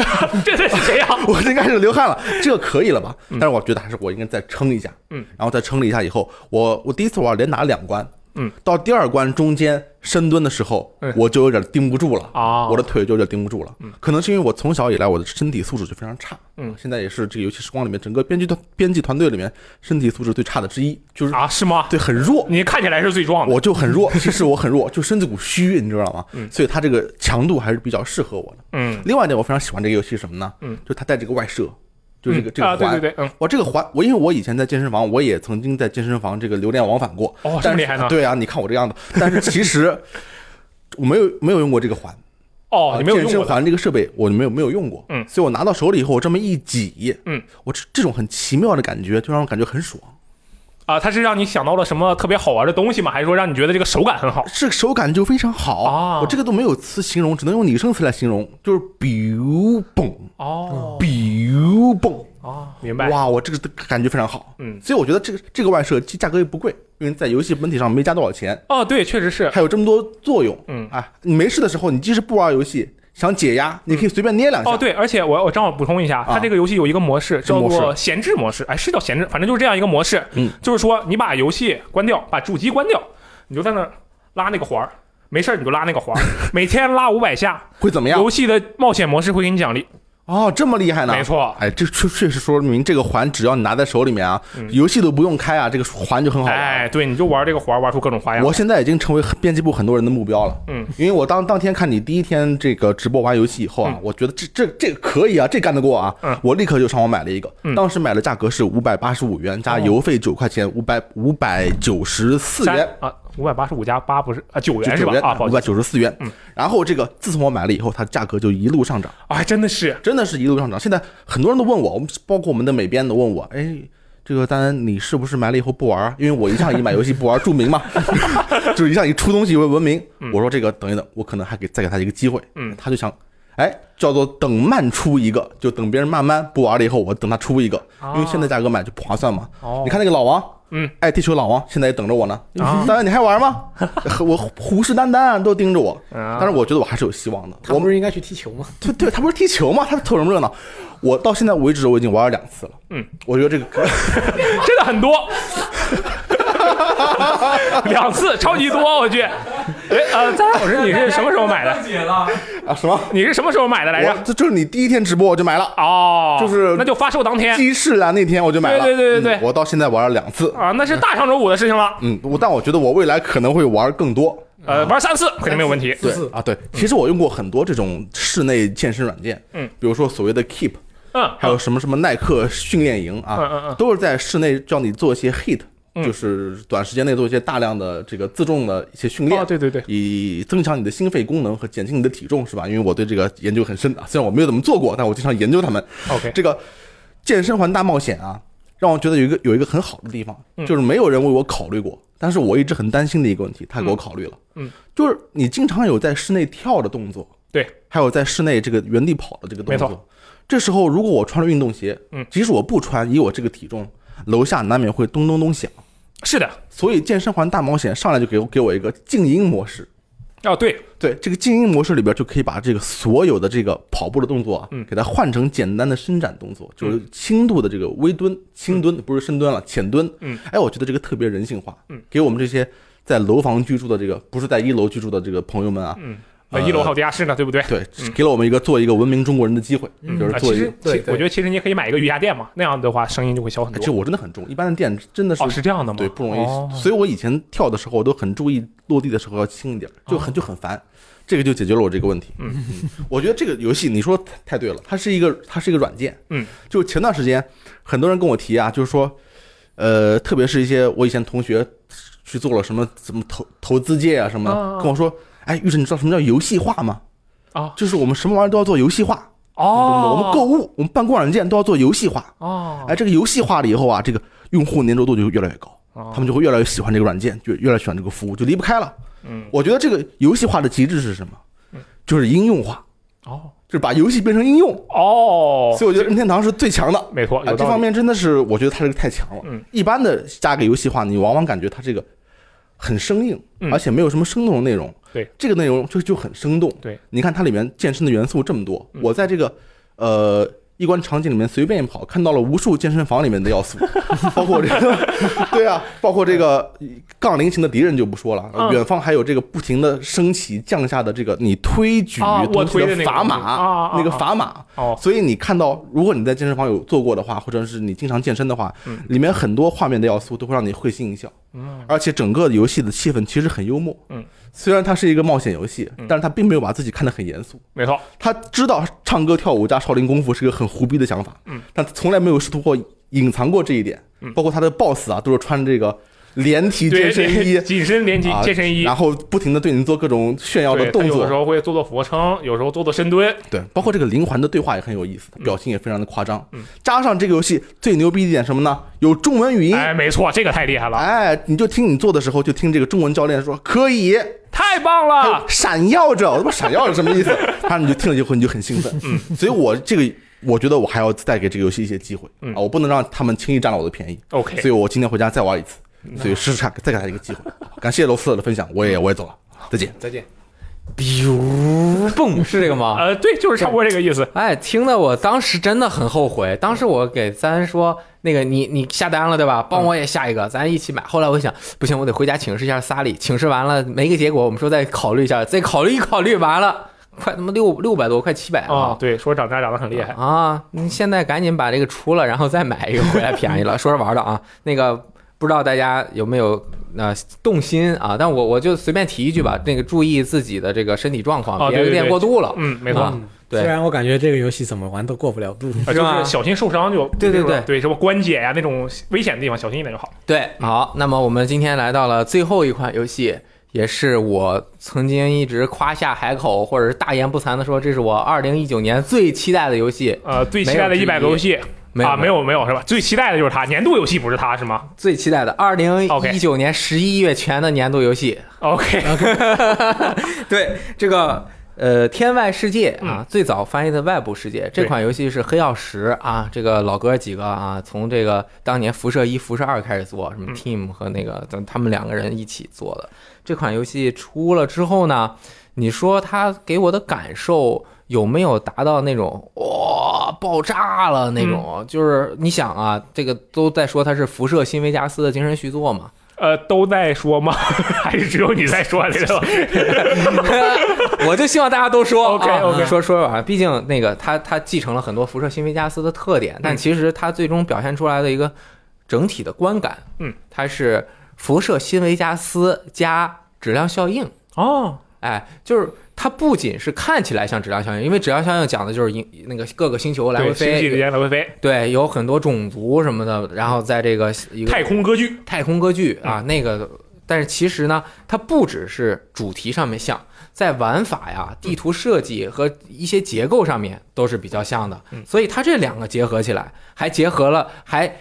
Speaker 3: 这这是谁呀？
Speaker 5: <laughs> 我就开始流汗了，这个可以了吧？但是我觉得还是我应该再撑一下，
Speaker 3: 嗯，
Speaker 5: 然后再撑了一下以后，我我第一次玩连打两关，
Speaker 3: 嗯，
Speaker 5: 到第二关中间深蹲的时候
Speaker 3: 嗯，
Speaker 5: 我就有点盯不住了。
Speaker 3: 啊，
Speaker 5: 我的腿就有点盯不住了，可能是因为我从小以来我的身体素质就非常差，
Speaker 3: 嗯
Speaker 5: 现在也是这个游戏时光里面整个编剧团编辑团队里面身体素质最差的之一，就是
Speaker 3: 啊是吗？
Speaker 5: 对很弱，
Speaker 3: 你看起来是最壮的，
Speaker 5: 我就很弱，其实我很弱，就身子骨虚，你知道吗？
Speaker 3: 嗯
Speaker 5: 所以它这个强度还是比较适合我的。
Speaker 3: 嗯
Speaker 5: 另外一点，我非常喜欢这个游戏是什么呢？
Speaker 3: 嗯，
Speaker 5: 就它带这个外设，就这个、
Speaker 3: 嗯
Speaker 5: 这个
Speaker 3: 啊，
Speaker 5: 环。
Speaker 3: 对对对，嗯，
Speaker 5: 我这个环，我因为我以前在健身房，我也曾经在健身房这个流连往返过。
Speaker 3: 哦，这么
Speaker 5: 但是
Speaker 3: 厉害呢？
Speaker 5: 对啊，你看我这样子，但是其实我没有没有用过这个环。
Speaker 3: 哦，
Speaker 5: 啊
Speaker 3: 你没有
Speaker 5: 健
Speaker 3: 用
Speaker 5: 身
Speaker 3: 过的
Speaker 5: 环这个设备，我没有没有用过。
Speaker 3: 嗯
Speaker 5: 所以我拿到手里以后，我这么一挤，
Speaker 3: 嗯，
Speaker 5: 我这这种很奇妙的感觉，就让我感觉很爽。
Speaker 3: 啊？它是让你想到了什么特别好玩的东西吗？还是说让你觉得这个手感很好？
Speaker 5: 这个手感就非常好
Speaker 3: 啊
Speaker 5: 我这个都没有词形容，只能用拟声词来形容，就是比如蹦，
Speaker 3: 哦
Speaker 5: 比如蹦，
Speaker 3: 哦，明白。
Speaker 5: 哇，我这个感觉非常好。
Speaker 3: 嗯，
Speaker 5: 所以我觉得这个这个外设其实价格也不贵，因为在游戏本体上没加多少钱，
Speaker 3: 哦，对，确实是。
Speaker 5: 还有这么多作用。
Speaker 3: 嗯
Speaker 5: 啊，你没事的时候，你即使不玩游戏，想解压，你可以随便捏两下。
Speaker 3: 哦，对，而且我我正好补充一下，它这个游戏有一个模式
Speaker 5: 什么
Speaker 3: 叫
Speaker 5: 啊模式
Speaker 3: 做闲置模式，哎，是叫闲置，反正就是这样一个模式。
Speaker 5: 嗯，
Speaker 3: 就是说你把游戏关掉，把主机关掉，你就在那儿拉那个环儿，没事儿你就拉那个
Speaker 5: <laughs>
Speaker 3: 环儿，每天拉五百下，
Speaker 5: 会怎么样
Speaker 3: 游？戏的冒险模式会给你奖励。
Speaker 5: 哦，这么厉害呢？
Speaker 3: 没。错，
Speaker 5: 哎，这确确实说明这个环，只要你拿在手里面啊，
Speaker 3: 嗯
Speaker 5: 游戏都不用开啊，这个环就很好玩。
Speaker 3: 哎，对，你就玩这个环儿，玩出各种花样。
Speaker 5: 我现在已经成为编辑部很多人的目标了。
Speaker 3: 嗯，
Speaker 5: 因为我当当天看你第一天这个直播玩游戏以后啊，
Speaker 3: 嗯
Speaker 5: 我觉得这这这个可以啊，这干得过啊。
Speaker 3: 嗯
Speaker 5: 我立刻就上网买了一个，
Speaker 3: 嗯
Speaker 5: 当时买的价格是五百八十五元加
Speaker 3: 哦
Speaker 5: 邮费九块钱，五百五百九十四
Speaker 3: 三
Speaker 5: 元。
Speaker 3: 啊，五百八十五加八不是啊九元
Speaker 5: 九
Speaker 3: 是吧
Speaker 5: 元？
Speaker 3: 啊，不
Speaker 5: 五
Speaker 3: 好
Speaker 5: 百
Speaker 3: 意思，
Speaker 5: 九十四元
Speaker 3: 嗯。
Speaker 5: 然后这个自从我买了以后，它价格就一路上涨，
Speaker 3: 哎，真的是
Speaker 5: 真的是一路上涨。现在很多人都问我，我们包括我们的美编都问我，哎。这个丹，你是不是买了以后不玩啊？因为我一向以买游戏不玩著名嘛， <laughs> 就是一向以出东西为闻名。我说这个等一等，我可能还给再给他一个机会。
Speaker 3: 嗯
Speaker 5: 他就想，哎，叫做等慢出一个，就等别人慢慢不玩了以后，我等他出一个，因为现在价格买就不划算嘛。
Speaker 3: 啊哦
Speaker 5: 你看那个老王，
Speaker 3: 嗯，
Speaker 5: 爱地球老王现在也等着我呢。
Speaker 3: 啊
Speaker 5: 丹丹，你还
Speaker 3: <laughs>
Speaker 5: 玩吗？我虎视眈眈啊都盯着我，
Speaker 3: 啊
Speaker 5: 但是我觉得我还是有希望的。
Speaker 2: 他
Speaker 5: 我
Speaker 2: 不
Speaker 5: 们
Speaker 2: 是应该去踢球吗？
Speaker 5: 对对，他不是踢球吗？他凑什么热闹？我到现在为止我已经玩了两次了。
Speaker 3: 嗯，
Speaker 5: 我觉得这个
Speaker 3: 真的很
Speaker 5: <laughs>
Speaker 3: 多，两次超级多，我去。哎呃，张老师，你是什么时候买的？
Speaker 1: 解了，
Speaker 5: 啊 <laughs> 什么？
Speaker 3: <laughs> 你是什么时候买的来
Speaker 5: 我
Speaker 3: 着？
Speaker 5: 这就是你第一天直播我就买了，
Speaker 3: 哦，
Speaker 5: 就是
Speaker 3: 那就发售当天
Speaker 5: 鸡翅啊那天我就买了。
Speaker 3: 对对对对
Speaker 5: 嗯
Speaker 3: 对
Speaker 5: 我到现在玩了两次。
Speaker 3: 啊，那是大上周五的事情了。
Speaker 5: 嗯，我但我觉得我未来可能会玩更多。
Speaker 3: 呃，玩三次肯定没有问题。
Speaker 5: 对
Speaker 2: 四
Speaker 5: 啊，对，其实我用过很多这种室内健身软件，
Speaker 3: 嗯，
Speaker 5: 比如说所谓的 Keep，
Speaker 3: 嗯，
Speaker 5: 还有什么什么耐克训练营啊，
Speaker 3: 嗯嗯嗯
Speaker 5: 都是在室内叫你做一些 HIT，、
Speaker 3: 嗯
Speaker 5: 就是短时间内做一些大量的这个自重的一些训练，
Speaker 3: 哦，对对对，
Speaker 5: 以增强你的心肺功能和减轻你的体重，是吧？因为我对这个研究很深啊，虽然我没有怎么做过，但我经常研究他们。
Speaker 3: OK
Speaker 5: 这个健身环大冒险啊，让我觉得有一个有一个很好的地方，
Speaker 3: 嗯
Speaker 5: 就是没有人为我考虑过，但是我一直很担心的一个问题，他给我考虑了。
Speaker 3: 嗯嗯
Speaker 5: 就是你经常有在室内跳的动作，
Speaker 3: 对，
Speaker 5: 还有在室内这个原地跑的这个动
Speaker 3: 没
Speaker 5: 作。这时候如果我穿了运动鞋，
Speaker 3: 嗯
Speaker 5: 即使我不穿，以我这个体重，楼下难免会咚咚咚响。
Speaker 3: 是的。
Speaker 5: 所以健身环大冒险上来就给我给我一个静音模式。
Speaker 3: 哦，对，
Speaker 5: 对，这个静音模式里边就可以把这个所有的这个跑步的动作啊，
Speaker 3: 嗯
Speaker 5: 给它换成简单的伸展动作，就是轻度的这个微蹲、轻蹲，不是深蹲了，浅蹲。
Speaker 3: 嗯，
Speaker 5: 哎，我觉得这个特别人性化，
Speaker 3: 嗯，
Speaker 5: 给我们这些在楼房居住的这个不是在一楼居住的这个朋友们啊，
Speaker 3: 嗯，那一楼还有地下室呢，对不对？
Speaker 5: 对
Speaker 3: 嗯，
Speaker 5: 给了我们一个做一个文明中国人的机会，
Speaker 4: 嗯
Speaker 5: 就是
Speaker 3: 啊，
Speaker 5: 做
Speaker 3: 其
Speaker 5: 一个
Speaker 3: 实，
Speaker 1: 对
Speaker 3: 其
Speaker 1: 对
Speaker 3: 我觉得其实你也可以买一个瑜伽垫嘛，那样的话声音就会小很
Speaker 5: 哎这
Speaker 3: 多。
Speaker 5: 我真的很重，一般的店真的是
Speaker 3: 哦，是这样的吗？
Speaker 5: 对，不容
Speaker 3: 哦
Speaker 5: 易。所以我以前跳的时候，我都很注意落地的时候要轻一点，就很就很烦。这个就解决了我这个问题。
Speaker 3: 哦嗯
Speaker 5: 嗯，我觉得这个游戏你说太太对了，它是一个它是一个软件。
Speaker 3: 嗯，
Speaker 5: 就前段时间很多人跟我提啊，就是说，呃，特别是一些我以前同学去做了什么什么投投资界啊什么
Speaker 3: 啊啊
Speaker 5: 的，跟我说，哎，玉成，你知道什么叫游戏化吗？
Speaker 3: 啊
Speaker 5: 就是我们什么玩意儿都要做游戏化，
Speaker 3: 哦，
Speaker 5: 我们购物，我们办公软件都要做游戏化。
Speaker 3: 哦，
Speaker 5: 哎，这个游戏化了以后啊，这个用户粘着度就越来越高，
Speaker 3: 哦
Speaker 5: 他们就会越来越喜欢这个软件，就越来越喜欢这个服务，就离不开了。
Speaker 3: 嗯
Speaker 5: 我觉得这个游戏化的极致是什么
Speaker 3: 嗯？
Speaker 5: 就是应用化，
Speaker 3: 哦
Speaker 5: 就是把游戏变成应用。
Speaker 3: 哦，
Speaker 5: 所以我觉得任天堂是最强的，
Speaker 3: 没错，
Speaker 5: 哎，
Speaker 3: 有
Speaker 5: 这
Speaker 3: 道
Speaker 5: 方
Speaker 3: 理。
Speaker 5: 面真的是我觉得它这个太强了。
Speaker 3: 嗯，
Speaker 5: 一般的加个游戏化，你往往感觉它这个很生硬，
Speaker 3: 嗯
Speaker 5: 而且没有什么生动的内容。
Speaker 3: 对，
Speaker 5: 这个内容就就很生动。
Speaker 3: 对，
Speaker 5: 你看它里面健身的元素这么多，
Speaker 3: 嗯
Speaker 5: 我在这个呃。一关场景里面随便一跑，看到了无数健身房里面的要素， <laughs> 包括这个， <laughs> 对啊，包括这个杠铃型的敌人就不说了，
Speaker 3: 嗯
Speaker 5: 远方还有这个不停的升起降下的这个你推举
Speaker 3: 啊我
Speaker 5: 东西
Speaker 3: 推的那个
Speaker 5: 砝码，
Speaker 3: 啊啊啊
Speaker 5: 那个砝码，
Speaker 3: 哦，
Speaker 5: 所以你看到，如果你在健身房有做过的话，或者是你经常健身的话，
Speaker 3: 嗯
Speaker 5: 里面很多画面的要素都会让你会心一笑，
Speaker 3: 嗯
Speaker 5: 而且整个游戏的气氛其实很幽默。
Speaker 3: 嗯，
Speaker 5: 虽然它是一个冒险游戏
Speaker 3: 嗯，
Speaker 5: 但是它并没有把自己看得很严肃。
Speaker 3: 没错，
Speaker 5: 他知道唱歌跳舞加少林功夫是个很胡逼的想法，
Speaker 3: 嗯，
Speaker 5: 但他从来没有试图过隐藏过这一点
Speaker 3: 嗯。
Speaker 5: 包括他的 BOSS 啊，都是穿这个连体
Speaker 3: 对
Speaker 5: 健身衣
Speaker 3: 对，紧身连体
Speaker 5: 啊
Speaker 3: 健身衣，
Speaker 5: 然后不停的对你做各种炫耀
Speaker 3: 对，
Speaker 5: 的
Speaker 3: 他
Speaker 5: 动
Speaker 3: 有的时
Speaker 5: 作。
Speaker 3: 候会做做俯卧撑，有时候做做深蹲，
Speaker 5: 对，包括这个灵环的对话也很有意思，表情也非常的夸张。
Speaker 3: 嗯，
Speaker 5: 加上这个游戏最牛逼的一点什么呢？有中文语音。
Speaker 3: 哎，没错，这个太厉害了，
Speaker 5: 哎，你就听你做的时候，就听这个中文教练说可
Speaker 3: 啊
Speaker 5: 以，
Speaker 3: 太棒
Speaker 5: 还
Speaker 3: 了
Speaker 5: 有，闪耀着，我他妈闪耀着什么意思？然后你就听了以后你就很兴奋。嗯，所以我这个我觉得我还要再给这个游戏一些机会、
Speaker 3: 嗯
Speaker 5: 啊，我不能让他们轻易占了我的便宜。
Speaker 3: OK 嗯
Speaker 5: 所以我今天回家再玩一次，所以试试看，再给他一个机会。感谢罗斯特的分享，我也我也走了，再见。
Speaker 1: 再见。biu 蹦是这个吗？
Speaker 3: 呃，对，就是差不多这个意思。
Speaker 1: 哎，听得我当时真的很后悔。当时我给咱说，那个你你下单了对
Speaker 3: 嗯
Speaker 1: 吧？帮我也下一个，咱一起买。后来我想，不行，我得回家请示一下萨利。请示完了没个结果，我们说再考虑一下，再考虑一考虑，完了快他妈六六百多，快七百
Speaker 3: 啊，！对，说涨价涨得很厉害，
Speaker 1: 啊！你现在赶紧把这个出了，然后再买一个回来便宜
Speaker 3: <laughs>
Speaker 1: 了。说着玩儿的啊，那个不知道大家有没有呃动心啊？但我我就随便提一句吧，那个注意自己的这个身体状况，
Speaker 3: 啊对
Speaker 1: 别有
Speaker 3: 对
Speaker 1: 点
Speaker 3: 对
Speaker 1: 过度了。
Speaker 3: 嗯，没错，
Speaker 1: 啊
Speaker 3: 啊
Speaker 2: 嗯
Speaker 1: 对
Speaker 2: 虽然我感觉这个游戏怎么玩都过不了度，
Speaker 3: 就是
Speaker 1: 吧
Speaker 3: 是小心受伤就
Speaker 1: 对对对
Speaker 3: 对，什么关节呀那种危险的地方小心一点就好。
Speaker 1: 对，好，那么我们今天来到了最后一款游戏，也是我曾经一直夸下海口，或者是大言不惭的说，这是我二零一九年最期待的游戏，
Speaker 3: 呃，最期待
Speaker 1: 没有
Speaker 3: 的
Speaker 1: 之一
Speaker 3: 一百个游戏
Speaker 1: 没有
Speaker 3: 啊，没有没有是吧？最期待的就是它，年度游戏不是它是吗
Speaker 1: 最期待的二零一九
Speaker 3: OK
Speaker 1: 年十一月全的年度游戏。
Speaker 3: ？OK，
Speaker 1: <laughs> 对，这个。呃，天外世界啊，最早翻译的外部世界这
Speaker 3: 嗯对
Speaker 1: 款游戏是黑曜石啊，这个老哥几个啊，从这个当年辐射一、辐射二开始做，什么
Speaker 3: 嗯
Speaker 1: Team 和那个咱他们两个人一起做的。这款游戏出了之后呢，你说它给我的感受有没有达到那种哇、爆炸了
Speaker 3: 嗯
Speaker 1: 那种？就是你想啊，这个都在说它是辐射新维加斯的精神续作嘛，
Speaker 3: 呃，都在说吗？ <laughs> 还是只有你在说这个？
Speaker 1: <laughs> 我就希望大家都说
Speaker 3: OK，OK
Speaker 1: 啊、说说完，毕竟那个它它继承了很多辐射新维加斯的特
Speaker 3: 嗯
Speaker 1: 点，但其实它最终表现出来的一个整体的观感，
Speaker 3: 嗯，
Speaker 1: 它是辐射新维加斯加质量效应，
Speaker 3: 哦，
Speaker 1: 哎，就是。它不仅是看起来像质量效应，因为质量效应讲的就是因那个各个星球来回
Speaker 3: 对，星际之
Speaker 1: 飞，
Speaker 3: 间来回飞，
Speaker 1: 对，有很多种族什么的，然后在这个一个
Speaker 3: 太空歌剧，
Speaker 1: 太空歌剧啊，那个，但是其实呢，它不只是主题上面像，在玩法呀、地图设计和一些结构上面都是比较像的
Speaker 3: 嗯，
Speaker 1: 所以它这两个结合起来，还结合了还。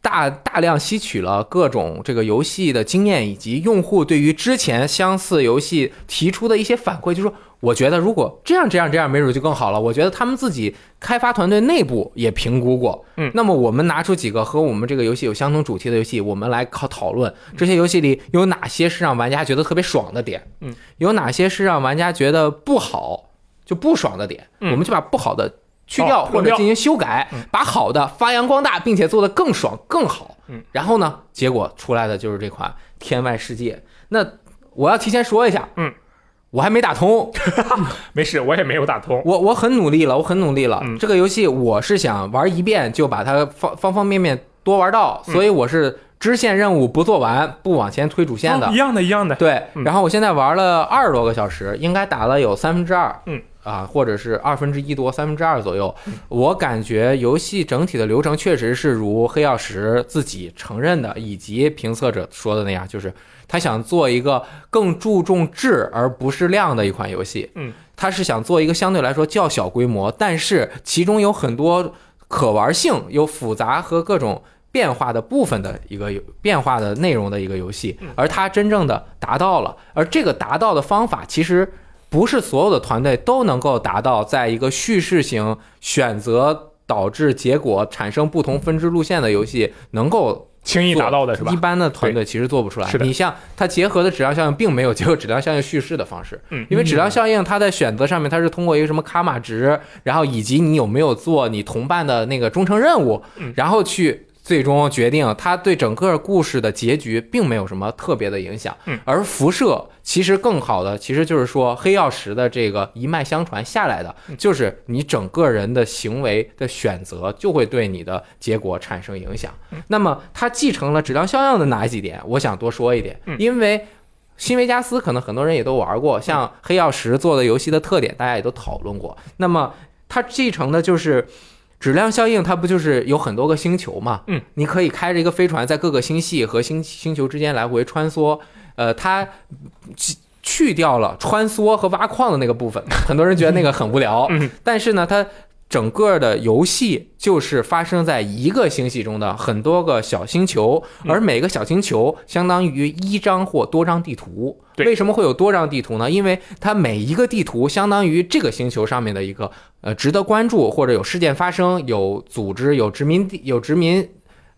Speaker 1: 大大量吸取了各种这个游戏的经验，以及用户对于之前相似游戏提出的一些反馈，就说我觉得如果这样这样这样，没准就更好了。我觉得他们自己开发团队内部也评估过，
Speaker 3: 嗯
Speaker 1: 那么我们拿出几个和我们这个游戏有相同主题的游戏，我们来考讨论
Speaker 3: 嗯
Speaker 1: 这些游戏里有哪些是让玩家觉得特别爽的点，
Speaker 3: 嗯，
Speaker 1: 有哪些是让玩家觉得不好就不爽的点，
Speaker 3: 嗯
Speaker 1: 我们就把不好的去掉
Speaker 3: 哦嗯
Speaker 1: 或
Speaker 3: 论
Speaker 1: 者
Speaker 3: 调
Speaker 1: 进行修改，把好的发扬光大，并且做得更爽更好。
Speaker 3: 嗯，
Speaker 1: 然后呢，结果出来的就是这款《天外世界》。那我要提前说一下，
Speaker 3: 嗯，
Speaker 1: 我还没打通，
Speaker 3: 没事，我也没有打通。
Speaker 1: 我我很努力了，我很努力了。
Speaker 3: 嗯
Speaker 1: 这个游戏我是想玩一遍就把它方方方面面多玩到，所以我是支线任务不做完，不往前推主线的。
Speaker 3: 哦一样的，一样的。
Speaker 1: 对，
Speaker 3: 嗯
Speaker 1: 然后我现在玩了二十多个小时，应该打了有三分之二，
Speaker 3: 嗯
Speaker 1: 啊，或者是二分之一多，三分之二左右。我感觉游戏整体的流程确实是如黑曜石自己承认的，以及评测者说的那样，就是他想做一个更注重质而不是量的一款游戏。
Speaker 3: 嗯，
Speaker 1: 他是想做一个相对来说较小规模，但是其中有很多可玩性、有复杂和各种变化的部分的一个游变化的内容的一个游戏
Speaker 3: 嗯，
Speaker 1: 而它真正的达到了，而这个达到的方法其实。不是所有的团队都能够达到，在一个叙事型选择导致结果产生不同分支路线的游戏能够
Speaker 3: 轻易达到的是吧哦
Speaker 1: 一？般的团队其实做不出来。
Speaker 3: 是的
Speaker 1: 你像它结合的质量效应，并没有结合质量效应叙事的方式，
Speaker 3: 嗯
Speaker 1: 因为质量效应它在选择上面，它是通过一个什么卡码值，然后以及你有没有做你同伴的那个忠诚任务
Speaker 3: 嗯，
Speaker 1: 然后去。最终决定，它对整个故事的结局并没有什么特别的影响。
Speaker 3: 嗯
Speaker 1: 而辐射其实更好的，其实就是说黑曜石的这个一脉相传下来的，
Speaker 3: 嗯
Speaker 1: 就是你整个人的行为的选择就会对你的结果产生影响。那么它继承了质量效应的哪几点？我想多说一点
Speaker 3: 嗯，
Speaker 1: 因为新维加斯可能很多人也都玩过，
Speaker 3: 嗯
Speaker 1: 像黑曜石做的游戏的特点，大家也都讨论过。那么它继承的就是。质量效应，它不就是有很多个星球嘛？
Speaker 3: 嗯，
Speaker 1: 你可以开着一个飞船，在各个星系和星星球之间来回穿梭。呃，它去去掉了穿梭和挖矿的那个部分，很多人觉得那个很无聊。
Speaker 3: 嗯
Speaker 1: 但是呢，它整个的游戏就是发生在一个星系中的很多个小星球，
Speaker 3: 嗯
Speaker 1: 而每个小星球相当于一张或多张地图。
Speaker 3: 对
Speaker 1: 为什么会有多张地图呢？因为它每一个地图相当于这个星球上面的一个呃值得关注或者有事件发生、有组织、有殖民地、有殖民。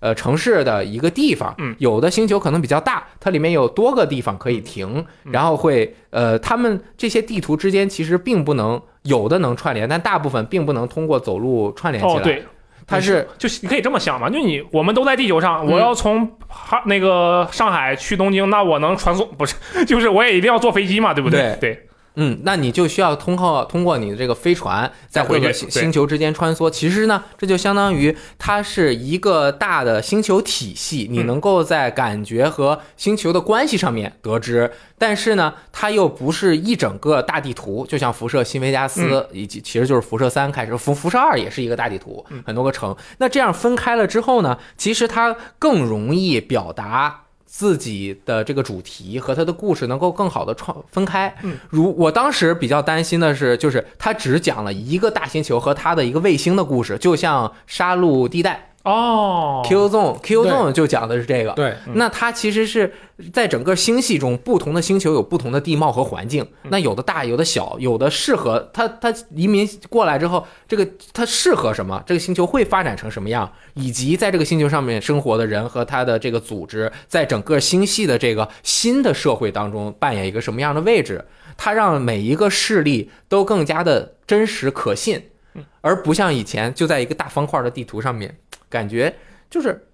Speaker 1: 呃，城市的一个地方，
Speaker 3: 嗯
Speaker 1: 有的星球可能比较大，它里面有多个地方可以停，
Speaker 3: 嗯
Speaker 1: 然后会呃，他们这些地图之间其实并不能有的能串联，但大部分并不能通过走路串联起来。
Speaker 3: 哦，对，
Speaker 1: 它是
Speaker 3: 就是你可以这么想嘛，就你我们都在地球上，
Speaker 1: 嗯
Speaker 3: 我要从哈那个上海去东京，那我能传送不是， <laughs> 就是我也一定要坐飞机嘛，对不对？对，
Speaker 1: 嗯，那你就需要通过通过你的这个飞船，在各
Speaker 3: 回
Speaker 1: 个
Speaker 3: 去
Speaker 1: 星
Speaker 3: 对
Speaker 1: 星球之间穿梭。其实呢，这就相当于它是一个大的星球体系，你
Speaker 3: 嗯
Speaker 1: 能够在感觉和星球的关系上面得知。但是呢，它又不是一整个大地图，就像辐射、新维加斯以及其实就是辐射三开始，辐辐射二也是一个大地图
Speaker 3: 嗯，
Speaker 1: 很多个城。那这样分开了之后呢，其实它更容易表达。自己的这个主题和它的故事能够更好的创分开，如我当时比较担心的是，就是他只讲了一个大星球和他的一个卫星的故事，就像《杀戮地带
Speaker 3: 哦》
Speaker 1: Q Zone Q Zone 就讲的是这个。
Speaker 2: 对，
Speaker 3: 嗯
Speaker 1: 那它其实是在整个星系中，不同的星球有不同的地貌和环境。
Speaker 3: 嗯
Speaker 1: 那有的大，有的小，有的适合它。它移民过来之后，这个它适合什么？这个星球会发展成什么样？以及在这个星球上面生活的人和他的这个组织，在整个星系的这个新的社会当中扮演一个什么样的位置？它让每一个势力都更加的真实可信，
Speaker 3: 嗯
Speaker 1: 而不像以前就在一个大方块的地图上面，感觉就是。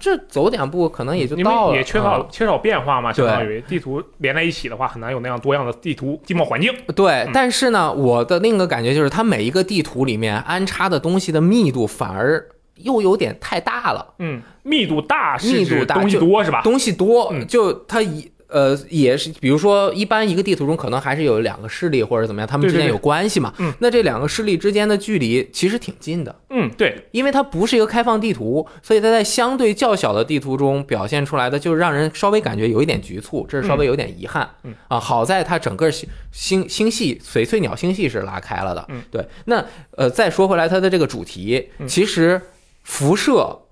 Speaker 1: 这走两步可能也就
Speaker 3: 因
Speaker 1: 到了，
Speaker 3: 为也缺少
Speaker 1: 嗯
Speaker 3: 缺少变化嘛，
Speaker 1: 对
Speaker 3: 相当于地图连在一起的话，很难有那样多样的地图地貌环境。
Speaker 1: 对
Speaker 3: 嗯，
Speaker 1: 但是呢，我的另一个感觉就是，它每一个地图里面安插的东西的密度反而又有点太大了，
Speaker 3: 嗯，密度大是
Speaker 1: 密度
Speaker 3: 指
Speaker 1: 大
Speaker 3: 东西
Speaker 1: 就
Speaker 3: 多是吧？
Speaker 1: 东西多
Speaker 3: 嗯，
Speaker 1: 就它一。呃，也是，比如说，一般一个地图中可能还是有两个势力或者怎么样，他们
Speaker 3: 对
Speaker 1: 之间
Speaker 3: 对对
Speaker 1: 有关系嘛。
Speaker 3: 嗯
Speaker 1: 那这两个势力之间的距离其实挺近的，
Speaker 3: 嗯，对，
Speaker 1: 因为它不是一个开放地图，所以它在相对较小的地图中表现出来的，就让人稍微感觉有一点局促，这是稍微有点遗憾。
Speaker 3: 嗯嗯
Speaker 1: 啊，好在它整个星星星系翡翠鸟星系是拉开了的。
Speaker 3: 嗯，
Speaker 1: 对。那呃，再说回来，它的这个主题
Speaker 3: 嗯
Speaker 1: 其实辐射。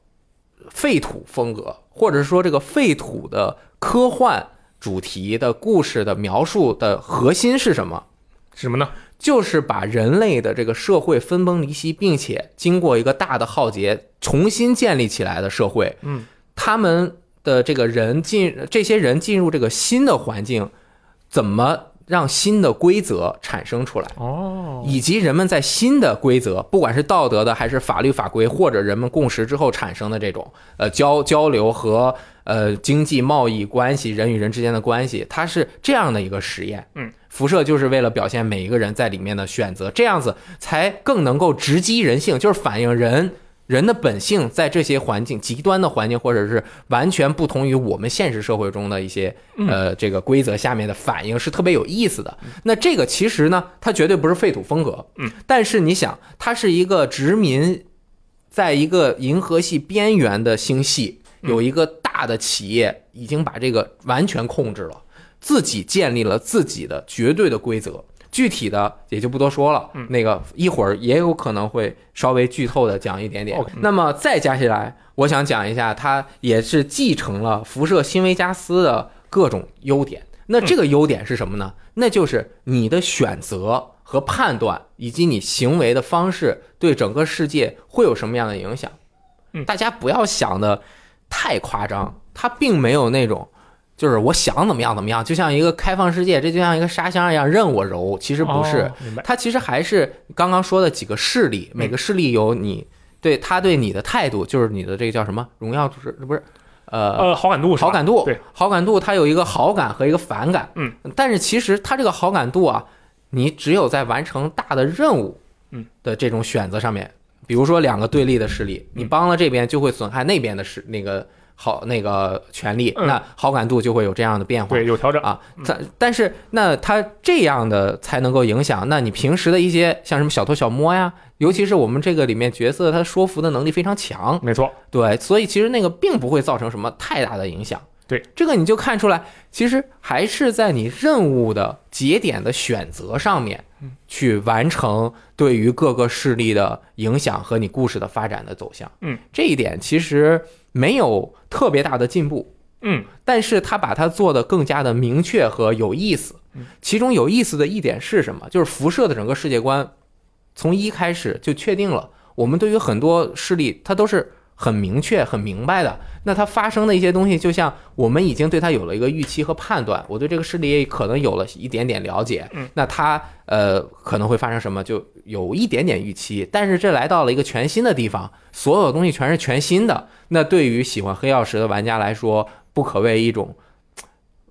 Speaker 1: 废土风格，或者说这个废土的科幻主题的故事的描述的核心是什么？
Speaker 3: 什么呢？
Speaker 1: 就是把人类的这个社会分崩离析，并且经过一个大的浩劫重新建立起来的社会。
Speaker 3: 嗯，
Speaker 1: 他们的这个人进，这些人进入这个新的环境，怎么让新的规则产生出来？
Speaker 3: 哦，
Speaker 1: 以及人们在新的规则，不管是道德的还是法律法规，或者人们共识之后产生的这种呃交交流和呃经济贸易关系、人与人之间的关系，它是这样的一个实验。
Speaker 3: 嗯，
Speaker 1: 辐射就是为了表现每一个人在里面的选择，这样子才更能够直击人性，就是反映人。人的本性在这些环境、极端的环境，或者是完全不同于我们现实社会中的一些
Speaker 3: 嗯
Speaker 1: 呃这个规则下面的反应，是特别有意思的。那这个其实呢，它绝对不是废土风格，
Speaker 3: 嗯，
Speaker 1: 但是你想，它是一个殖民，在一个银河系边缘的星系，
Speaker 3: 嗯
Speaker 1: 有一个大的企业已经把这个完全控制了，自己建立了自己的绝对的规则。具体的也就不多说了，
Speaker 3: 嗯
Speaker 1: 那个一会儿也有可能会稍微剧透的讲一点点。
Speaker 3: OK
Speaker 1: 那么再加起来，我想讲一下，它也是继承了辐射新维加斯的各种优点。那这个优点是什么呢？
Speaker 3: 嗯
Speaker 1: 那就是你的选择和判断，以及你行为的方式对整个世界会有什么样的影响。
Speaker 3: 嗯
Speaker 1: 大家不要想的太夸张，它并没有那种。就是我想怎么样怎么样，就像一个开放世界，这就像一个沙箱一样任我揉，其实不是，
Speaker 3: 哦，明白。
Speaker 1: 它其实还是刚刚说的几个势力，每个势力有你对他对你的态度，就是你的这个叫什么荣耀值，不是，呃。
Speaker 3: 呃，好感度是吧
Speaker 1: 好感度，
Speaker 3: 对，
Speaker 1: 好感度，它有一个好感和一个反感，
Speaker 3: 嗯，
Speaker 1: 但是其实它这个好感度啊，你只有在完成大的任务，
Speaker 3: 嗯
Speaker 1: 的这种选择上面，比如说两个对立的势
Speaker 3: 嗯
Speaker 1: 力，你帮了这边就会损害那边的势那个好那个权利，
Speaker 3: 嗯
Speaker 1: 那好感度就会有这样的变化，
Speaker 3: 对有嗯调整。
Speaker 1: 啊，但但是那他这样的才能够影响，那你平时的一些像什么小偷小摸呀，尤其是我们这个里面角色，他说服的能力非常强，
Speaker 3: 没错，
Speaker 1: 对，所以其实那个并不会造成什么太大的影响。
Speaker 3: 对，
Speaker 1: 这个你就看出来，其实还是在你任务的节点的选择上面，去完成对于各个势力的影响和你故事的发展的走向。
Speaker 3: 嗯，
Speaker 1: 这一点其实没有特别大的进步。
Speaker 3: 嗯，
Speaker 1: 但是他把它做得更加的明确和有意思
Speaker 3: 嗯。
Speaker 1: 其中有意思的一点是什么？就是辐射的整个世界观，从一开始就确定了，我们对于很多势力，它都是很明确、很明白的。那它发生的一些东西，就像我们已经对它有了一个预期和判断，我对这个势力也可能有了一点点了解。
Speaker 3: 嗯，
Speaker 1: 那它呃可能会发生什么，就有一点点预期。但是这来到了一个全新的地方，所有东西全是全新的。那对于喜欢黑曜石的玩家来说，不可谓一种嘖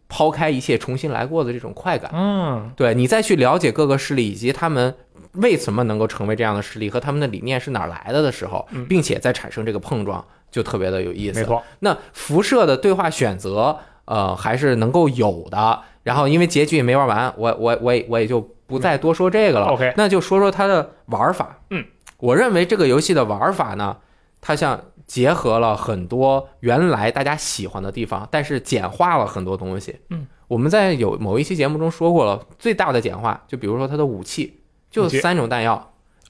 Speaker 1: 抛开一切重新来过的这种快感。
Speaker 3: 嗯，
Speaker 1: 对你再去了解各个势力以及他们为什么能够成为这样的势力和他们的理念是哪儿来的的时候
Speaker 3: 嗯，
Speaker 1: 并且再产生这个碰撞，就特别的有意
Speaker 3: 没
Speaker 1: 思。
Speaker 3: 错，
Speaker 1: 那辐射的对话选择，呃，还是能够有的。然后因为结局也没玩完，我我我也我也就不再多说这个了。
Speaker 3: 嗯，OK
Speaker 1: 那就说说它的玩法。
Speaker 3: 嗯，
Speaker 1: 我认为这个游戏的玩法呢，它像结合了很多原来大家喜欢的地方，但是简化了很多东西。
Speaker 3: 嗯，
Speaker 1: 我们在有某一期节目中说过了，最大的简化，就比如说它的武器，就
Speaker 3: 武器
Speaker 1: 三种弹药。
Speaker 3: 啊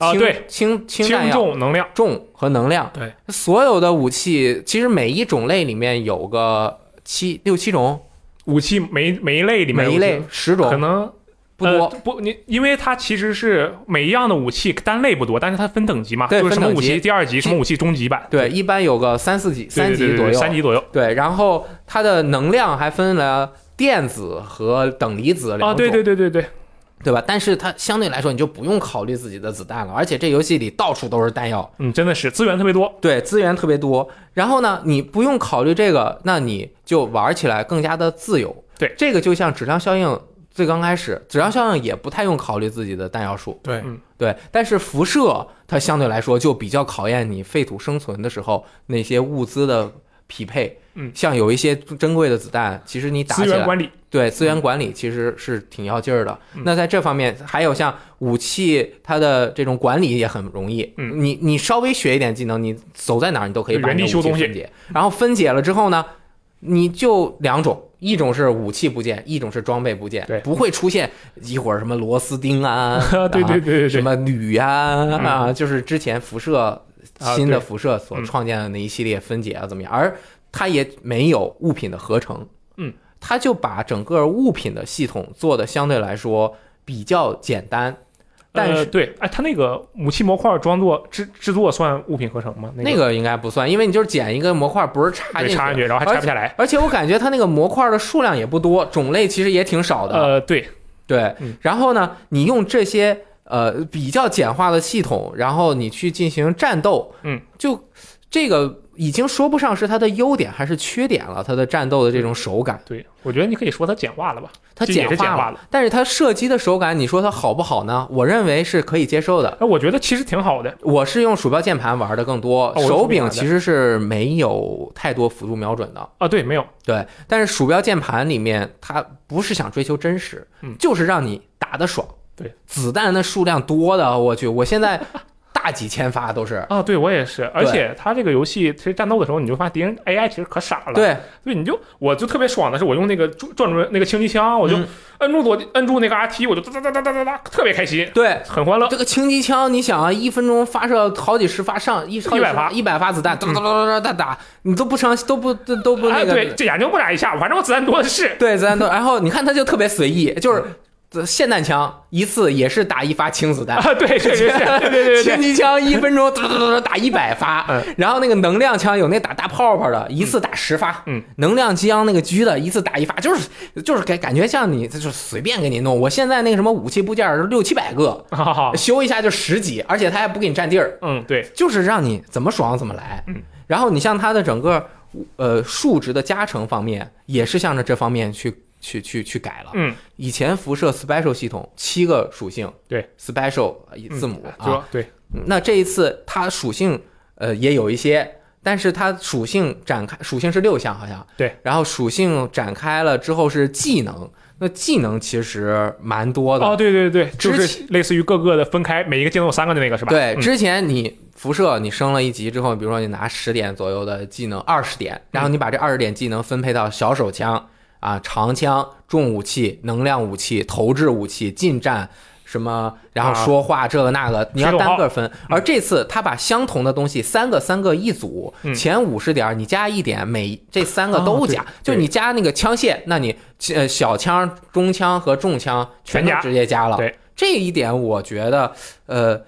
Speaker 1: 轻
Speaker 3: 对，
Speaker 1: 轻轻弹
Speaker 3: 轻
Speaker 1: 药，
Speaker 3: 重能量，
Speaker 1: 重和能量。
Speaker 3: 对，
Speaker 1: 所有的武器其实每一种类里面有个七六七种，
Speaker 3: 武器每每一类里面
Speaker 1: 每一
Speaker 3: 有
Speaker 1: 类十
Speaker 3: 可
Speaker 1: 种
Speaker 3: 能
Speaker 1: 不多。
Speaker 3: 呃不，你因为它其实是每一样的武器单类不多，但是它分等级嘛，
Speaker 1: 对
Speaker 3: 就是什么
Speaker 1: 分等
Speaker 3: 武
Speaker 1: 级
Speaker 3: 器第二级，什么武器中级版，
Speaker 1: 对，一般有个三四级、
Speaker 3: 对，
Speaker 1: 三
Speaker 3: 对
Speaker 1: 级
Speaker 3: 对对
Speaker 1: 左右。
Speaker 3: 三级左右
Speaker 1: 对，然后它的能量还分了电子和等离子两种，
Speaker 3: 啊，对对对对对，
Speaker 1: 对吧？但是它相对来说，你就不用考虑自己的子弹了，而且这游戏里到处都是弹药，
Speaker 3: 嗯，真的是资源特别多，
Speaker 1: 对，资源特别多。然后呢，你不用考虑这个，那你就玩起来更加的自由。
Speaker 3: 对，
Speaker 1: 这个就像质量效应最刚开始，质量效应也不太用考虑自己的弹药数。
Speaker 2: 对
Speaker 3: 嗯
Speaker 1: 对，但是辐射它相对来说就比较考验你废土生存的时候那些物资的匹配。
Speaker 3: 嗯
Speaker 1: 像有一些珍贵的子弹，其实你打起
Speaker 3: 资
Speaker 1: 来
Speaker 3: 源管理，
Speaker 1: 对资源管理其实是挺要劲儿的。
Speaker 3: 嗯
Speaker 1: 那在这方面，还有像武器它的这种管理也很容易。
Speaker 3: 嗯
Speaker 1: 你你稍微学一点技能，你走在哪儿你都可以把
Speaker 3: 原地
Speaker 1: 你的武
Speaker 3: 修
Speaker 1: 器
Speaker 3: 东西
Speaker 1: 分解。然后分解了之后呢，你就两种。一种是武器部件，一种是装备部件
Speaker 3: 对，
Speaker 1: 不会出现一会儿 <laughs> 什么螺丝钉啊
Speaker 3: <laughs> ，对对对对
Speaker 1: 什
Speaker 3: 对，
Speaker 1: 么铝呀啊
Speaker 3: 嗯
Speaker 1: 就是之前辐射
Speaker 3: 啊
Speaker 1: 新的
Speaker 3: 对
Speaker 1: 辐射所
Speaker 3: 嗯
Speaker 1: 创建的那一系列分解啊怎么样，而它也没有物品的合成，
Speaker 3: 嗯，
Speaker 1: 它就把整个物品的系统做的相对来说比较简单，但
Speaker 3: 呃
Speaker 1: 是
Speaker 3: 对，哎，它那个武器模块装作制制作算物品合成吗？
Speaker 1: 那
Speaker 3: 个
Speaker 1: 个应该不算，因为你就是捡一个模块，不是插
Speaker 3: 对
Speaker 1: 进
Speaker 3: 插进去，然后还
Speaker 1: 而
Speaker 3: 插不下来。
Speaker 1: 而且我感觉它那个模块的数量也不多，种类其实也挺少的。
Speaker 3: 呃，对，
Speaker 1: 对
Speaker 3: 嗯，
Speaker 1: 然后呢，你用这些呃比较简化的系统，然后你去进行战斗，
Speaker 3: 嗯，
Speaker 1: 就这个已经说不上是它的优点还是缺点了，它的战斗的这种手感，
Speaker 3: 对，我觉得你可以说它简化了吧，
Speaker 1: 它
Speaker 3: 这也
Speaker 1: 简
Speaker 3: 是
Speaker 1: 化
Speaker 3: 简
Speaker 1: 了，
Speaker 3: 化了。
Speaker 1: 但是它射击的手感，你说它好不好呢？我认为是可以接受的。
Speaker 3: 哎，我觉得其实挺好的。
Speaker 1: 我是用鼠标键盘玩的更多，
Speaker 3: 哦我是
Speaker 1: 手
Speaker 3: 这么
Speaker 1: 柄
Speaker 3: 玩的
Speaker 1: 其实是没有太多辅助瞄准的。
Speaker 3: 啊，对，没有，
Speaker 1: 对，但是鼠标键盘里面它不是想追求真实，
Speaker 3: 嗯
Speaker 1: 就是让你打得爽。
Speaker 3: 对，
Speaker 1: 子弹的数量多的，我去，我现在大几千发都是。
Speaker 3: 啊，对我也是，而且它这个游戏其实战斗的时候，你就发现敌人 AI 其实可傻了。，
Speaker 1: 对，
Speaker 3: 对，你就我就特别爽的是，我用那个转转转那个轻机枪，我就
Speaker 1: 嗯
Speaker 3: 摁住左摁住那个 RT，我就哒哒哒哒哒哒哒，特别开心，
Speaker 1: 对，
Speaker 3: 很欢乐。
Speaker 1: 这个轻机枪，你想啊，一分钟发射好几十发上一
Speaker 3: 100发嗯
Speaker 1: 一百发子弹，哒哒哒哒哒哒，你都不伤，都不都都不
Speaker 3: 哎，
Speaker 1: 那个。
Speaker 3: 对，这眼睛不眨一下，反正我子弹多的是。
Speaker 1: 对，子弹多。然后你看他就特别随意，就是
Speaker 3: 嗯
Speaker 1: 呃霰弹枪一次也是打一发轻子弹。
Speaker 3: 啊，对，确实是，
Speaker 1: <laughs>
Speaker 3: 对对对对
Speaker 1: 轻机枪一分钟哒哒哒哒打一百发
Speaker 3: 嗯，
Speaker 1: 然后那个能量枪有那打大泡泡的，一次打十发。
Speaker 3: 嗯，
Speaker 1: 能量枪那个狙的，一次打一发，就是就是感感觉像你就是随便给你弄。我现在那个什么武器部件儿六七百个，
Speaker 3: 对，好好，
Speaker 1: 修一下就十几，而且它还不给你占地儿，
Speaker 3: 嗯，对，
Speaker 1: 就是让你怎么爽怎么来。
Speaker 3: 嗯，
Speaker 1: 然后你像它的整个呃数值的加成方面，也是向着这方面去去去去改了。
Speaker 3: 嗯，
Speaker 1: 以前辐射 special 系统七个属性，
Speaker 3: 对嗯
Speaker 1: special 呃字母、啊，
Speaker 3: 就对，
Speaker 1: 那这一次它属性呃也有一些，但是它属性展开属性是六项好像
Speaker 3: 对，
Speaker 1: 然后属性展开了之后是技能，那技能其实蛮多的。
Speaker 3: 哦，对对对，就
Speaker 1: 之
Speaker 3: 是
Speaker 1: 前
Speaker 3: 类似于各个的分开，每一个技能有三个的那个是吧？
Speaker 1: 对，
Speaker 3: 嗯
Speaker 1: 之前你辐射你升了一级之后，比如说你拿十点左右的技能，二十
Speaker 3: 嗯
Speaker 1: 点，然后你把这二十点技能分配到小手枪啊、长枪、重武器、能量武器、投掷武器、近战。什么？然后
Speaker 3: 啊
Speaker 1: 说话这个那个，你要
Speaker 3: 手
Speaker 1: 单
Speaker 3: 号嗯
Speaker 1: 个分。而这次他把相同的东西三个三个一组，
Speaker 3: 嗯
Speaker 1: 前五十点你加一点，每这三个都
Speaker 3: 哦对
Speaker 1: 加。就
Speaker 3: 对
Speaker 1: 你加那个枪械，那你呃小枪、中枪和重枪全
Speaker 3: 全
Speaker 1: 都
Speaker 3: 加
Speaker 1: 直接加了。
Speaker 3: 对
Speaker 1: 这一点，我觉得呃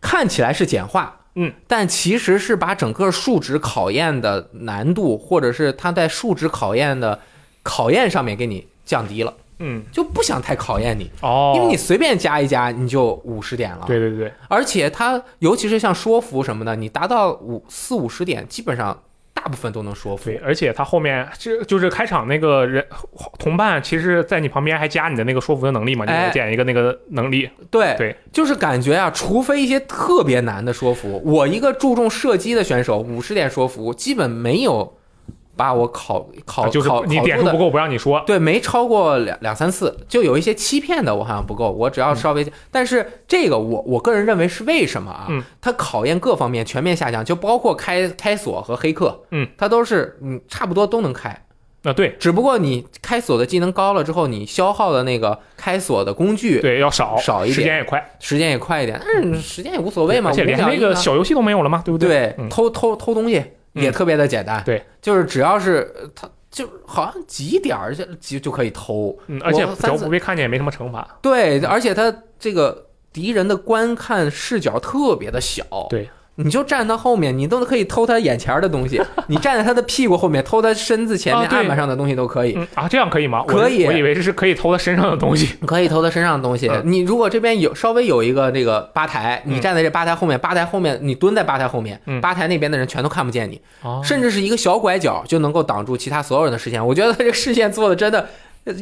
Speaker 1: 看起来是简化，
Speaker 3: 嗯，
Speaker 1: 但其实是把整个数值考验的难度，或者是它在数值考验的考验上面给你降低了，
Speaker 3: 嗯，
Speaker 1: 就不想太考验你，
Speaker 3: 哦，
Speaker 1: 因为你随便加一加你就五十点了，
Speaker 3: 对，对对，
Speaker 1: 而且它尤其是像说服什么的，你达到五四五十点，基本上大部分都能说服
Speaker 3: 对，，而且他后面这就是开场那个人同伴，其实，在你旁边还加你的那个说服的能力嘛，你
Speaker 1: 哎
Speaker 3: 捡一个那个能力，
Speaker 1: 对
Speaker 3: 对，
Speaker 1: 就是感觉啊，除非一些特别难的说服，我一个注重射击的选手，五十点说服基本没有把我考考、
Speaker 3: 啊就是
Speaker 1: 考
Speaker 3: 你
Speaker 1: 考
Speaker 3: 点
Speaker 1: 住
Speaker 3: 数
Speaker 1: 的
Speaker 3: 不够不让你说，
Speaker 1: 对，没超过两两三次，就有一些欺骗的，我好像不够，我只要稍微，但是这个我我个人认为是为什么啊？
Speaker 3: 嗯
Speaker 1: 它考验各方面全面下降，就包括开开锁和黑客，
Speaker 3: 嗯，
Speaker 1: 它都是嗯差不多都能开，
Speaker 3: 啊对
Speaker 1: 只不过你开锁的技能高了之后，你消耗的那个开锁的工具
Speaker 3: 对，要少
Speaker 1: 少一点
Speaker 3: 时间也快，
Speaker 1: 时间也快一点，嗯但是时间也无所谓嘛，
Speaker 3: 而且
Speaker 1: 五
Speaker 3: 连
Speaker 1: 秒
Speaker 3: 那
Speaker 1: 一
Speaker 3: 个
Speaker 1: 呢
Speaker 3: 小游戏都没有了嘛，对不
Speaker 1: 对
Speaker 3: 嗯，
Speaker 1: 偷偷偷东西也
Speaker 3: 嗯
Speaker 1: 特别的简单，
Speaker 3: 对，
Speaker 1: 就是只要是呃它就是好像几点儿就就就可以偷，
Speaker 3: 嗯，而且
Speaker 1: 我
Speaker 3: 只要
Speaker 1: 三次
Speaker 3: 不被看见也没什么惩罚，
Speaker 1: 对，而且它这个敌人的观看视角特别的小，
Speaker 3: 对，
Speaker 1: 你就站他后面，你都可以偷他眼前儿的东 <laughs> 西，你站在他的屁股后面偷他身子前面
Speaker 3: 啊对
Speaker 1: 案板上的东西都可以，
Speaker 3: 嗯啊，这样可以吗？我
Speaker 1: 可以
Speaker 3: 我以为这是可以偷他身上的
Speaker 1: <laughs>
Speaker 3: 东西，
Speaker 1: 可以偷他身上的东西。
Speaker 3: 嗯
Speaker 1: 你如果这边有稍微有一个这个吧台，你
Speaker 3: 嗯
Speaker 1: 站在这吧台后面，吧台后面你蹲在吧台后面，
Speaker 3: 嗯
Speaker 1: 吧台那边的人全都看不见你，
Speaker 3: 哦
Speaker 1: 甚至是一个小拐角就能够挡住其他所有人的视线。我觉得这个视线做的真的。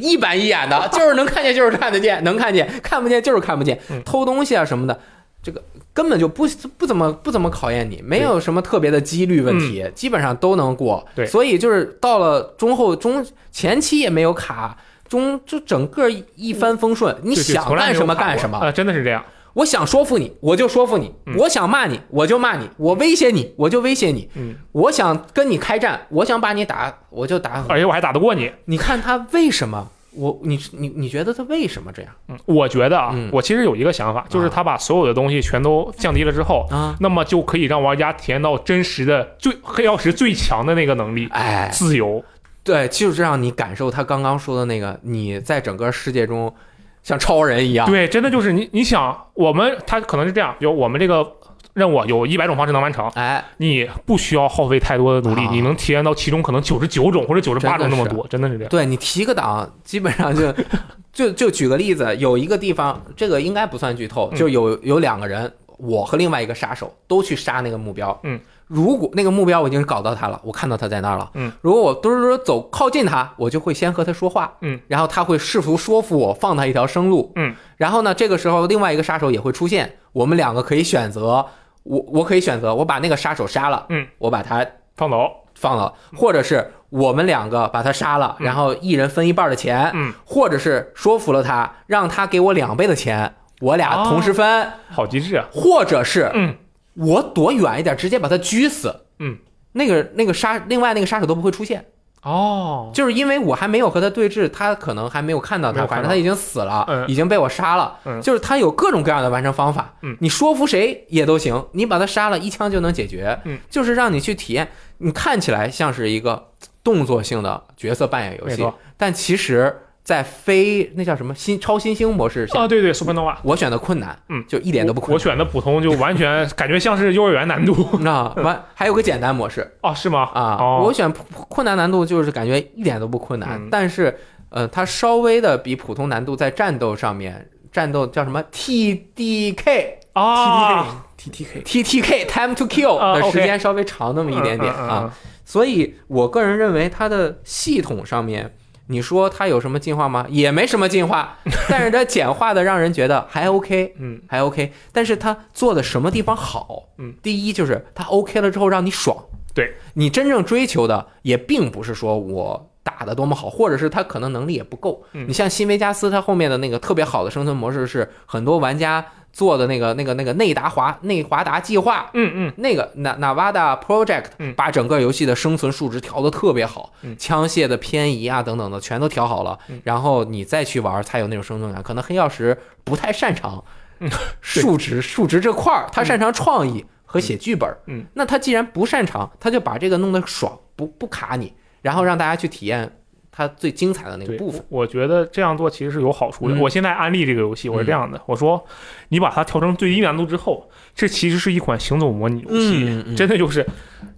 Speaker 1: 一板一眼的，就是能看见就是看得见，能看见看不见就是看不见
Speaker 3: 嗯。
Speaker 1: 偷东西啊什么的，这个根本就不不怎么不怎么考验你，没有什么特别的几率问题，基本上都能过。
Speaker 3: 嗯对
Speaker 1: 所以就是到了中后中前期也没有卡，中就整个一帆风顺，你
Speaker 3: 对对
Speaker 1: 想
Speaker 3: 嗯从来没
Speaker 1: 干
Speaker 3: 有
Speaker 1: 什么
Speaker 3: 看
Speaker 1: 干
Speaker 3: 过
Speaker 1: 什么。
Speaker 3: 啊，真的是这样，
Speaker 1: 我想说服你，我就说服你；
Speaker 3: 嗯
Speaker 1: 我想骂你，我就骂你；我威胁你，我就威胁你。
Speaker 3: 嗯，
Speaker 1: 我想跟你开战，我想把你打，我就打。
Speaker 3: 哎而且我还打得过你，
Speaker 1: 你看他为什么我你你你觉得他为什么这样
Speaker 3: 嗯，我觉得啊
Speaker 1: 嗯，
Speaker 3: 我其实有一个想法，就是他把所有的东西全都降低了之后，
Speaker 1: 啊？
Speaker 3: 那么就可以让玩家体验到真实的最黑曜石最强的那个能力
Speaker 1: 哎
Speaker 3: ——自由。
Speaker 1: 对，就是让你感受他刚刚说的那个，你在整个世界中像超人一样。
Speaker 3: 对，真的就是你，你想，我们他可能是这样，有我们这个任务啊有一百种方式能完成，
Speaker 1: 哎，
Speaker 3: 你不需要耗费太多的努力，
Speaker 1: 啊
Speaker 3: 你能体验到其中可能九十九种或者九十八种那么多，真的是这样。
Speaker 1: 对你提个档，基本上就 <laughs> 就就举个例子，有一个地方，这个应该不算剧透，
Speaker 3: 嗯
Speaker 1: 就有有两个人，我和另外一个杀手都去杀那个目标。
Speaker 3: 嗯，
Speaker 1: 如果那个目标我已经搞到他了，我看到他在那儿了。
Speaker 3: 嗯，
Speaker 1: 如果我嘟嘟嘟走靠近他，我就会先和他说话。
Speaker 3: 嗯，
Speaker 1: 然后他会试图说服我放他一条生路。
Speaker 3: 嗯，
Speaker 1: 然后呢，这个时候另外一个杀手也会出现，我们两个可以选择，我我可以选择我把那个杀手杀了。
Speaker 3: 嗯，
Speaker 1: 我把他
Speaker 3: 放走，
Speaker 1: 放了，或者是我们两个把他杀了，
Speaker 3: 嗯
Speaker 1: 然后一人分一半的钱，
Speaker 3: 嗯，
Speaker 1: 或者是说服了他，让他给我两倍的钱，我
Speaker 3: 哦
Speaker 1: 俩同时分，
Speaker 3: 好机智啊！
Speaker 1: 或者是
Speaker 3: 嗯，
Speaker 1: 我躲远一点，直接把他狙死，
Speaker 3: 嗯，
Speaker 1: 那个那个杀另外那个杀手都不会出现，
Speaker 3: 哦，
Speaker 1: 就是因为我还没有和他对峙，他可能还没有看到
Speaker 3: 没
Speaker 1: 他，
Speaker 3: 有看
Speaker 1: 反
Speaker 3: 到
Speaker 1: 正他已经死了，
Speaker 3: 嗯
Speaker 1: 已经被我杀了。
Speaker 3: 嗯
Speaker 1: 就是他有各种各样的完成方法，
Speaker 3: 嗯
Speaker 1: 你说服谁也都行，你把他杀了，一枪就能解决。
Speaker 3: 嗯，
Speaker 1: 就是让你去体验，你看起来像是一个动作性的角色扮演游
Speaker 3: 没
Speaker 1: 戏
Speaker 3: 错，
Speaker 1: 但其实，在非那叫什么新超新星模式下，
Speaker 3: 啊，对对，Supernova，
Speaker 1: 我选的困难，
Speaker 3: 嗯，
Speaker 1: 就一点都不
Speaker 3: 我
Speaker 1: 困
Speaker 3: 我选的普通就完全感觉像是幼儿园难度
Speaker 1: 难。那完还有个简单模式
Speaker 3: 哦，是吗？
Speaker 1: 啊，
Speaker 3: 哦、
Speaker 1: 我选普困难难度就是感觉一点都不困难，
Speaker 3: 嗯
Speaker 1: 但是呃，它稍微的比普通难度在战斗上面，战斗叫什么 TDK
Speaker 3: 啊
Speaker 2: T T K
Speaker 1: TTK Time to Kill
Speaker 3: 啊
Speaker 1: 的
Speaker 3: ，OK
Speaker 1: 时间稍微长那么一点点
Speaker 3: 嗯嗯嗯
Speaker 1: 啊，所以我个人认为它的系统上面，你说它有什么进化吗？也没什么进化，但是它简化的让人觉得还 OK，
Speaker 3: 嗯
Speaker 1: 还 OK。但是它做的什么地方好？
Speaker 3: 嗯，
Speaker 1: 第一就是它 OK 了之后让你爽，
Speaker 3: 对
Speaker 1: 你真正追求的也并不是说我。打得多么好，或者是他可能能力也不够。
Speaker 3: 嗯
Speaker 1: 你像新维加斯，它后面的那个特别好的生存模式是很多玩家做的那个那个那个内达华内华达计划，
Speaker 3: 嗯嗯，
Speaker 1: 那个 Na Navada Project
Speaker 3: 嗯
Speaker 1: 把整个游戏的生存数值调得特别好，
Speaker 3: 嗯
Speaker 1: 枪械的偏移啊等等的全都调好了，
Speaker 3: 嗯
Speaker 1: 然后你再去玩才有那种生存感。可能黑曜石不太擅长 <laughs>
Speaker 3: 嗯
Speaker 1: 数值数值这块儿，他擅长创意和写剧本。
Speaker 3: 嗯嗯
Speaker 1: 那他既然不擅长，他就把这个弄得爽，不不卡你，然后让大家去体验他最精彩的那个
Speaker 3: 对
Speaker 1: 部分。，
Speaker 3: 我觉得这样做其实是有好处的。
Speaker 1: 嗯
Speaker 3: 我现在安利这个游戏，我是这样的，我说你把它调成最低难度之后，这其实是一款行走模拟游戏，
Speaker 1: 嗯嗯嗯
Speaker 3: 真的就是。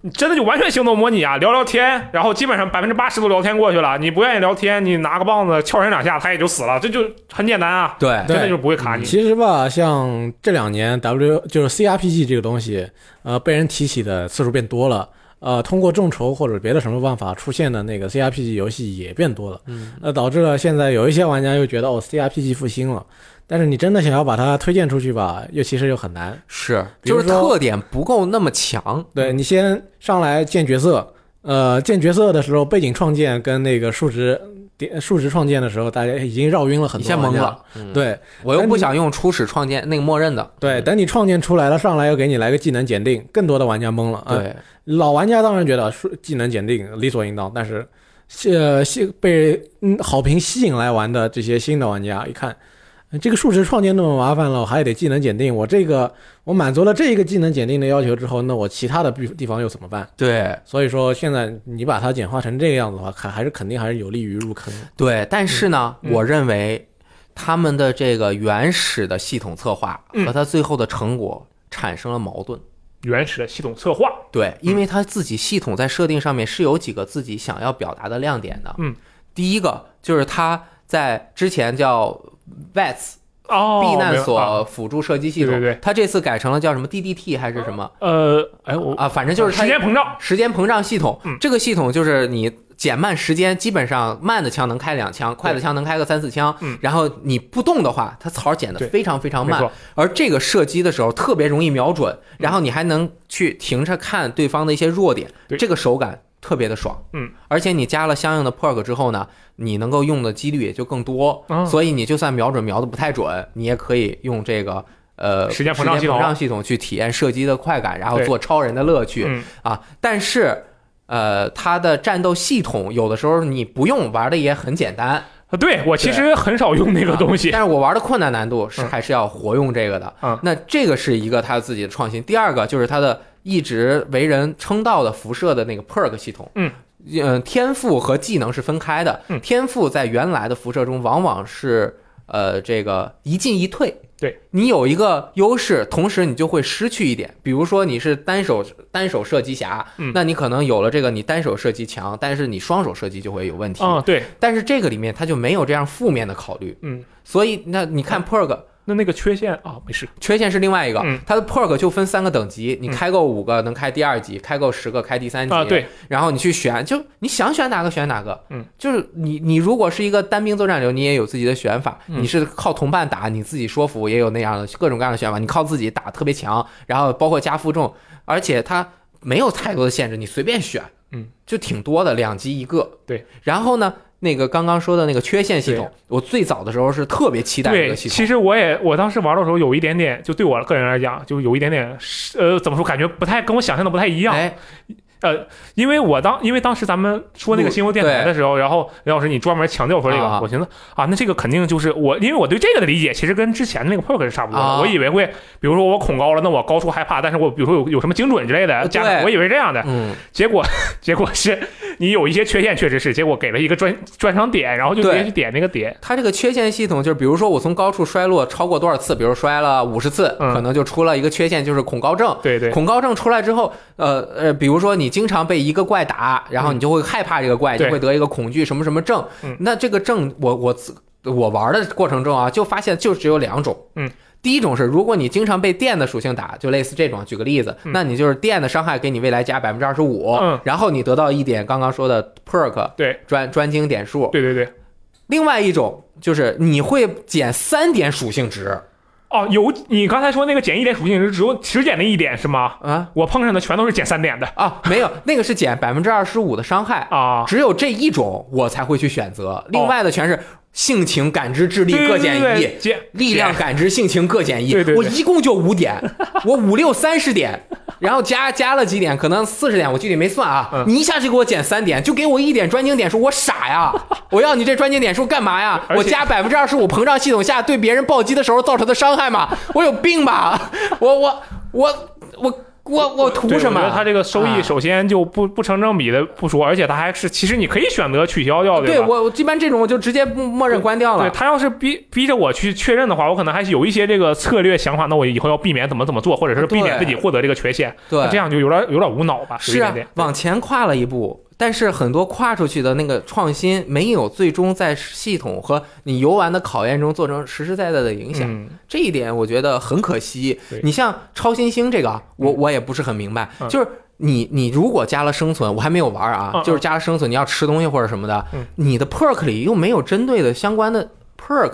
Speaker 3: 你真的就完全行走模拟啊，聊聊天，然后基本上百分之八十都聊天过去了。你不愿意聊天，你拿个棒子敲人两下，他也就死了，这就很简单啊，
Speaker 1: 对嗯
Speaker 3: 真的就不会卡你。
Speaker 2: 其实吧，像这两年 W 就是 CRPG 这个东西，呃，被人提起的次数变多了。呃，通过众筹或者别的什么办法出现的那个 CRPG 游戏也变多了，
Speaker 1: 嗯，
Speaker 2: 那导致了现在有一些玩家又觉得哦 CRPG 复兴了，但是你真的想要把它推荐出去吧，又其实又很难。
Speaker 1: 是，
Speaker 2: 比
Speaker 1: 就
Speaker 2: 如
Speaker 1: 是
Speaker 2: 说
Speaker 1: 特点不够那么强。
Speaker 2: 对你先上来建角色，呃，建角色的时候背景创建跟那个数值点数值创建的时候，大家已经绕晕了很
Speaker 1: 你
Speaker 2: 多
Speaker 1: 先
Speaker 2: 玩
Speaker 1: 懵
Speaker 2: 家
Speaker 1: 了，，嗯，
Speaker 2: 对
Speaker 1: 我又
Speaker 2: 但
Speaker 1: 不
Speaker 2: 你
Speaker 1: 想用初始创建那个默认的，
Speaker 2: 对，等你创建出来了，上来又给你来个技能检定，更多的玩家懵了。呃，
Speaker 3: 嗯
Speaker 1: 对，
Speaker 2: 老玩家当然觉得说技能检定理所应当，但是呃吸被嗯好评吸引来玩的这些新的玩家一看，呃这个数值创建那么麻烦了，我还得技能检定，我这个我满足了这一个技能检定的要求之后，那我其他的地地方又怎么办？ <laughs>
Speaker 1: 对
Speaker 2: 所以说现在你把它简化成这个样子的话，还还是肯定还是有利于入坑的。
Speaker 1: 对，但是呢，
Speaker 3: 嗯
Speaker 1: 我认为他们的这个原始的系统策划
Speaker 3: 嗯
Speaker 1: 和他最后的成果产生了矛盾。
Speaker 3: 原始的系统策划，
Speaker 1: 对，因为他自己系统在设定上面是有几个自己想要表达的亮点的。
Speaker 3: 嗯，
Speaker 1: 第一个就是他在之前叫 VETS
Speaker 3: 哦，
Speaker 1: 避难
Speaker 3: 明白啊
Speaker 1: 所辅助射击系统，
Speaker 3: 对对对
Speaker 1: 他这次改成了叫什么 DDT 还是什么
Speaker 3: 呃，哎我
Speaker 1: 啊？反正就是他
Speaker 3: 时间膨胀，
Speaker 1: 时间膨胀系统，
Speaker 3: 嗯
Speaker 1: 这个系统就是你减慢时间，基本上慢的枪能开两枪，快的枪能开个三四枪。
Speaker 3: 嗯
Speaker 1: 然后你不动的话，它槽减的
Speaker 3: 对
Speaker 1: 非常非常
Speaker 3: 没
Speaker 1: 慢
Speaker 3: 错，，嗯
Speaker 1: 而这个射击的时候特别容易瞄准，然后你还能去停着看对方的一些弱点，
Speaker 3: 对
Speaker 1: 这个手感特别的爽。
Speaker 3: 嗯，
Speaker 1: 而且你加了相应的 perk 之后呢，你能够用的几率也就更多，
Speaker 3: 嗯
Speaker 1: 所以你就算瞄准瞄的不太准，你也可以用这个。呃，
Speaker 3: 时间膨胀系统
Speaker 1: 时间系统去体验射击的快感，然后
Speaker 3: 对
Speaker 1: 做超人的乐趣。
Speaker 3: 嗯
Speaker 1: 啊，但是。呃，它的战斗系统有的时候你不用玩的也很简单，
Speaker 3: 啊对我其实很少用那个东
Speaker 1: 啊
Speaker 3: 西
Speaker 1: 但，是我玩的困难难度是还是要活用这个的。
Speaker 3: 嗯
Speaker 1: 那这个是一个他自己的创新。第二个就是他的一直为人称道的辐射的那个 perk 系统。
Speaker 3: 嗯。
Speaker 1: 呃，天赋和技能是分开的。
Speaker 3: 嗯
Speaker 1: 天赋在原来的辐射中往往是呃这个一进一退。
Speaker 3: 对
Speaker 1: 你有一个优势，同时你就会失去一点。比如说你是单手单手射击侠，
Speaker 3: 嗯
Speaker 1: 那你可能有了这个你单手射击强，但是你双手射击就会有问题。
Speaker 3: 啊对，
Speaker 1: 但是这个里面它就没有这样负面的考虑，
Speaker 3: 嗯，
Speaker 1: 所以那你看 perk
Speaker 3: 那那个缺陷啊没事，
Speaker 1: 缺陷是另外一个
Speaker 3: 嗯，
Speaker 1: 它的 perk 就分三个等级，你
Speaker 3: 嗯
Speaker 1: 开够五个能开第二级，开够十个开第三级
Speaker 3: 啊，对，
Speaker 1: 然后你去选，就你想选哪个选哪个，
Speaker 3: 嗯，
Speaker 1: 就是你你如果是一个单兵作战流，你也有自己的选法，
Speaker 3: 嗯
Speaker 1: 你是靠同伴打，你自己说服也有那样的各种各样的选法，你靠自己打特别强，然后包括加负重，而且它没有太多的限制，你随便选，
Speaker 3: 嗯，
Speaker 1: 就挺多的，两级一个，
Speaker 3: 对，
Speaker 1: 然后呢？那个刚刚说的那个缺陷系统，我最早的时候是特别期待这
Speaker 3: 对，
Speaker 1: 个系统
Speaker 3: 其，实我也我当时玩的时候有一点点，就对我个人来讲，就有一点点呃怎么说，感觉不太跟我想象的不太一样。
Speaker 1: 哎，
Speaker 3: 呃，因为我当因为当时咱们说那个新闻电台的时候，然后刘老师你专门强调说这个，
Speaker 1: 啊
Speaker 3: 我寻思啊，那这个肯定就是我，因为我对这个的理解其实跟之前那个 perk 是差不多的。
Speaker 1: 啊
Speaker 3: 我以为会，比如说我恐高了，那我高处害怕，但是我比如说有有什么精准之类的，
Speaker 1: 对
Speaker 3: 加上我以为这样的，
Speaker 1: 嗯，
Speaker 3: 结果结果是你有一些缺陷，确实是，结果给了一个专专场点，然后就直接
Speaker 1: 对
Speaker 3: 去点那个点，
Speaker 1: 它这个缺陷系统就是，比如说我从高处摔落超过多少次，比如摔了五十次，
Speaker 3: 嗯
Speaker 1: 可能就出了一个缺陷，就是恐高症。
Speaker 3: 对对
Speaker 1: 恐高症出来之后，呃呃，比如说你经常被一个怪打，然后你就会害怕这个怪，
Speaker 3: 对
Speaker 1: 就会得一个恐惧什么什么症
Speaker 3: 嗯。
Speaker 1: 那这个症，我我自我玩的过程中啊，就发现就只有两种。
Speaker 3: 嗯。
Speaker 1: 第一种是，如果你经常被电的属性打，就类似这种，举个例子，
Speaker 3: 嗯
Speaker 1: 那你就是电的伤害给你未来加百分之二十五
Speaker 3: 嗯，
Speaker 1: 然后你得到一点刚刚说的 perk
Speaker 3: 对
Speaker 1: 专专精点数，
Speaker 3: 对对对。
Speaker 1: 另外一种就是你会减三点属性值
Speaker 3: 哦，有你刚才说那个减一点属性值，只有只减那一点是吗？
Speaker 1: 啊
Speaker 3: 我碰上的全都是减三点的
Speaker 1: 啊，没有，那个是减百分之二十五的伤害，
Speaker 3: 啊。
Speaker 1: 只有这一种我才会去选择，另外的全是性情、感知、智力各减
Speaker 3: 对对对
Speaker 1: 一
Speaker 3: 对。减
Speaker 1: 力量、感知、性情各减一，
Speaker 3: 对对对
Speaker 1: 我一共就五点，我五六三十点，然后加加了几点，可能四十点，我具体没算啊。
Speaker 3: 嗯
Speaker 1: 你一下就给我减三点，就给我一点专精点数，我傻呀！ <laughs> 我要你这专精点数干嘛呀？
Speaker 3: 而且
Speaker 1: 我加百分之二十五膨胀系统下对别人暴击的时候造成的伤害吗？我有病吧？ <laughs> 我我我我我我图
Speaker 3: 对
Speaker 1: 什
Speaker 3: 我觉
Speaker 1: 么
Speaker 3: 得？他这个收益
Speaker 1: 啊
Speaker 3: 首先就不不成正比的不说，而且他还是其实你可以选择取消掉，
Speaker 1: 对
Speaker 3: 吧？
Speaker 1: 我我一般这种我就直接默默认关掉
Speaker 3: 对
Speaker 1: 了。
Speaker 3: 他要是逼逼着我去确认的话，我可能还是有一些这个策略想法，那我以后要避免怎么怎么做，或者是避免
Speaker 1: 对
Speaker 3: 自己获得这个缺陷，
Speaker 1: 对
Speaker 3: 那这样就有点有点无脑吧，有一
Speaker 1: 是啊
Speaker 3: 点点，。
Speaker 1: 往前跨了一步，但是很多跨出去的那个创新没有最终在系统和你游玩的考验中做成实实在在的影响，
Speaker 3: 嗯，
Speaker 1: 这一点我觉得很可惜
Speaker 3: 对。
Speaker 1: 你像超新星这个啊，我我也不是很明白，
Speaker 3: 嗯
Speaker 1: 就是。你你如果加了生存，我还没有玩啊，
Speaker 3: 嗯嗯
Speaker 1: 就是加了生存，你要吃东西或者什么的，
Speaker 3: 嗯
Speaker 1: 你的 perk 里又没有针对的相关的 perk，、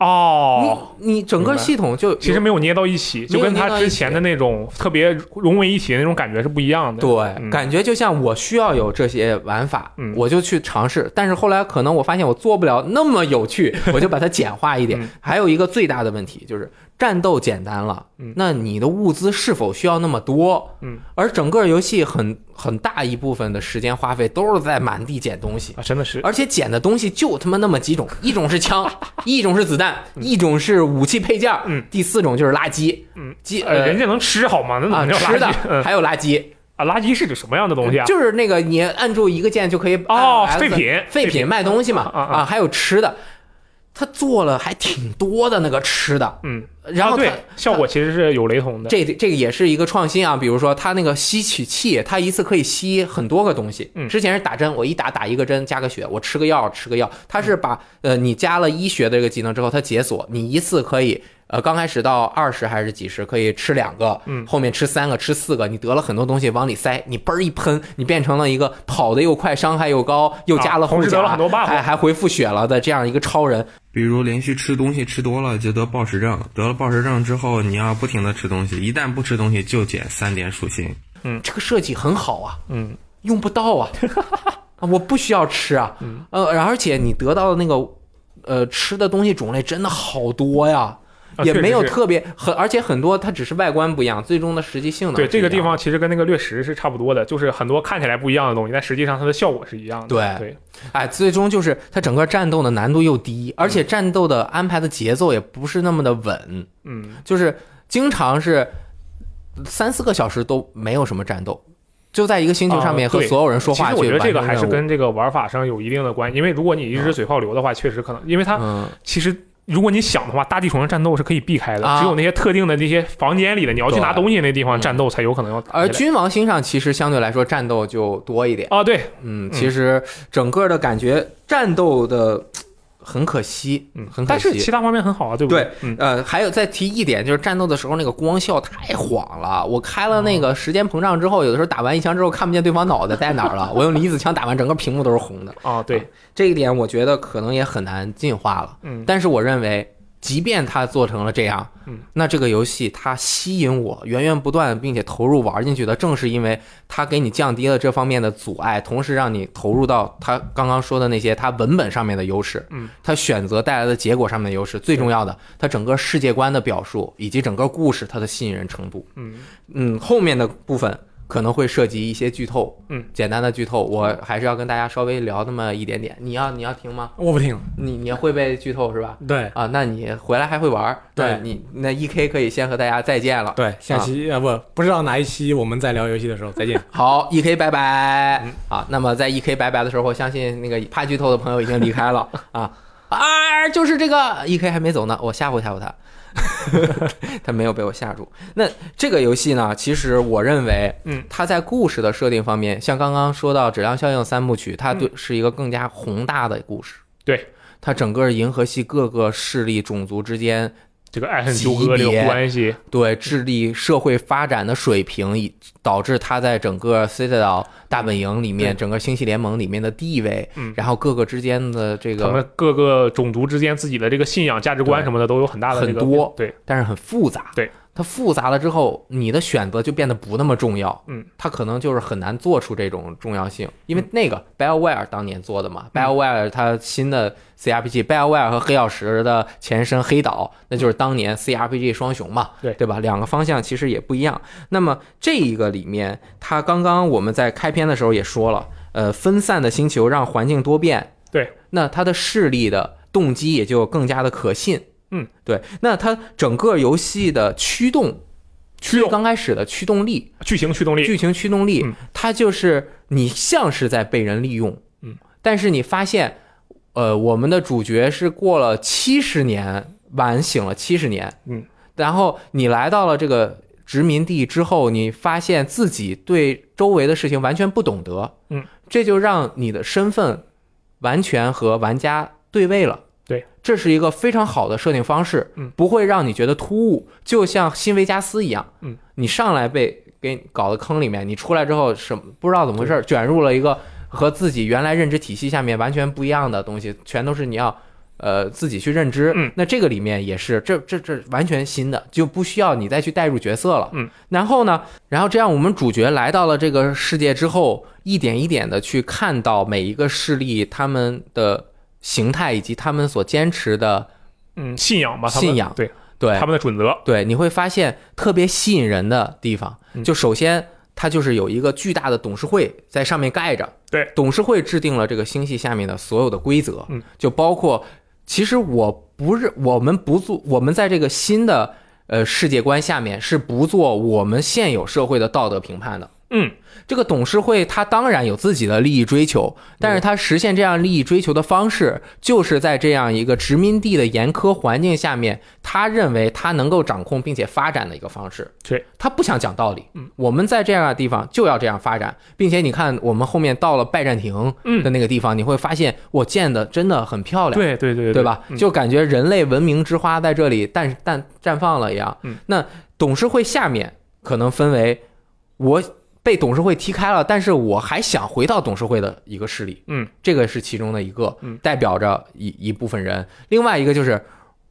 Speaker 3: 哦。
Speaker 1: 你你整个
Speaker 3: 明白
Speaker 1: 系统就
Speaker 3: 其实没有捏到一起，就跟
Speaker 1: 没有捏
Speaker 3: 他
Speaker 1: 到一起
Speaker 3: 之前的那种特别融为一体的那种感觉是不一样的。
Speaker 1: 对，
Speaker 3: 嗯
Speaker 1: 感觉就像我需要有这些玩法，
Speaker 3: 嗯
Speaker 1: 我就去尝试。但是后来可能我发现我做不了那么有
Speaker 3: <laughs>
Speaker 1: 趣，我就把它简化一点。
Speaker 3: 嗯
Speaker 1: 还有一个最大的问题就是战斗简单了，
Speaker 3: 嗯
Speaker 1: 那你的物资是否需要那么多？
Speaker 3: 嗯，
Speaker 1: 而整个游戏很很大一部分的时间花费都是在满地捡东西。
Speaker 3: 啊，真的是
Speaker 1: 而且捡的东西就他妈那么几
Speaker 3: <laughs>
Speaker 1: 种，一种是枪，一种是子弹，一种是武器配件，
Speaker 3: 嗯，
Speaker 1: 第四种就是垃圾，
Speaker 3: 嗯，
Speaker 1: 鸡
Speaker 3: 呃，
Speaker 1: 呃
Speaker 3: 人家能吃好吗？那怎
Speaker 1: 啊
Speaker 3: 么叫垃
Speaker 1: 吃
Speaker 3: 圾？
Speaker 1: 的，
Speaker 3: 嗯
Speaker 1: 还有垃圾，
Speaker 3: 啊，垃圾是指什么样的东西啊？
Speaker 1: 就是那个你按住一个键就可以
Speaker 3: 哦
Speaker 1: 按 X，
Speaker 3: 废品
Speaker 1: 废品卖东西嘛
Speaker 3: 啊啊啊
Speaker 1: 啊，还有吃的，他做了还挺多的那个吃的，
Speaker 3: 嗯，
Speaker 1: 然
Speaker 3: 啊
Speaker 1: 后
Speaker 3: 对
Speaker 1: 他。
Speaker 3: 效果其实是有雷同的。
Speaker 1: 这这个也是一个创新啊，比如说他那个吸取器，他一次可以吸很多个东西
Speaker 3: 嗯。
Speaker 1: 之前是打针，我一打打一个针加个血，我吃个药吃个药。他是把呃你加了医学的这个技能之后，它解锁你一次可以呃刚开始到二十还是几十可以吃两个，
Speaker 3: 嗯
Speaker 1: 后面吃三个吃四个，你得了很多东西往里塞，你嘣儿一喷，你变成了一个跑得又快，伤害又高，又加了
Speaker 3: 啊同
Speaker 1: 护
Speaker 3: 时
Speaker 1: 甲，
Speaker 3: 得了很多 buff
Speaker 1: 还还回复血了的这样一个超人。
Speaker 6: 比如连续吃东西吃多了就得暴食症，得了暴食症之后，你要不停的吃东西，一旦不吃东西就减三点属性。
Speaker 1: 这个设计很好啊，
Speaker 3: 嗯，
Speaker 1: 用不到
Speaker 3: <laughs>
Speaker 1: 啊，啊我不需要吃啊，
Speaker 3: 嗯
Speaker 1: 呃，而且你得到的那个呃吃的东西种类真的好多呀，
Speaker 3: 啊
Speaker 1: 也
Speaker 3: 确实
Speaker 1: 没有
Speaker 3: 是
Speaker 1: 特别很，而且很多它只是外观不一样，最终的实际性能
Speaker 3: 对
Speaker 1: 是
Speaker 3: 这
Speaker 1: 一
Speaker 3: 个
Speaker 1: 样
Speaker 3: 地
Speaker 1: 的
Speaker 3: 方其实跟那个掠食是差不多的，就是很多看起来不一样的东西，但实际上它的效果是一样
Speaker 1: 对
Speaker 3: 的。对，
Speaker 1: 哎，最终就是它整个战斗的难度又低，而且战斗的安排的节奏也不是那么的稳，
Speaker 3: 嗯，
Speaker 1: 就是经常是三四个小时都没有什么战斗，就在一个星球上面
Speaker 3: 啊
Speaker 1: 和
Speaker 3: 对
Speaker 1: 所有人说话
Speaker 3: 其实我
Speaker 1: 去完成
Speaker 3: 觉得这
Speaker 1: 任务。
Speaker 3: 个还是跟这个玩法上有一定的关系，因为如果你一直嘴炮流的话，确实可能，因为它
Speaker 1: 嗯
Speaker 3: 其实如果你想的话，大地图上战斗是可以避开的，
Speaker 1: 啊
Speaker 3: 只有那些特定的那些房间里的你要去拿
Speaker 1: 对
Speaker 3: 东西那地方战斗才有可能要打起来。
Speaker 1: 而君王星上其实相对来说战斗就多一点，
Speaker 3: 啊，对，
Speaker 1: 嗯，其实整个的感觉战斗的很可惜，
Speaker 3: 嗯，
Speaker 1: 很可
Speaker 3: 但是
Speaker 1: 惜
Speaker 3: 其他方面很好啊，对不
Speaker 1: 对
Speaker 3: 嗯，
Speaker 1: 呃，还有再提一点，就是战斗的时候那个光效太晃了。我开了那
Speaker 3: 哦
Speaker 1: 个时间膨胀之后，有的时候打完一枪之后看不见对方脑袋在哪儿了。我用离子枪打完，整个屏幕都是红的。
Speaker 3: 啊，对，
Speaker 1: 这一点我觉得可能也很难进化了。
Speaker 3: 嗯，
Speaker 1: 但是我认为，即便它做成了这样，
Speaker 3: 嗯，
Speaker 1: 那这个游戏它吸引我源源不断并且投入玩进去的，正是因为它给你降低了这方面的阻碍，同时让你投入到它刚刚说的那些它文本上面的优势，
Speaker 3: 嗯，
Speaker 1: 它选择带来的结果上面的优势，最重要的，它整个世界观的表述以及整个故事它的吸引人程度，
Speaker 3: 嗯，
Speaker 1: 嗯，后面的部分。可能会涉及一些剧透，
Speaker 3: 嗯，
Speaker 1: 简单的剧透，我还是要跟大家稍微聊那么一点点。你要你要听吗？
Speaker 2: 我不听，
Speaker 1: 你你会被剧透是吧？
Speaker 2: <laughs> 对
Speaker 1: 啊，那你回来还会玩儿？
Speaker 2: 对
Speaker 1: 那你那 E K 可以先和大家再见了。
Speaker 2: 对，下期啊不不知道哪一期我们在聊游戏的时候再见。
Speaker 1: 好，E K 拜拜、啊！那么在 E K 拜拜的时候，我相信那个怕剧透的朋友已经离开了啊啊！就是这个 E K 还没走呢，我吓唬吓唬他， <laughs> 他没有被我吓住。那这个游戏呢，其实我认为，
Speaker 3: 嗯，
Speaker 1: 它在故事的设定方面，像刚刚说到《质量效应》三部曲，它对、是一个更加宏大的故事。
Speaker 3: 对，
Speaker 1: 它整个银河系各个势力、种族之间
Speaker 3: 这个爱恨纠葛这
Speaker 1: 级别
Speaker 3: 个关系，
Speaker 1: 对智力社会发展的水平，以导致他在整个 Citadel 大本营里面，整个星系联盟里面的地位，
Speaker 3: 嗯
Speaker 1: 然后各个之间的这
Speaker 3: 他
Speaker 1: 个，
Speaker 3: 们各个种族之间自己的这个信仰、价值观
Speaker 1: 对
Speaker 3: 什么的都有很大的这个
Speaker 1: 很多
Speaker 3: 对，
Speaker 1: 但是很复杂。
Speaker 3: 对，
Speaker 1: 它复杂了之后，你的选择就变得不那么重要。
Speaker 3: 嗯，
Speaker 1: 它可能就是很难做出这种重要性，因为那个 BioWare 当年做的嘛、b
Speaker 3: 嗯
Speaker 1: i o w a r e 它新的 CRPG，BioWare 和黑曜石的前身黑岛，那就是当年 CRPG 双雄嘛。
Speaker 3: 嗯对
Speaker 1: 对吧？两个方向其实也不一样。那么这一个里面，它刚刚我们在开篇的时候也说了，呃，分散的星球让环境多变，
Speaker 3: 对，
Speaker 1: 那它的势力的动机也就更加的可信。
Speaker 3: 嗯，
Speaker 1: 对。那它整个游戏的驱动，
Speaker 3: 驱动
Speaker 1: 刚开始的驱动力，
Speaker 3: 剧情驱动力，
Speaker 1: 剧情驱动力
Speaker 3: 嗯，
Speaker 1: 它就是你像是在被人利用，
Speaker 3: 嗯，
Speaker 1: 但是你发现，呃，我们的主角是过了七十年晚醒了七十年，
Speaker 3: 嗯，
Speaker 1: 然后你来到了这个殖民地之后，你发现自己对周围的事情完全不懂得，
Speaker 3: 嗯，
Speaker 1: 这就让你的身份完全和玩家对位了。
Speaker 3: 对，
Speaker 1: 这是一个非常好的设定方式，
Speaker 3: 嗯
Speaker 1: 不会让你觉得突兀，就像新维加斯一样，
Speaker 3: 嗯，
Speaker 1: 你上来被给你搞到坑里面，你出来之后什么不知道怎么回事，卷入了一个和自己原来认知体系下面完全不一样的东西，全都是你要。呃，自己去认知，
Speaker 3: 嗯
Speaker 1: 那这个里面也是，这这这完全新的，就不需要你再去带入角色了，
Speaker 3: 嗯。
Speaker 1: 然后呢，然后这样我们主角来到了这个世界之后，一点一点的去看到每一个势力他们的形态以及他们所坚持的
Speaker 3: 嗯，信仰吧，他们
Speaker 1: 信仰
Speaker 3: 对
Speaker 1: 对
Speaker 3: 他们的准则，
Speaker 1: 对，你会发现特别吸引人的地方，
Speaker 3: 嗯
Speaker 1: 就首先它就是有一个巨大的董事会在上面盖着，
Speaker 3: 对，
Speaker 1: 董事会制定了这个星系下面的所有的规则，
Speaker 3: 嗯，
Speaker 1: 就包括其实我不是我们不做，我们在这个新的呃世界观下面是不做我们现有社会的道德评判的。
Speaker 3: 嗯，
Speaker 1: 这个董事会它当然有自己的利益追求，但是它实现这样利益追求的方式，就是在这样一个殖民地的严苛环境下面，他认为他能够掌控并且发展的一个方式。
Speaker 3: 对，
Speaker 1: 他不想讲道理。
Speaker 3: 嗯，
Speaker 1: 我们在这样的地方就要这样发展，并且你看，我们后面到了拜占庭
Speaker 3: 嗯
Speaker 1: 的那个地方，你会发现我建的真的很漂亮。
Speaker 3: 对对对
Speaker 1: 对吧？
Speaker 3: 嗯
Speaker 1: 就感觉人类文明之花在这里诞诞绽放了一样。
Speaker 3: 嗯
Speaker 1: 那董事会下面可能分为我被董事会踢开了，但是我还想回到董事会的一个势力，
Speaker 3: 嗯，
Speaker 1: 这个是其中的一个，
Speaker 3: 嗯
Speaker 1: 代表着一一部分人。另外一个就是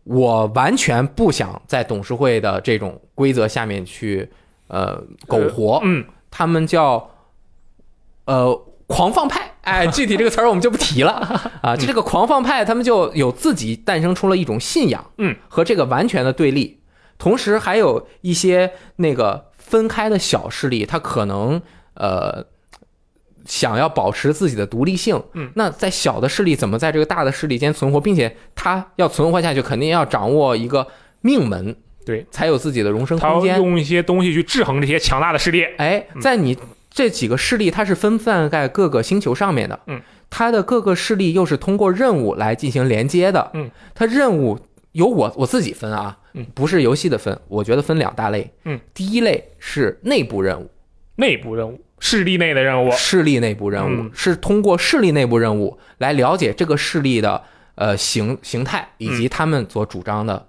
Speaker 1: 我完全不想在董事会的这种规则下面去呃苟活，
Speaker 3: 嗯，
Speaker 1: 他们叫呃狂放派，哎，具体这个词儿我们就不提
Speaker 3: <laughs>
Speaker 1: 了啊。这个狂放派他们就有自己诞生出了一种信仰，
Speaker 3: 嗯，
Speaker 1: 和这个完全的对立，同时还有一些那个分开的小势力，他可能呃想要保持自己的独立性，
Speaker 3: 嗯，
Speaker 1: 那在小的势力怎么在这个大的势力间存活，并且他要存活下去，肯定要掌握一个命门，
Speaker 3: 对，
Speaker 1: 才有自己的容身
Speaker 3: 他
Speaker 1: 空
Speaker 3: 要
Speaker 1: 间。
Speaker 3: 用一些东西去制衡这些强大的势力。
Speaker 1: 哎，在你这几个势力，它是分散在各个星球上面的，
Speaker 3: 嗯，
Speaker 1: 它的各个势力又是通过任务来进行连接的，
Speaker 3: 嗯，
Speaker 1: 它任务由我我自己分啊，
Speaker 3: 嗯，
Speaker 1: 不是游戏的分，我觉得分两大类，
Speaker 3: 嗯，
Speaker 1: 第一类是内部任务，
Speaker 3: 内部任务，势力内的任务，
Speaker 1: 势力内部任务、
Speaker 3: 嗯
Speaker 1: 是通过势力内部任务来了解这个势力的呃形形态以及他们所主张的。
Speaker 3: 嗯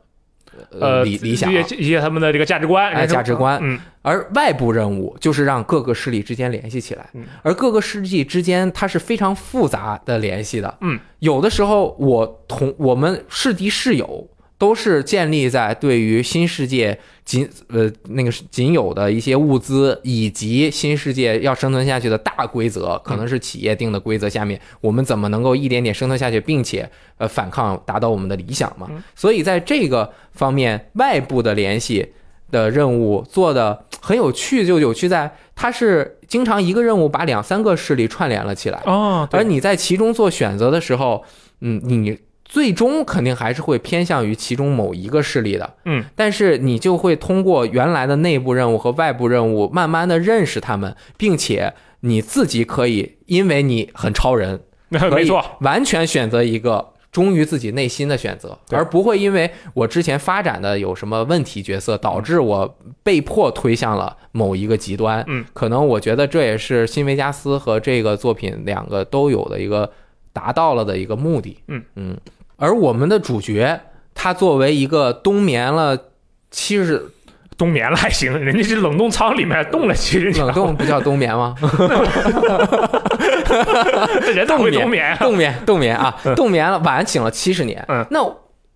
Speaker 3: 呃，
Speaker 1: 理理想啊、
Speaker 3: 理解理解他们的这个价值观，
Speaker 1: 哎
Speaker 3: 人生
Speaker 1: 价值观
Speaker 3: 嗯，
Speaker 1: 而外部任务就是让各个势力之间联系起来
Speaker 3: 嗯，
Speaker 1: 而各个势力之间它是非常复杂的联系的。
Speaker 3: 嗯，
Speaker 1: 有的时候我同我们是敌是友都是建立在对于新世界仅呃那个仅有的一些物资以及新世界要生存下去的大规则，可能是企业定的规则下面，我们怎么能够一点点生存下去，并且呃反抗达到我们的理想嘛
Speaker 3: 嗯？
Speaker 1: 所以在这个方面，外部的联系的任务做的很有趣，就有趣在它是经常一个任务把两三个势力串联了起来，
Speaker 3: 哦，
Speaker 1: 而
Speaker 3: 对，
Speaker 1: 你在其中做选择的时候，嗯，你最终肯定还是会偏向于其中某一个势力的，
Speaker 3: 嗯，
Speaker 1: 但是你就会通过原来的内部任务和外部任务，慢慢的认识他们，并且你自己可以，因为你很超人，可 <laughs>
Speaker 3: 没
Speaker 1: 以
Speaker 3: 错，
Speaker 1: 完全选择一个忠于自己内心的选择，
Speaker 3: 对
Speaker 1: 而不会因为我之前发展的有什么问题角色，导致我被迫推向了某一个极端。
Speaker 3: 嗯，
Speaker 1: 可能我觉得这也是新维加斯和这个作品两个都有的一个达到了的一个目的。
Speaker 3: 嗯
Speaker 1: 嗯，而我们的主角他作为一个冬眠了七十
Speaker 3: <laughs> 冬眠了还行，人家是冷冻舱里面冻了，其 <laughs> 实你
Speaker 1: 冷冻不叫冬眠吗？
Speaker 3: 这人哪会冬眠啊？
Speaker 1: 冬
Speaker 3: <laughs>
Speaker 1: 眠，冬眠啊，冬眠了，晚醒了七十年。
Speaker 3: 嗯
Speaker 1: 那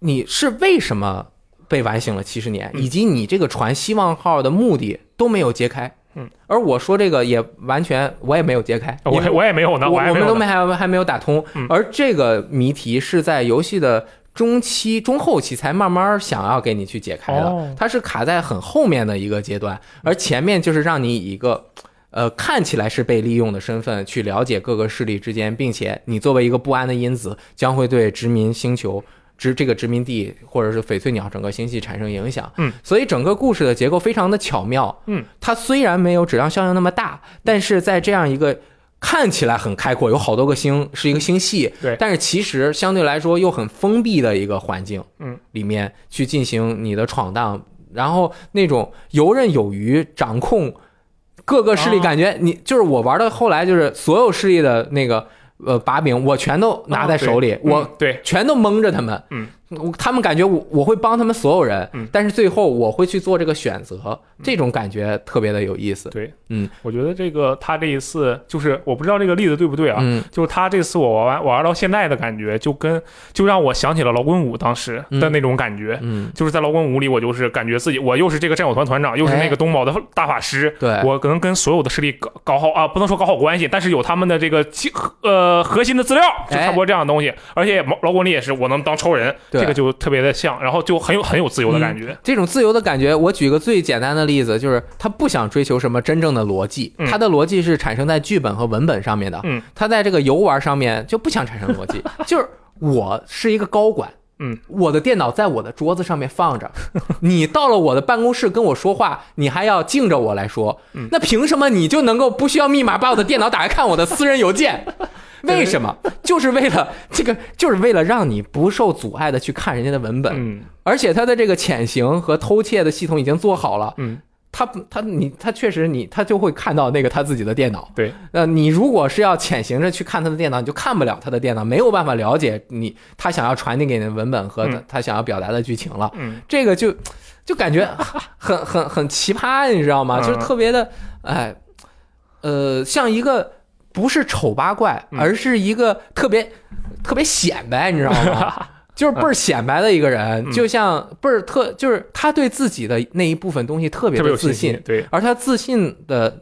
Speaker 1: 你是为什么被晚醒了七十
Speaker 3: 嗯
Speaker 1: 年，以及你这个船希望号的目的都没有揭开？
Speaker 3: 嗯，
Speaker 1: 而我说这个也完全我也没有揭开，
Speaker 3: 我
Speaker 1: 因为
Speaker 3: 我也没有呢，啊
Speaker 1: 我
Speaker 3: 还
Speaker 1: 我
Speaker 3: 没
Speaker 1: 们都
Speaker 3: 有
Speaker 1: 没
Speaker 3: 呢。
Speaker 1: 还还没有打通
Speaker 3: 嗯，
Speaker 1: 而这个谜题是在游戏的。中期、中后期才慢慢想要给你去解开
Speaker 3: 哦
Speaker 1: 的，它是卡在很后面的一个阶段，而前面就是让你以一个呃，看起来是被利用的身份去了解各个势力之间，并且你作为一个不安的因子，将会对殖民星球、殖这个殖民地或者是翡翠鸟整个星系产生影响。
Speaker 3: 嗯，
Speaker 1: 所以整个故事的结构非常的巧妙。
Speaker 3: 嗯，
Speaker 1: 它虽然没有质量效应那么大，但是在这样一个看起来很开阔，有好多个星，是一个星系，
Speaker 3: 对
Speaker 1: 但是其实相对来说又很封闭的一个环境，
Speaker 3: 嗯，
Speaker 1: 里面去进行你的闯荡，然后那种游刃有余，掌控各个势力，
Speaker 3: 啊
Speaker 1: 感觉你就是我玩到后来就是所有势力的那个呃把柄，我全都拿在手里，
Speaker 3: 对
Speaker 1: 我
Speaker 3: 嗯对
Speaker 1: 全都蒙着他们，
Speaker 3: 嗯
Speaker 1: 我，他们感觉我我会帮他们所有人，
Speaker 3: 嗯
Speaker 1: 但是最后我会去做这个选择，这种感觉特别的有意思，
Speaker 3: 对，
Speaker 1: 嗯，
Speaker 3: 我觉得这个他这一次就是我不知道这个例子对不对啊，
Speaker 1: 嗯，
Speaker 3: 就是他这次我玩玩到现在的感觉，就跟就让我想起了老滚五当时的那种感觉，
Speaker 1: 嗯，
Speaker 3: 就是在老滚五里，我就是感觉自己我又是这个战友团团长，又是那个东宝的大法师，
Speaker 1: 哎对
Speaker 3: 我可能跟所有的势力搞搞好啊，不能说搞好关系，但是有他们的这个基呃核心的资料，就差不多这样的东西。而且老老滚里也是，我能当超人，
Speaker 1: 哎对嗯
Speaker 3: 这个就特别的像，然后就很有很有自由的感觉。
Speaker 1: 这种自由的感觉，我举个最简单的例子，就是他不想追求什么真正的逻辑，
Speaker 3: 嗯
Speaker 1: 他的逻辑是产生在剧本和文本上面的。
Speaker 3: 嗯，
Speaker 1: 他在这个游玩上面就不想产生逻
Speaker 3: <laughs>
Speaker 1: 辑，就是我是一个高管。
Speaker 3: 嗯，
Speaker 1: 我的电脑在我的桌子上面放着， <laughs> 你到了我的办公室跟我说话，你还要敬着我来说，
Speaker 3: 嗯
Speaker 1: 那凭什么你就能够不需要密码把我的电脑打开看我的私人邮
Speaker 3: <laughs>
Speaker 1: 件？为什么？就是为了这个，就是为了让你不受阻碍的去看人家的文本。
Speaker 3: 嗯
Speaker 1: 而且它的这个潜行和偷窃的系统已经做好了。
Speaker 3: 嗯，
Speaker 1: 他他你他确实你他就会看到那个他自己的电脑。
Speaker 3: 对，
Speaker 1: 呃，你如果是要潜行着去看他的电脑，你就看不了他的电脑，没有办法了解你他想要传递给你的文本和他、
Speaker 3: 嗯
Speaker 1: 他想要表达的剧情了。
Speaker 3: 嗯，
Speaker 1: 这个就就感觉很很很奇葩，你知道吗？
Speaker 3: 嗯
Speaker 1: 就是特别的，哎，呃，像一个不是丑八怪，
Speaker 3: 嗯
Speaker 1: 而是一个特别特别显摆，你知道
Speaker 3: <laughs>
Speaker 1: 吗？就是倍儿显摆的一个人，
Speaker 3: 嗯
Speaker 1: 就像倍儿特，就是他对自己的那一部分东西特别
Speaker 3: 特别
Speaker 1: 的
Speaker 3: 有
Speaker 1: 自
Speaker 3: 信心
Speaker 1: 信，
Speaker 3: 对，
Speaker 1: 而他自信的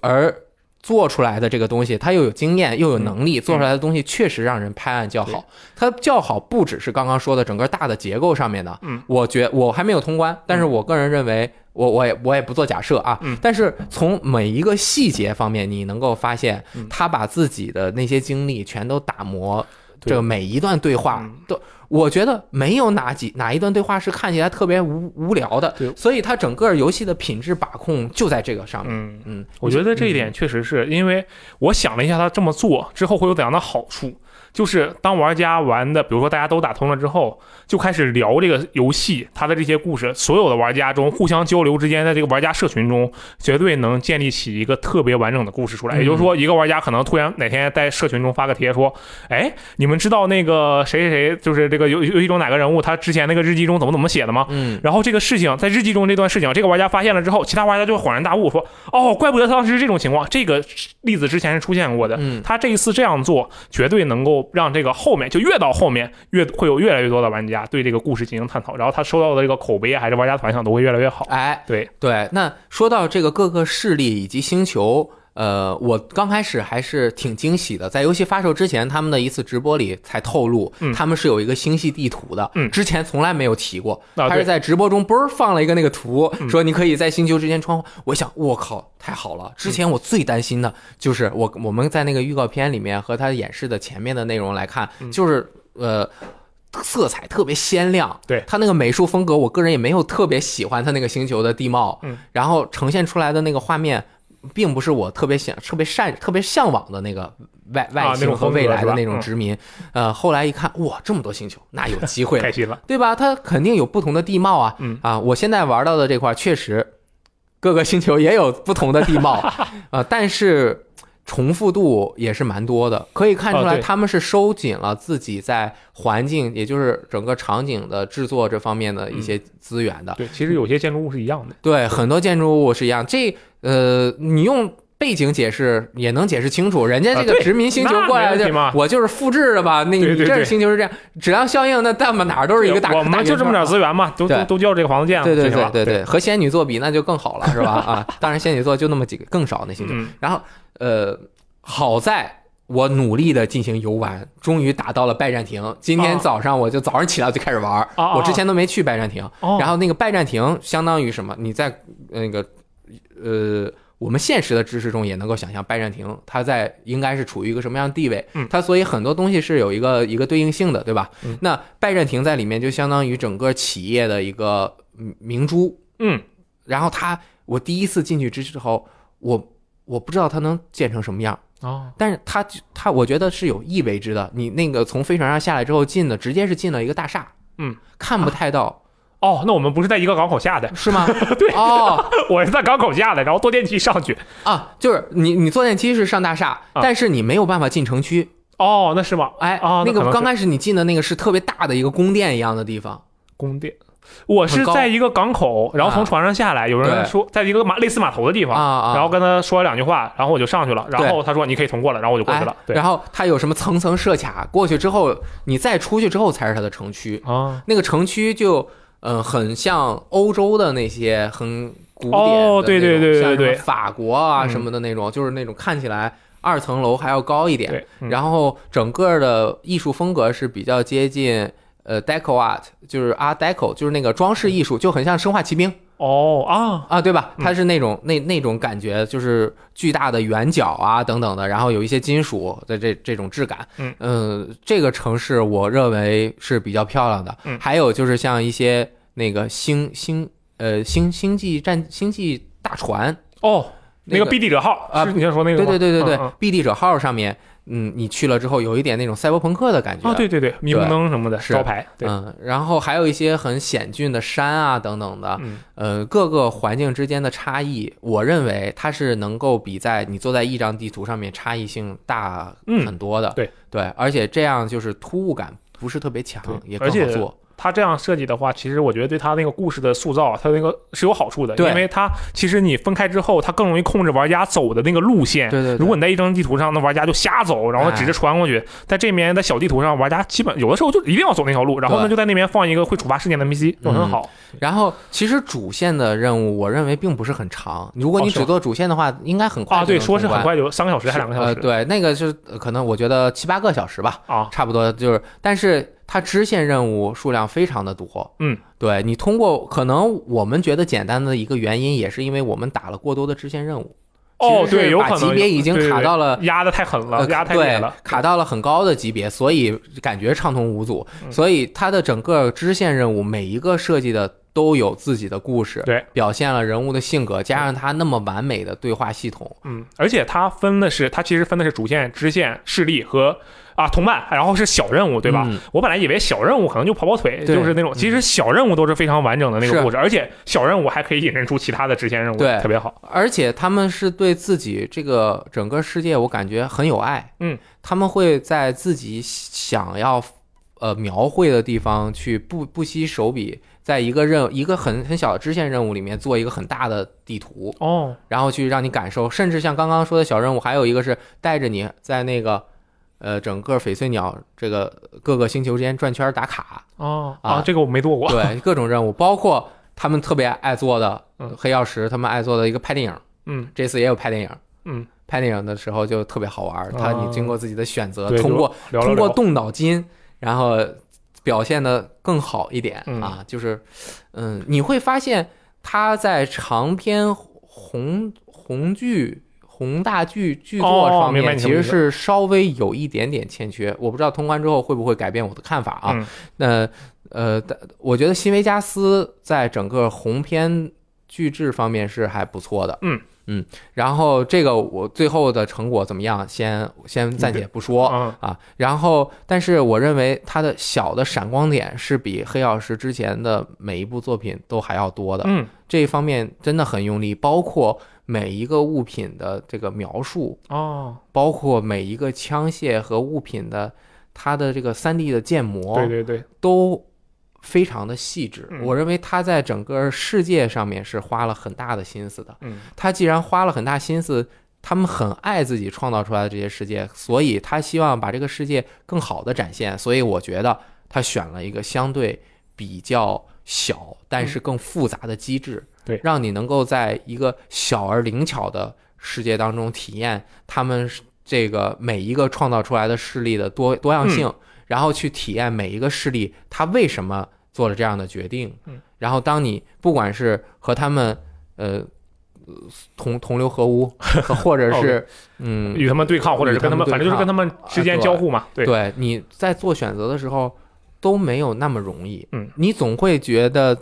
Speaker 1: 而做出来的这个东西，他又有经验又有能
Speaker 3: 嗯
Speaker 1: 力，做出来的东西确实让人拍案叫好。它叫好不只是刚刚说的整个大的结构上面的，
Speaker 3: 嗯，
Speaker 1: 我觉我还没有通关，但是我个人认为，我我也我也不做假设啊，
Speaker 3: 嗯
Speaker 1: 但是从每一个细节方面，你能够发现
Speaker 3: 嗯
Speaker 1: 他把自己的那些经历全都打磨，
Speaker 2: 对
Speaker 1: 这个每一段对话
Speaker 3: 嗯
Speaker 1: 都。我觉得没有哪几哪一段对话是看起来特别无无聊的
Speaker 2: 对，
Speaker 1: 所以它整个游戏的品质把控就在这个上面。
Speaker 3: 嗯，
Speaker 1: 嗯，
Speaker 3: 我觉得这一点确实是因为我想了一下，他这么做之后会有怎样的好处。就是当玩家玩的，比如说大家都打通了之后，就开始聊这个游戏它的这些故事，所有的玩家中互相交流之间，在这个玩家社群中，绝对能建立起一个特别完整的故事出来。也就是说，一个玩家可能突然哪天在社群中发个帖说：“哎，你们知道那个谁谁谁，就是这个游游戏中哪个人物，他之前那个日记中怎么怎么写的吗？”
Speaker 1: 嗯，
Speaker 3: 然后这个事情在日记中这段事情，这个玩家发现了之后，其他玩家就会恍然大悟，说：“哦，怪不得当时是这种情况，这个例子之前是出现过的。
Speaker 1: 嗯
Speaker 3: 他这一次这样做，绝对能够让这个后面就越到后面越会有越来越多的玩家对这个故事进行探讨，然后他收到的这个口碑还是玩家反响都会越来越好。
Speaker 1: 哎，
Speaker 3: 对
Speaker 1: 对。那说到这个各个势力以及星球，呃，我刚开始还是挺惊喜的，在游戏发售之前，他们的一次直播里才透露，
Speaker 3: 嗯
Speaker 1: 他们是有一个星系地图的，
Speaker 3: 嗯
Speaker 1: 之前从来没有提过。
Speaker 3: 啊
Speaker 1: 他是
Speaker 3: 对
Speaker 1: 在直播中嘣儿放了一个那个图，
Speaker 3: 嗯
Speaker 1: 说你可以在星球之间穿梭。我想，我靠，太好了！之前我最担心的就是我我们在那个预告片里面和他演示的前面的内容来看，
Speaker 3: 嗯
Speaker 1: 就是呃。色彩特别鲜亮，
Speaker 3: 对
Speaker 1: 他那个美术风格，我个人也没有特别喜欢他那个星球的地貌，
Speaker 3: 嗯，
Speaker 1: 然后呈现出来的那个画面，并不是我特别想、特别善、特别向往的那个外外
Speaker 3: 啊那
Speaker 1: 星
Speaker 3: 种
Speaker 1: 和
Speaker 3: 风格
Speaker 1: 未来
Speaker 3: 是
Speaker 1: 的
Speaker 3: 吧
Speaker 1: 那种
Speaker 3: 嗯
Speaker 1: 殖民。呃，后来一看，哇，这么多星球，那有机
Speaker 3: <laughs>
Speaker 1: 会了
Speaker 3: 开，心了，
Speaker 1: 对吧？它肯定有不同的地貌啊，
Speaker 3: 嗯
Speaker 1: 啊，我现在玩到的这块儿确实各个星球也有不同的地
Speaker 3: <laughs>
Speaker 1: 貌啊、但是重复度也是蛮多的，可以看出
Speaker 3: 哦
Speaker 1: 来
Speaker 3: 对
Speaker 1: 他们是收紧了自己在环境，也就是整个场景的制作这方面的一些资源的。
Speaker 3: 对，其实有些建筑物是一样的，
Speaker 1: 对，很多建筑物是一样，这呃，你用。背景解释也能解释清楚，人家这
Speaker 3: 啊
Speaker 1: 个
Speaker 3: 对
Speaker 1: 殖民星球
Speaker 3: 那
Speaker 1: 过来
Speaker 3: 没问
Speaker 1: 的
Speaker 3: 题嘛，
Speaker 1: 我就是复制的吧？那
Speaker 3: 对
Speaker 1: 你
Speaker 3: 对
Speaker 1: 这
Speaker 3: 对
Speaker 1: 星球是这样，质量效应那但么哪儿都是一个大，
Speaker 3: 我
Speaker 1: 大
Speaker 3: 们
Speaker 1: 圆
Speaker 3: 就这
Speaker 1: 圈
Speaker 3: 么点
Speaker 1: 儿啊
Speaker 3: 资源嘛，都
Speaker 1: 对
Speaker 3: 都都叫这个房子建了
Speaker 1: 对对
Speaker 3: 就行
Speaker 1: 对
Speaker 3: 了
Speaker 1: 对
Speaker 3: 对，
Speaker 1: 对，和仙女座比那就更好了，是吧？啊，当然仙女座就那么几个，更少那星座。
Speaker 3: 嗯
Speaker 1: 然后呃，好在我努力的进行游玩，终于打到了拜占庭。今天
Speaker 3: 哦
Speaker 1: 早上我就早上起来我就开始玩儿，
Speaker 3: 哦哦
Speaker 1: 我之前都没去拜占庭。
Speaker 3: 哦
Speaker 1: 嗯然后那个拜占庭相当于什么？你在呃那个呃。我们现实的知识中也能够想象拜占庭，它在应该是处于一个什么样的地位？
Speaker 3: 嗯
Speaker 1: 它所以很多东西是有一个一个对应性的，对吧？
Speaker 3: 嗯
Speaker 1: 那拜占庭在里面就相当于整个企业的一个嗯明珠，
Speaker 3: 嗯，
Speaker 1: 然后它我第一次进去之后，我我不知道它能建成什么样，
Speaker 3: 哦，
Speaker 1: 但是它它我觉得是有意为之的。你那个从飞船上下来之后进的，直接是进了一个大厦，
Speaker 3: 嗯，
Speaker 1: 看不太到，
Speaker 3: 哦，那我们不是在一个港口下的， <laughs>
Speaker 1: 是吗？对，哦
Speaker 3: 我是在港口下的，然后坐电梯上去。
Speaker 1: 啊，就是你你坐电梯是上大厦，
Speaker 3: 啊
Speaker 1: 但是你没有办法进城区。
Speaker 3: 哦，那是吗？
Speaker 1: 哎，
Speaker 3: 哦
Speaker 1: 那
Speaker 3: 那可
Speaker 1: 个
Speaker 3: 能
Speaker 1: 刚
Speaker 3: 是
Speaker 1: 开始你进的那个是特别大的一个宫殿一样的地方，
Speaker 3: 宫殿。我是
Speaker 1: 很高啊
Speaker 3: 在一个港口，然后从船上下来，有
Speaker 1: 对
Speaker 3: 人说在一个码类似码头的地方，
Speaker 1: 啊啊
Speaker 3: 然后跟他说了两句话，然后我就上去了，然后他说你可以通过了，然后我就过去
Speaker 1: 哎
Speaker 3: 了。，对，
Speaker 1: 然后它有什么层层设卡，过去之后你再出去之后才是它的城区。
Speaker 3: 啊，
Speaker 1: 那个城区就嗯、呃很像欧洲的那些很古典的那种
Speaker 3: 哦对对对对
Speaker 1: 像什么
Speaker 3: 对
Speaker 1: 法国啊
Speaker 3: 嗯
Speaker 1: 什么的那种，就是那种看起来二层楼还要高一点，
Speaker 3: 对，嗯
Speaker 1: 然后整个的艺术风格是比较接近。呃，deco art 就是 art deco，就是那个装饰艺术，就很像《生化奇兵》
Speaker 3: 哦啊，
Speaker 1: 啊，对吧？
Speaker 3: 嗯
Speaker 1: 它是那种、那那种感觉，就是巨大的圆角啊等等的，然后有一些金属的这这种质感。
Speaker 3: 嗯
Speaker 1: 呃这个城市我认为是比较漂亮的。
Speaker 3: 嗯
Speaker 1: 还有就是像一些那个星星呃星星际战星际大船，
Speaker 3: 哦，那
Speaker 1: 那
Speaker 3: 个
Speaker 1: 个
Speaker 3: 必地者号
Speaker 1: 啊
Speaker 3: 是你先说那个
Speaker 1: 对
Speaker 3: 吗？
Speaker 1: 对对对对
Speaker 3: 嗯，嗯
Speaker 1: 必地者号上面，嗯，你去了之后有一点那种赛博朋克的感觉。
Speaker 3: 啊，对对对，霓虹灯什么的
Speaker 1: 是
Speaker 3: 招牌，对，
Speaker 1: 嗯，然后还有一些很险峻的山啊等等的，
Speaker 3: 嗯
Speaker 1: 呃，各个环境之间的差异，我认为它是能够比在你坐在一张地图上面差异性大
Speaker 3: 嗯
Speaker 1: 很多的。
Speaker 3: 对
Speaker 1: 对，而且这样就是突兀感不是特别强，
Speaker 3: 对
Speaker 1: 也更
Speaker 3: 而且
Speaker 1: 好做。
Speaker 3: 它这样设计的话，其实我觉得对它那个故事的塑造啊，它那个是有好处的，
Speaker 1: 对
Speaker 3: 因为它其实你分开之后，它更容易控制玩家走的那个路线。
Speaker 1: 对对对
Speaker 3: 哎如果你在一张地图上，那玩家就瞎走，然后
Speaker 1: 哎
Speaker 3: 指着穿过去；在这边在小地图上，玩家基本有的时候就一定要走那条路，然后呢
Speaker 1: 对嗯
Speaker 3: 就在那边放一个会触发事件的 NPC，就很好。
Speaker 1: 然后其实主线的任务，我认为并不是很长。如果你
Speaker 3: 哦是吗
Speaker 1: 只做主线的话，应该很快
Speaker 3: 啊，对，
Speaker 1: 就能
Speaker 3: 说是
Speaker 1: 通关
Speaker 3: 很快就三个小时还
Speaker 1: 是
Speaker 3: 是两个小时？
Speaker 1: 呃，对，那个是呃可能我觉得七八个小时吧，
Speaker 3: 啊，
Speaker 1: 差不多就是，但是它支线任务数量非常的多。
Speaker 3: 嗯，
Speaker 1: 对你通过可能我们觉得简单的一个原因，也是因为我们打了过多的支线任务。
Speaker 3: 哦，
Speaker 1: 其实
Speaker 3: 对，
Speaker 1: 是
Speaker 3: 有
Speaker 1: 把
Speaker 3: 可能
Speaker 1: 级别已经
Speaker 3: 对对
Speaker 1: 卡
Speaker 3: 对
Speaker 1: 到了
Speaker 3: 压的太狠了，压
Speaker 1: 呃
Speaker 3: 得太野
Speaker 1: 对
Speaker 3: 了，，嗯
Speaker 1: 卡到了很高的级别，所以感觉畅通无阻。
Speaker 3: 嗯
Speaker 1: 所以它的整个支线任务每一个设计的都有自己的故事，
Speaker 3: 对，
Speaker 1: 表现了人物的性格，加上它那么完美的对话系统，
Speaker 3: 嗯，而且它分的是，它其实分的是主线、支线、势力和啊同伴，然后是小任务，对吧？
Speaker 1: 嗯
Speaker 3: 我本来以为小任务可能就跑跑腿，
Speaker 1: 对嗯
Speaker 3: 就是那种，其实小任务都是非常完整的那
Speaker 1: 是
Speaker 3: 个故事，而且小任务还可以引申出其他的支线任务，
Speaker 1: 对
Speaker 3: 特别好。
Speaker 1: 而且他们是对自己这个整个世界，我感觉很有爱。
Speaker 3: 嗯，
Speaker 1: 他们会在自己想要呃描绘的地方去不不惜手笔，在一个任一个很很小的支线任务里面做一个很大的地图，
Speaker 3: 哦，
Speaker 1: 然后去让你感受，甚至像刚刚说的小任务，还有一个是带着你在那个。呃，整个翡翠鸟这个各个星球之间转圈打卡，
Speaker 3: 哦，
Speaker 1: 啊
Speaker 3: 啊，这个我没做过。
Speaker 1: 对各种任务，包括他们特别爱做的
Speaker 3: 嗯
Speaker 1: 黑曜石，他们爱做的一个拍电影，
Speaker 3: 嗯
Speaker 1: 这次也有拍电影，
Speaker 3: 嗯，哦
Speaker 1: 拍电影的时候就特别好玩儿，他你经过自己的选择，
Speaker 3: 对
Speaker 1: 通过
Speaker 3: 聊了
Speaker 1: 通过
Speaker 3: 聊，
Speaker 1: 动脑筋，然后表现的更好一点、
Speaker 3: 嗯
Speaker 1: 啊，就是嗯，你会发现他在长篇红红剧。宏大剧剧作
Speaker 3: 哦
Speaker 1: 方
Speaker 3: 明白
Speaker 1: 面
Speaker 3: 你
Speaker 1: 其
Speaker 3: 什么
Speaker 1: 实
Speaker 3: 意思
Speaker 1: 是稍微有一点点欠缺，我不知道通关之后会不会改变我的看法啊。
Speaker 3: 嗯
Speaker 1: 那呃，但我觉得新维加斯在整个鸿篇巨制方面是还不错的。
Speaker 3: 嗯
Speaker 1: 嗯，然后这个我最后的成果怎么样，先先暂且不说。
Speaker 3: 嗯
Speaker 1: 啊，然后，但是我认为它的小的闪光点是比黑曜石之前的每一部作品都还要多的，
Speaker 3: 嗯，
Speaker 1: 这一方面真的很用力，包括每一个物品的这个描述，
Speaker 3: 哦，
Speaker 1: 包括每一个枪械和物品的它的这个三 D 的建模，
Speaker 3: 对对对，
Speaker 1: 都非常的细致。
Speaker 3: 嗯
Speaker 1: 我认为他在整个世界上面是花了很大的心思的。
Speaker 3: 嗯，
Speaker 1: 他既然花了很大心思，他们很爱自己创造出来的这些世界，所以他希望把这个世界更好的展现。所以我觉得他选了一个相对比较小，但是更复杂的机制，
Speaker 3: 嗯对
Speaker 1: 让你能够在一个小而灵巧的世界当中体验他们这个每一个创造出来的势力的多多
Speaker 3: 嗯
Speaker 1: 样性，然后去体验每一个势力他为什么做了这样的决定。
Speaker 3: 嗯，
Speaker 1: 然后当你不管是和他们呃同同流合
Speaker 3: <laughs>
Speaker 1: 污，或
Speaker 3: 哦
Speaker 1: 者是嗯
Speaker 3: 与他们对抗，或者是跟他们，
Speaker 1: 与他们对抗
Speaker 3: 反正就是跟他们之间
Speaker 1: 啊对
Speaker 3: 交互嘛。对，
Speaker 1: 对，你在做选择的时候都没有那么容易。
Speaker 3: 嗯，
Speaker 1: 你总会觉得，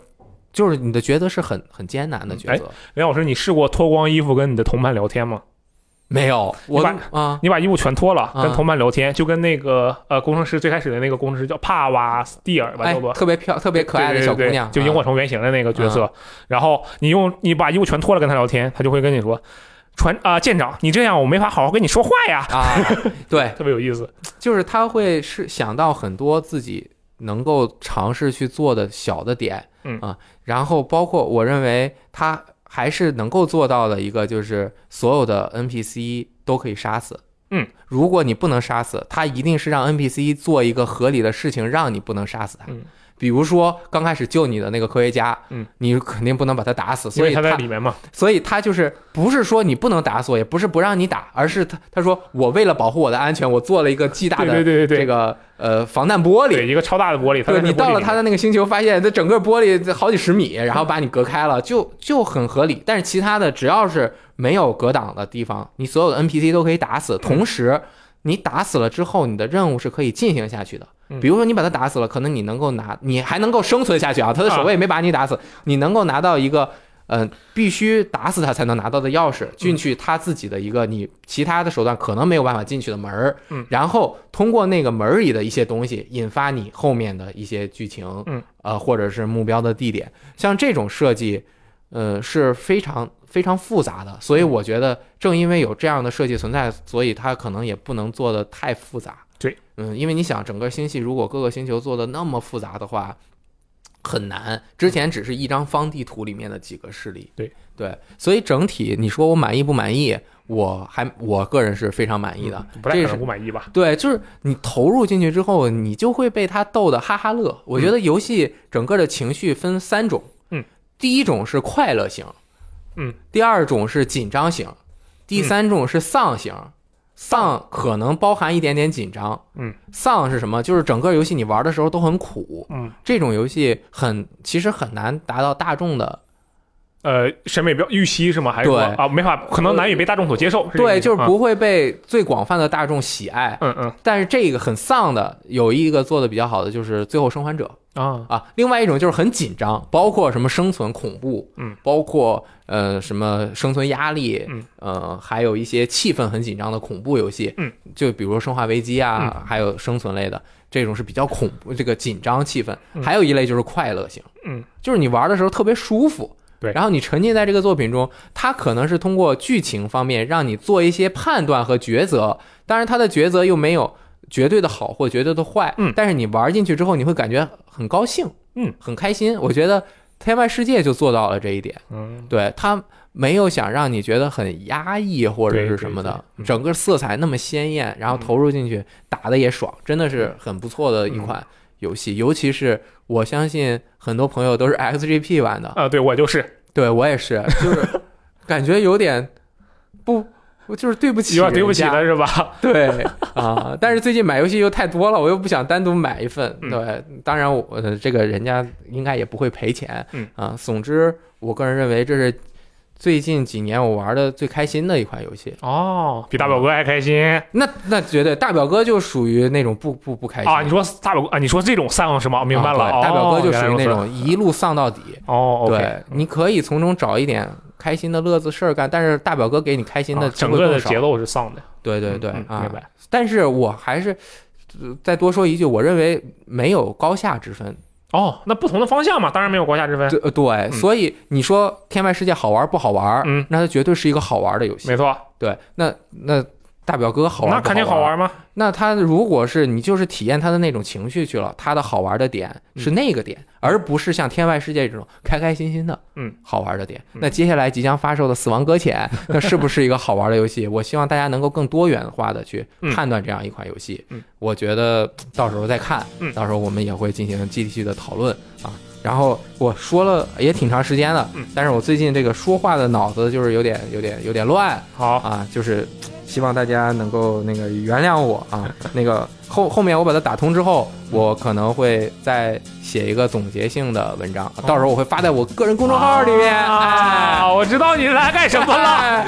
Speaker 1: 就是你的抉择是很很艰难的
Speaker 3: 哎
Speaker 1: 抉择。
Speaker 3: 林老师，你试过脱光衣服跟你的同伴聊天吗？
Speaker 1: 没有，我
Speaker 3: 把
Speaker 1: 啊，
Speaker 3: 你把衣服全脱了，
Speaker 1: 嗯
Speaker 3: 跟同伴聊天，就跟那个呃工程师最开始的那个工程师叫帕瓦斯蒂尔吧，
Speaker 1: 哎
Speaker 3: 叫做，。
Speaker 1: 特别漂，特别可爱的小姑娘，啊
Speaker 3: 对对对就萤火虫原型的那个角色。然后你用你把衣服全脱了跟他聊天，他就会跟你说：“船啊、舰长，你这样我没法好好跟你说话呀。
Speaker 1: 啊啊，对”，
Speaker 3: 特别有意思。
Speaker 1: 就是她会是想到很多自己能够尝试去做的小的点，
Speaker 3: 嗯
Speaker 1: 啊，然后包括我认为她还是能够做到的一个，就是所有的 NPC 都可以杀死。
Speaker 3: 嗯，
Speaker 1: 如果你不能杀死他，一定是让 NPC 做一个合理的事情，让你不能杀死他。
Speaker 3: 嗯
Speaker 1: 比如说刚开始救你的那个科学家，
Speaker 3: 嗯，
Speaker 1: 你肯定不能把他打死，
Speaker 3: 因
Speaker 1: 所
Speaker 3: 为
Speaker 1: 以
Speaker 3: 他在里面嘛，
Speaker 1: 所以他就是不是说你不能打锁，也不是不让你打，而是他他说我为了保护我的安全，我做了一个巨大
Speaker 3: 对
Speaker 1: 的
Speaker 3: 对对对对，
Speaker 1: 这个呃防弹玻璃
Speaker 3: 对。一个超大的玻璃，他
Speaker 1: 对
Speaker 3: 在那
Speaker 1: 你
Speaker 3: 个玻璃
Speaker 1: 到了
Speaker 3: 里面
Speaker 1: 他的那个星球，发现这整个玻璃好几十米，然后把你隔开了，就就很合理。但是其他的只要是没有隔挡的地方，你所有的 NPC 都可以打死。同时，你打死了之后，你的任务是可以进行下去的。
Speaker 3: 嗯
Speaker 1: 比如说你把他打死了，可能你能够拿，你还能够生存下去啊，他的守卫没把你打死，你能够拿到一个。嗯、必须打死他才能拿到的钥匙，进去他自己的一个你其他的手段可能没有办法进去的门儿，
Speaker 3: 嗯
Speaker 1: 然后通过那个门儿里的一些东西，引发你后面的一些剧情，
Speaker 3: 嗯，
Speaker 1: 呃，或者是目标的地点，像这种设计，呃，是非常非常复杂的，
Speaker 3: 嗯
Speaker 1: 所以我觉得正因为有这样的设计存在，所以它可能也不能做的太复杂，
Speaker 3: 对，
Speaker 1: 嗯，因为你想整个星系如果各个星球做的那么复杂的话，很难。之前只是一张方地图里面的几个势力，
Speaker 2: 对
Speaker 1: 对，所以整体你说我满意不满意？我还我个人是非常满意的，
Speaker 3: 嗯不太
Speaker 1: 这
Speaker 3: 可
Speaker 1: 是
Speaker 3: 能不满意吧？
Speaker 1: 对，就是你投入进去之后，你就会被他逗得哈哈乐。我觉得游戏整个的情绪分三种，
Speaker 3: 嗯，
Speaker 1: 第一种是快乐型，
Speaker 3: 嗯，
Speaker 1: 第二种是紧张型，第三种是丧型。丧可能包含一点点紧张，
Speaker 3: 嗯，
Speaker 1: 丧是什么？就是整个游戏你玩的时候都很苦，
Speaker 3: 嗯，
Speaker 1: 这种游戏很其实很难达到大众的，
Speaker 3: 呃，审美标预期是吗？还是
Speaker 1: 对
Speaker 3: 说啊，没法，可能难以被大众所接受。这个意
Speaker 1: 对，
Speaker 3: 思
Speaker 1: 就是
Speaker 3: 啊
Speaker 1: 不会被最广泛的大众喜爱。
Speaker 3: 嗯嗯
Speaker 1: 但是这个很丧的，有一个做的比较好的就是《最后生还者》，
Speaker 3: 啊，
Speaker 1: 啊，另外一种就是很紧张，包括什么生存恐怖，
Speaker 3: 嗯，
Speaker 1: 包括呃什么生存压力，
Speaker 3: 嗯，
Speaker 1: 呃，还有一些气氛很紧张的恐怖游戏，
Speaker 3: 嗯，
Speaker 1: 就比如《生化危机》啊，还有生存类的，这种是比较恐怖，这个紧张气氛。
Speaker 3: 嗯
Speaker 1: 还有一类就是快乐型，
Speaker 3: 嗯，
Speaker 1: 就是你玩的时候特别舒服。
Speaker 3: 对
Speaker 1: 然后你沉浸在这个作品中，它可能是通过剧情方面让你做一些判断和抉择，当然它的抉择又没有绝对的好或绝对的坏，
Speaker 3: 嗯
Speaker 1: 但是你玩进去之后，你会感觉很高兴，
Speaker 3: 嗯，
Speaker 1: 很开心。我觉得《天外世界》就做到了这一点，
Speaker 3: 嗯
Speaker 1: 对它没有想让你觉得很压抑或者
Speaker 3: 对
Speaker 1: 是
Speaker 3: 对
Speaker 1: 什么的，
Speaker 3: 对嗯
Speaker 1: 整个色彩那么鲜艳，然后投入进去打的也爽，真的是很不错的一
Speaker 3: 嗯
Speaker 1: 款游戏。尤其是我相信很多朋友都是 XGP 玩
Speaker 3: <laughs>
Speaker 1: 的，
Speaker 3: 啊，对我就是
Speaker 1: 对我也是，就是感觉有点不。我就是对不起，
Speaker 3: 有点对不起
Speaker 1: 人家
Speaker 3: 了是吧？
Speaker 1: <laughs> 对啊，但是最近买游戏又太多了，我又不想单独买一份。
Speaker 3: 嗯
Speaker 1: 对，当然我、呃、这个人家应该也不会赔钱。
Speaker 3: 嗯
Speaker 1: 啊，总之我个人认为这是最近几年我玩的最开心的一款游戏。
Speaker 3: 哦，比大表哥还开心
Speaker 1: 那那绝对大表哥就属于那种不不不开心
Speaker 3: 啊！你说大表哥啊，你说这种丧是吗？明白了，
Speaker 1: 啊对大表哥就
Speaker 3: 哦
Speaker 1: 属于那。
Speaker 3: 原来如
Speaker 1: 种一路丧到底。
Speaker 3: 此哦，OK，
Speaker 1: 对，你可以从中找一点开心的乐子事儿干，但是大表哥给你开心的
Speaker 3: 啊
Speaker 1: 机
Speaker 3: 整
Speaker 1: 会
Speaker 3: 个
Speaker 1: 更
Speaker 3: 的
Speaker 1: 少。
Speaker 3: 节奏是丧的，
Speaker 1: 对对对
Speaker 3: 嗯嗯
Speaker 1: 啊，
Speaker 3: 明白。
Speaker 1: 但是我还是呃再多说一句，我认为没有高下之分。
Speaker 3: 哦，那不同的方向嘛，当然没有高下之分，
Speaker 1: 对呃对，所以你说《天外世界》好玩不好玩？
Speaker 3: 嗯，
Speaker 1: 那它绝对是一个好玩的游戏
Speaker 3: 没。错，
Speaker 1: 对，那那大表哥好玩，
Speaker 3: 那肯定好
Speaker 1: 好
Speaker 3: 玩。啊嘛。
Speaker 1: 那它如果是你就是体验它的那种情绪去了，它的好玩的点
Speaker 3: 嗯
Speaker 1: 是那个点，而不是像《天外世界》这种开开心心的，
Speaker 3: 嗯，
Speaker 1: 好玩的点。那接下来即将发售的《死亡搁浅》，那是不是一个好玩的游戏？我希望大家能够更多元化的去
Speaker 3: 嗯
Speaker 1: 判断这样一款游戏。
Speaker 3: 嗯
Speaker 1: 我觉得呃到时候再看，
Speaker 3: 嗯
Speaker 1: 到时候我们也会进行继续的讨论啊。然后我说了也挺长时间了，
Speaker 3: 嗯
Speaker 1: 但是我最近这个说话的脑子就是有点有点有点乱，
Speaker 3: 好，
Speaker 1: 啊，就是希望大家能够那个原谅我
Speaker 3: <laughs>
Speaker 1: 啊。那个后后面我把它打通之后，
Speaker 3: 嗯
Speaker 1: 我可能会再写一个总结性的文章，
Speaker 3: 哦
Speaker 1: 到时候我会发在我个人公众号里面。
Speaker 3: 啊，
Speaker 1: 哎
Speaker 3: 我知道你来干什么了。
Speaker 1: 哎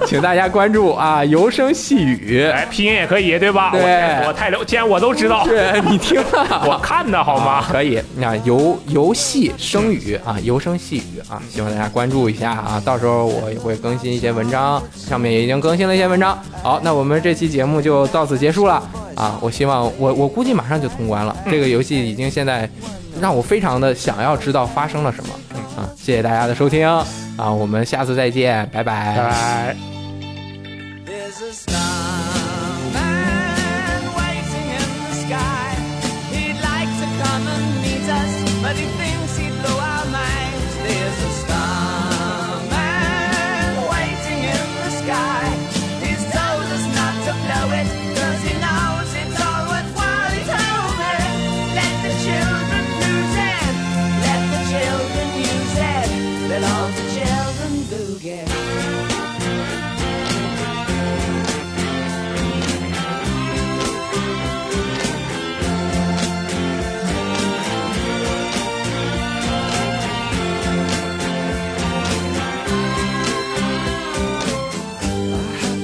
Speaker 1: <laughs> 请大家关注啊！游声细语，
Speaker 3: 哎，拼音也可以，对吧？
Speaker 1: 对
Speaker 3: 我我太了，既然我
Speaker 1: <laughs>
Speaker 3: 都知道，
Speaker 1: 是你听了
Speaker 3: 我看的好
Speaker 1: 啊
Speaker 3: 吗？
Speaker 1: 可以，那游游戏声语啊，游声细语啊，希望大家关注一下啊，到时候我也会更新一些文章，上面也已经更新了一些文章。好，那我们这期节目就到此结束了啊，我希望我我估计马上就通关了，
Speaker 3: 嗯
Speaker 1: 这个游戏已经现在让我非常的想要知道发生了什么啊，谢谢大家的收听啊，我们下次再见，拜拜
Speaker 3: 拜拜。
Speaker 7: There's a snowman waiting in the sky. He'd like to come and meet us, but he thinks he'd blow our minds. There's a snowman waiting in the sky. He's told us not to blow it, cause he knows it's all worthwhile. He's over. Let the children lose it. Let the children use it. Let all the children do get.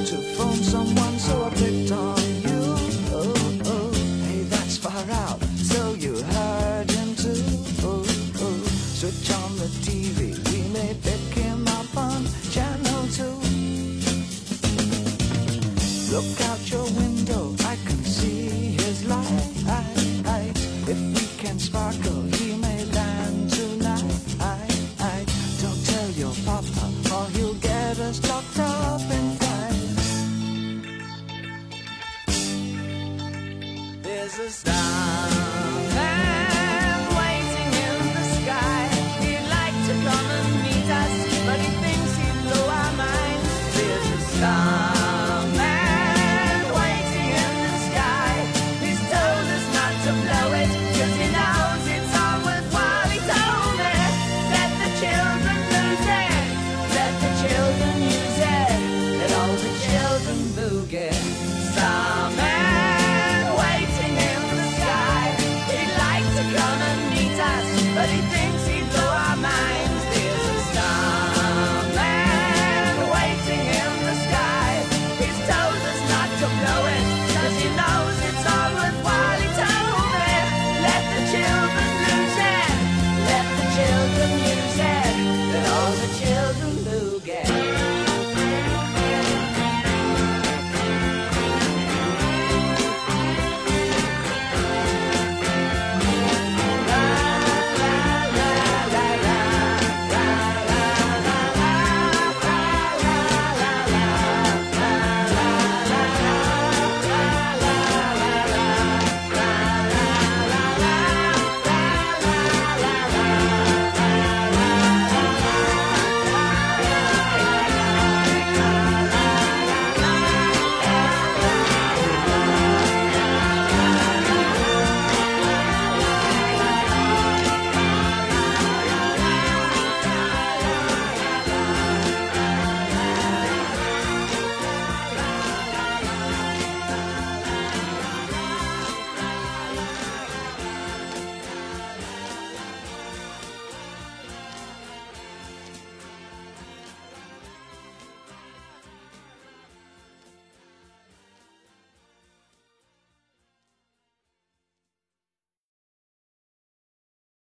Speaker 7: to phone someone, so I picked on you. Oh, oh, hey, that's far out. So you heard him too. Oh, oh, switch on the TV. We may pick him up on channel two. Look out your window, I can see his light. If we can sparkle, he may land tonight. Don't tell your papa, or he'll get us locked up in time. There's a star.